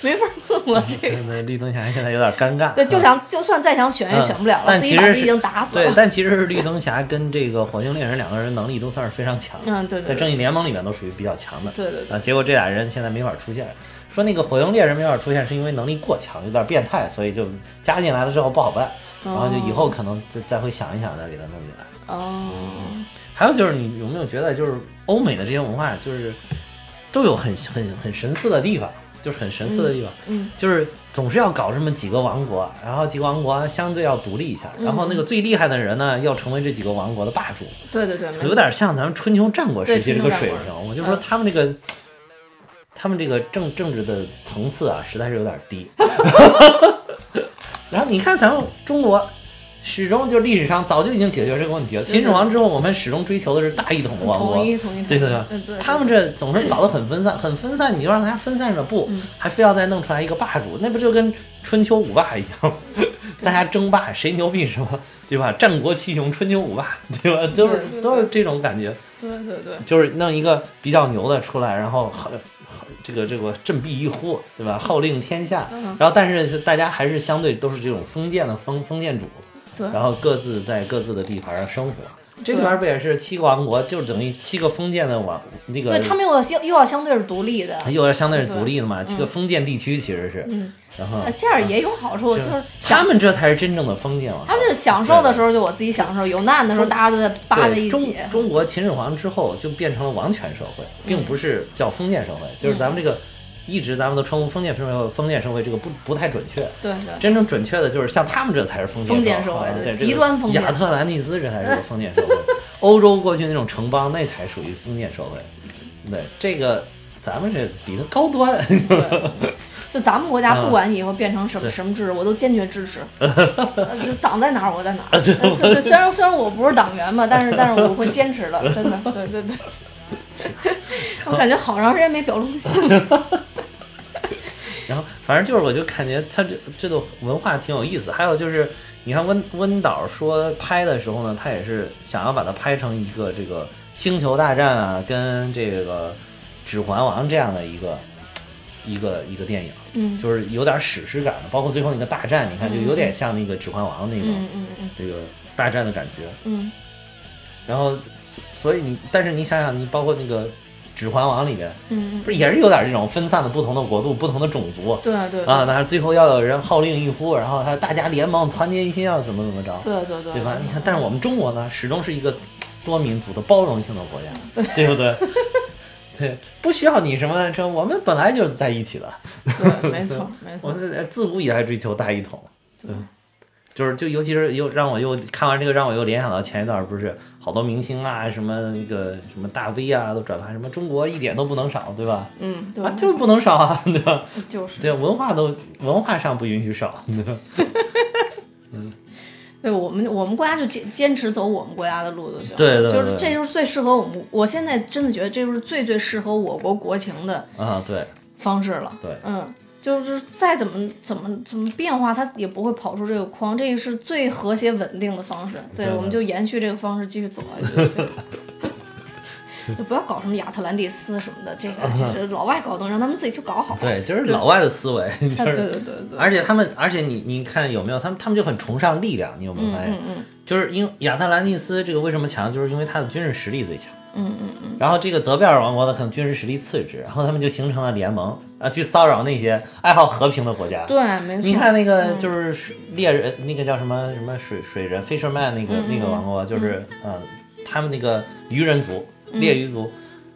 [SPEAKER 1] 没法弄了这个。
[SPEAKER 2] 那绿灯侠现在有点尴尬。
[SPEAKER 1] 对，就
[SPEAKER 2] 嗯
[SPEAKER 1] 想就算再想选也
[SPEAKER 2] 嗯
[SPEAKER 1] 选不了了，
[SPEAKER 2] 但
[SPEAKER 1] 自
[SPEAKER 2] 其
[SPEAKER 1] 己把
[SPEAKER 2] 实
[SPEAKER 1] 自己
[SPEAKER 2] 是
[SPEAKER 1] 已经打死
[SPEAKER 2] 对，
[SPEAKER 1] 了。
[SPEAKER 2] 但其实是绿灯侠跟这个火星猎人两个人能力都算是非常强，
[SPEAKER 1] 嗯，对
[SPEAKER 2] 在
[SPEAKER 1] 对
[SPEAKER 2] 正
[SPEAKER 1] 对
[SPEAKER 2] 义联盟里面都属于比较强的。
[SPEAKER 1] 对对对，
[SPEAKER 2] 啊，结果这俩人现在没法出现。说那个火影猎人没法出现，是因为能力过强，有点变态，所以就加进来了之后不好办，然后就以后可能再再会想一想再给他弄进来。
[SPEAKER 1] 哦。
[SPEAKER 2] 还有就是你有没有觉得，就是欧美的这些文化，就是都有很很很神似的地方，就是很神似的地方，
[SPEAKER 1] 嗯嗯
[SPEAKER 2] 就是总是要搞这么几个王国，然后几个王国相对要独立一下，然后那个最厉害的人呢，要成为这几个王国的霸主，
[SPEAKER 1] 对对对，没
[SPEAKER 2] 有点像咱们春秋战国时期
[SPEAKER 1] 对
[SPEAKER 2] 这个
[SPEAKER 1] 春秋
[SPEAKER 2] 水
[SPEAKER 1] 战国
[SPEAKER 2] 平。我就说
[SPEAKER 1] 嗯
[SPEAKER 2] 他们这个，他们这个政政治的层次啊，实在是有点低。 然后你看咱们中国。始终就历史上早就已经解决这个问题了。秦始皇之后，我们始终追求的是大一统的王国
[SPEAKER 1] 同，意同意，
[SPEAKER 2] 对对
[SPEAKER 1] 同
[SPEAKER 2] 对
[SPEAKER 1] 意嗯对，
[SPEAKER 2] 他们这总是搞得很分散，很分散，你就让大家分散着不，
[SPEAKER 1] 嗯
[SPEAKER 2] 还非要再弄出来一个霸主，那不就跟春秋五霸一样吗？ 大家争霸，谁牛逼什么，对吧？战国七雄，春秋五霸，对吧？都是
[SPEAKER 1] 对对对
[SPEAKER 2] 都是这种感觉，
[SPEAKER 1] 对对对，
[SPEAKER 2] 就是弄一个比较牛的出来，然后好好这个这个振臂一呼，对吧？号令天下，
[SPEAKER 1] 嗯
[SPEAKER 2] 然后但是大家还是相对都是这种封建的封封建主，
[SPEAKER 1] 对
[SPEAKER 2] 然后各自在各自的地盘上生活。这里边不也是七个王国，就等于七个封建的王那个哎
[SPEAKER 1] 对他们又要相又要相对是独立的，
[SPEAKER 2] 又要相对是独立的嘛，这个封建地区其实是，然后
[SPEAKER 1] 呃这样也有好处，
[SPEAKER 2] 就
[SPEAKER 1] 就是
[SPEAKER 2] 他
[SPEAKER 1] 享
[SPEAKER 2] 们这才是真正的封建王朝。
[SPEAKER 1] 他们是享受的时候就我自己享受，有难的时候大家都在扒在
[SPEAKER 2] 对
[SPEAKER 1] 一
[SPEAKER 2] 中
[SPEAKER 1] 起，
[SPEAKER 2] 中国秦始皇之后就变成了王权社会，并
[SPEAKER 1] 嗯
[SPEAKER 2] 不是叫封建社会，就是咱们这个一直咱们都称呼封建社会，封建社会这个不不太准确。
[SPEAKER 1] 对对
[SPEAKER 2] 真正准确的就是像他们这才是封建
[SPEAKER 1] 封建社
[SPEAKER 2] 会
[SPEAKER 1] 会，
[SPEAKER 2] 对
[SPEAKER 1] 对
[SPEAKER 2] 这
[SPEAKER 1] 极
[SPEAKER 2] 个
[SPEAKER 1] 端封建
[SPEAKER 2] 亚特兰蒂斯这才是个封建社会，欧洲过去那种城邦那才属于封建社会。对，这个咱们是比它高端，
[SPEAKER 1] 对。就咱们国家
[SPEAKER 2] 嗯
[SPEAKER 1] 不管以后变成什
[SPEAKER 2] 对
[SPEAKER 1] 么什么制，我都坚决 支持。呃就党在哪儿，我在哪儿。呃对对，虽然虽然我不是党员嘛，但是但是我会坚持的，真的。对对 对，我感觉好长时间没表忠心 了。
[SPEAKER 2] 然后反正就是，我就感觉它这这个文化挺有意思。还有就是，你看温温导说拍的时候呢，他也是想要把它拍成一个这个《星球大战》啊，跟这个《指环王》这样的一个一个一个电影，
[SPEAKER 1] 嗯
[SPEAKER 2] 就是有点史诗感的。包括最后那个大战，你看就有点像那个《指环王》那种
[SPEAKER 1] 嗯嗯嗯
[SPEAKER 2] 这个大战的感觉。
[SPEAKER 1] 嗯
[SPEAKER 2] 然后，所所以你，但是你想想，你包括那个《指环王》里面，
[SPEAKER 1] 嗯嗯。
[SPEAKER 2] 不是也是有点这种分散的不同的国度、不同的种族，
[SPEAKER 1] 对对对
[SPEAKER 2] 啊，但是最后要有人号令一呼，然后还有大家联盟团结一心，要怎么怎么着，
[SPEAKER 1] 对对对，
[SPEAKER 2] 对吧？你看，但是我们中国呢，始终是一个多民族的包容性的国家，对不对？对，不需要你什么，这我们本来就是在一起的，
[SPEAKER 1] 对，没错没
[SPEAKER 2] 我
[SPEAKER 1] 错，
[SPEAKER 2] 们自古以来追求大一统，对。就是，就尤其是又让我又看完这个，让我又联想到前一段不是好多明星啊，什么那个什么大 V 啊，都转发什么中国一点都不能少，对吧？
[SPEAKER 1] 嗯，对
[SPEAKER 2] 啊，，就是不能少啊， 对吧？
[SPEAKER 1] 就是，
[SPEAKER 2] 对，文化都文化上不允许少， 对吧？
[SPEAKER 1] 对我们我们国家就坚坚持走我们国家的路就行，
[SPEAKER 2] 对对对
[SPEAKER 1] 就是这就是最适合我们，我现在真的觉得这就是最最适合我国国情的
[SPEAKER 2] 啊，对
[SPEAKER 1] 方式了，
[SPEAKER 2] 对
[SPEAKER 1] 嗯。就是再怎么怎么怎么变化，它也不会跑出这个框，这个是最和谐稳定的方式。对，
[SPEAKER 2] 对对
[SPEAKER 1] 我们就延续这个方式继续走下去就行了。 就不要搞什么亚特兰蒂斯什么的， 这个这是老外搞东西，让他们自己去搞好。
[SPEAKER 2] 对，就是老外的思维，
[SPEAKER 1] 啊，
[SPEAKER 2] 就
[SPEAKER 1] 对对
[SPEAKER 2] 是，
[SPEAKER 1] 对对对。
[SPEAKER 2] 而且他们，而且你你看有没有他们，他们就很崇尚力量，你有没有发现？
[SPEAKER 1] 嗯嗯
[SPEAKER 2] 就是因为亚特兰蒂斯这个为什么强，就是因为它的军事实力最强。
[SPEAKER 1] 嗯嗯嗯，
[SPEAKER 2] 然后这个泽贝尔王国呢，可能军事实力次之，然后他们就形成了联盟啊，去骚扰那些爱好和平的国家。
[SPEAKER 1] 对，没错。嗯
[SPEAKER 2] 你看那个就是水猎人，那个叫什么什么水水人
[SPEAKER 1] 嗯嗯
[SPEAKER 2] fisherman 那个、那个王国，就是呃，他们那个渔人族、猎鱼族，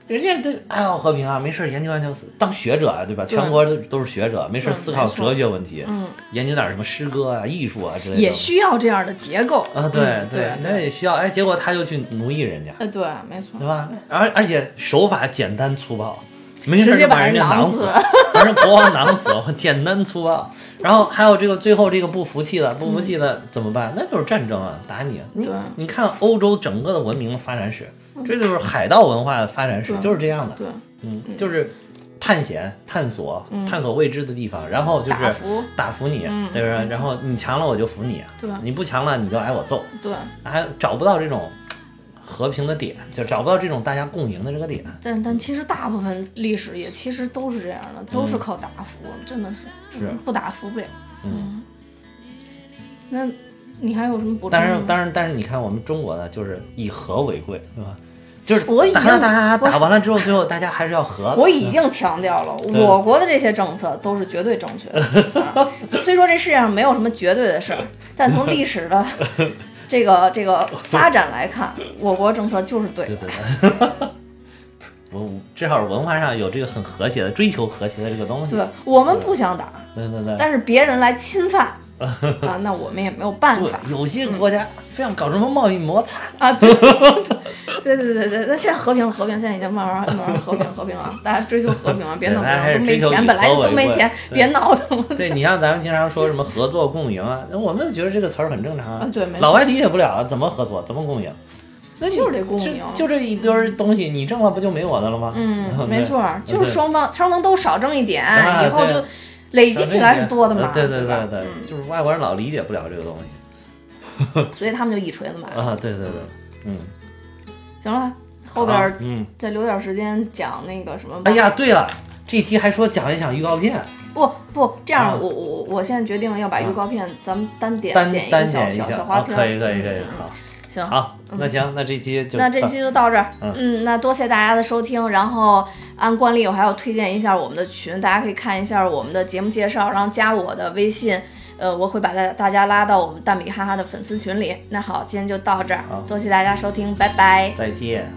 [SPEAKER 2] 人家这爱好和平啊，没事儿研究研究，当学者啊，对吧？全国都都是学者，没事儿
[SPEAKER 1] 嗯
[SPEAKER 2] 思考
[SPEAKER 1] 没错
[SPEAKER 2] 哲学问题，
[SPEAKER 1] 嗯，
[SPEAKER 2] 研究点儿什么诗歌啊、艺术啊之类的。
[SPEAKER 1] 也需要这样的结构
[SPEAKER 2] 啊，对
[SPEAKER 1] 嗯对
[SPEAKER 2] 那也需要。哎，结果他就去奴役人家，
[SPEAKER 1] 呃，对，没错
[SPEAKER 2] 对，吧？而而且手法简单粗暴，没事
[SPEAKER 1] 直
[SPEAKER 2] 儿
[SPEAKER 1] 接
[SPEAKER 2] 就
[SPEAKER 1] 把
[SPEAKER 2] 人
[SPEAKER 1] 人
[SPEAKER 2] 家
[SPEAKER 1] 囊
[SPEAKER 2] 囊
[SPEAKER 1] 死
[SPEAKER 2] 死， 把人国王囊死， 我简单粗暴。然后还有这个最后这个不服气的，不服气的怎么办？那就是战争啊，打你啊。你
[SPEAKER 1] 对
[SPEAKER 2] 你看欧洲整个的文明发展史，这就是海盗文化的发展史，
[SPEAKER 1] 嗯对
[SPEAKER 2] 就是这样的。
[SPEAKER 1] 对，
[SPEAKER 2] 嗯，就是探险、探索、探索未知的地方，然后就是
[SPEAKER 1] 嗯打服，
[SPEAKER 2] 打服你，
[SPEAKER 1] 嗯
[SPEAKER 2] 对吧？
[SPEAKER 1] 没错
[SPEAKER 2] 然后你强了我就服你，啊
[SPEAKER 1] 对啊
[SPEAKER 2] 你不强了你就挨我揍，
[SPEAKER 1] 对。
[SPEAKER 2] 还找不到这种和平的点，就找不到这种大家共赢的这个点。
[SPEAKER 1] 但但其实大部分历史也其实都是这样的，都是靠打服，真的是
[SPEAKER 2] 嗯是啊
[SPEAKER 1] 不打服不了。
[SPEAKER 2] 嗯
[SPEAKER 1] 那你还有什么补充
[SPEAKER 2] 但
[SPEAKER 1] 的
[SPEAKER 2] 是，
[SPEAKER 1] 吗？
[SPEAKER 2] 但是，但是，你看我们中国呢，就是以和为贵，对吧？就是
[SPEAKER 1] 我已
[SPEAKER 2] 打
[SPEAKER 1] 经
[SPEAKER 2] 打打打
[SPEAKER 1] 我
[SPEAKER 2] 打完了之后，最后大家还是要和。
[SPEAKER 1] 我已经强调了，
[SPEAKER 2] 对
[SPEAKER 1] 我国的这些政策都是绝对正确的。 啊虽说这世界上没有什么绝对的事儿，但从历史 的这个这个发展来看，我国政策就是对
[SPEAKER 2] 对
[SPEAKER 1] 的。
[SPEAKER 2] 对对。 文至少文化上有这个很和谐的追求和谐的这个东西。
[SPEAKER 1] 对我们不想打，
[SPEAKER 2] 对对对。
[SPEAKER 1] 但是别人来侵 犯啊，那我们也没有办法
[SPEAKER 2] 对，有些国家非要搞什么贸易摩擦，
[SPEAKER 1] 啊。对对对对对，那现在和平了，和平，现在已经慢慢慢慢和平和平了，大家追求和平了，别
[SPEAKER 2] 对
[SPEAKER 1] 弄
[SPEAKER 2] 大家还
[SPEAKER 1] 这
[SPEAKER 2] 是
[SPEAKER 1] 种都没
[SPEAKER 2] 追求以
[SPEAKER 1] 钱，本来
[SPEAKER 2] 和
[SPEAKER 1] 就
[SPEAKER 2] 为
[SPEAKER 1] 都没
[SPEAKER 2] 贵
[SPEAKER 1] 钱，
[SPEAKER 2] 对
[SPEAKER 1] 别闹腾 了。
[SPEAKER 2] 对你像咱们经常说什么合作共赢啊，那我们觉得这个词儿很正常
[SPEAKER 1] 啊对没错
[SPEAKER 2] 老外理解不了啊，怎么合作，怎么共赢，
[SPEAKER 1] 那就是得共
[SPEAKER 2] 就
[SPEAKER 1] 赢，
[SPEAKER 2] 就这一堆儿东西，你挣了不就没我的了吗？对
[SPEAKER 1] 嗯，没错儿，
[SPEAKER 2] 对
[SPEAKER 1] 就是双方双方都少挣一点，
[SPEAKER 2] 啊
[SPEAKER 1] 以后
[SPEAKER 2] 对
[SPEAKER 1] 就累积起来是多的嘛，
[SPEAKER 2] 呃对
[SPEAKER 1] 对
[SPEAKER 2] 对
[SPEAKER 1] 吧嗯
[SPEAKER 2] 对对，就是外国人老理解不了这个东西
[SPEAKER 1] 所以他们就一锤子买。
[SPEAKER 2] 啊，对对对，嗯，
[SPEAKER 1] 行了，后边
[SPEAKER 2] 好
[SPEAKER 1] 儿
[SPEAKER 2] 嗯，
[SPEAKER 1] 再留点时间讲那个什么吧。
[SPEAKER 2] 哎呀，对了，这期还说讲一讲预告片，
[SPEAKER 1] 不不，这
[SPEAKER 2] 啊
[SPEAKER 1] 样我我我现在决定要把预告片咱们单点
[SPEAKER 2] 单
[SPEAKER 1] 剪一
[SPEAKER 2] 单
[SPEAKER 1] 个小
[SPEAKER 2] 剪一
[SPEAKER 1] 小
[SPEAKER 2] 下
[SPEAKER 1] 小花
[SPEAKER 2] 啊，
[SPEAKER 1] 片
[SPEAKER 2] 可
[SPEAKER 1] 儿。嗯
[SPEAKER 2] 以可以可以，好，
[SPEAKER 1] 行，
[SPEAKER 2] 好，那行，那这期就
[SPEAKER 1] 那这期就到这儿。
[SPEAKER 2] 嗯
[SPEAKER 1] 嗯，那多谢大家的收听。然后按惯例，我还要推荐一下我们的群，大家可以看一下我们的节目介绍，然后加我的微信。呃，我会把大大家拉到我们蛋比哈哈的粉丝群里。那好，今天就到这儿
[SPEAKER 2] 好，
[SPEAKER 1] 多谢大家收听，拜拜。
[SPEAKER 2] 再见。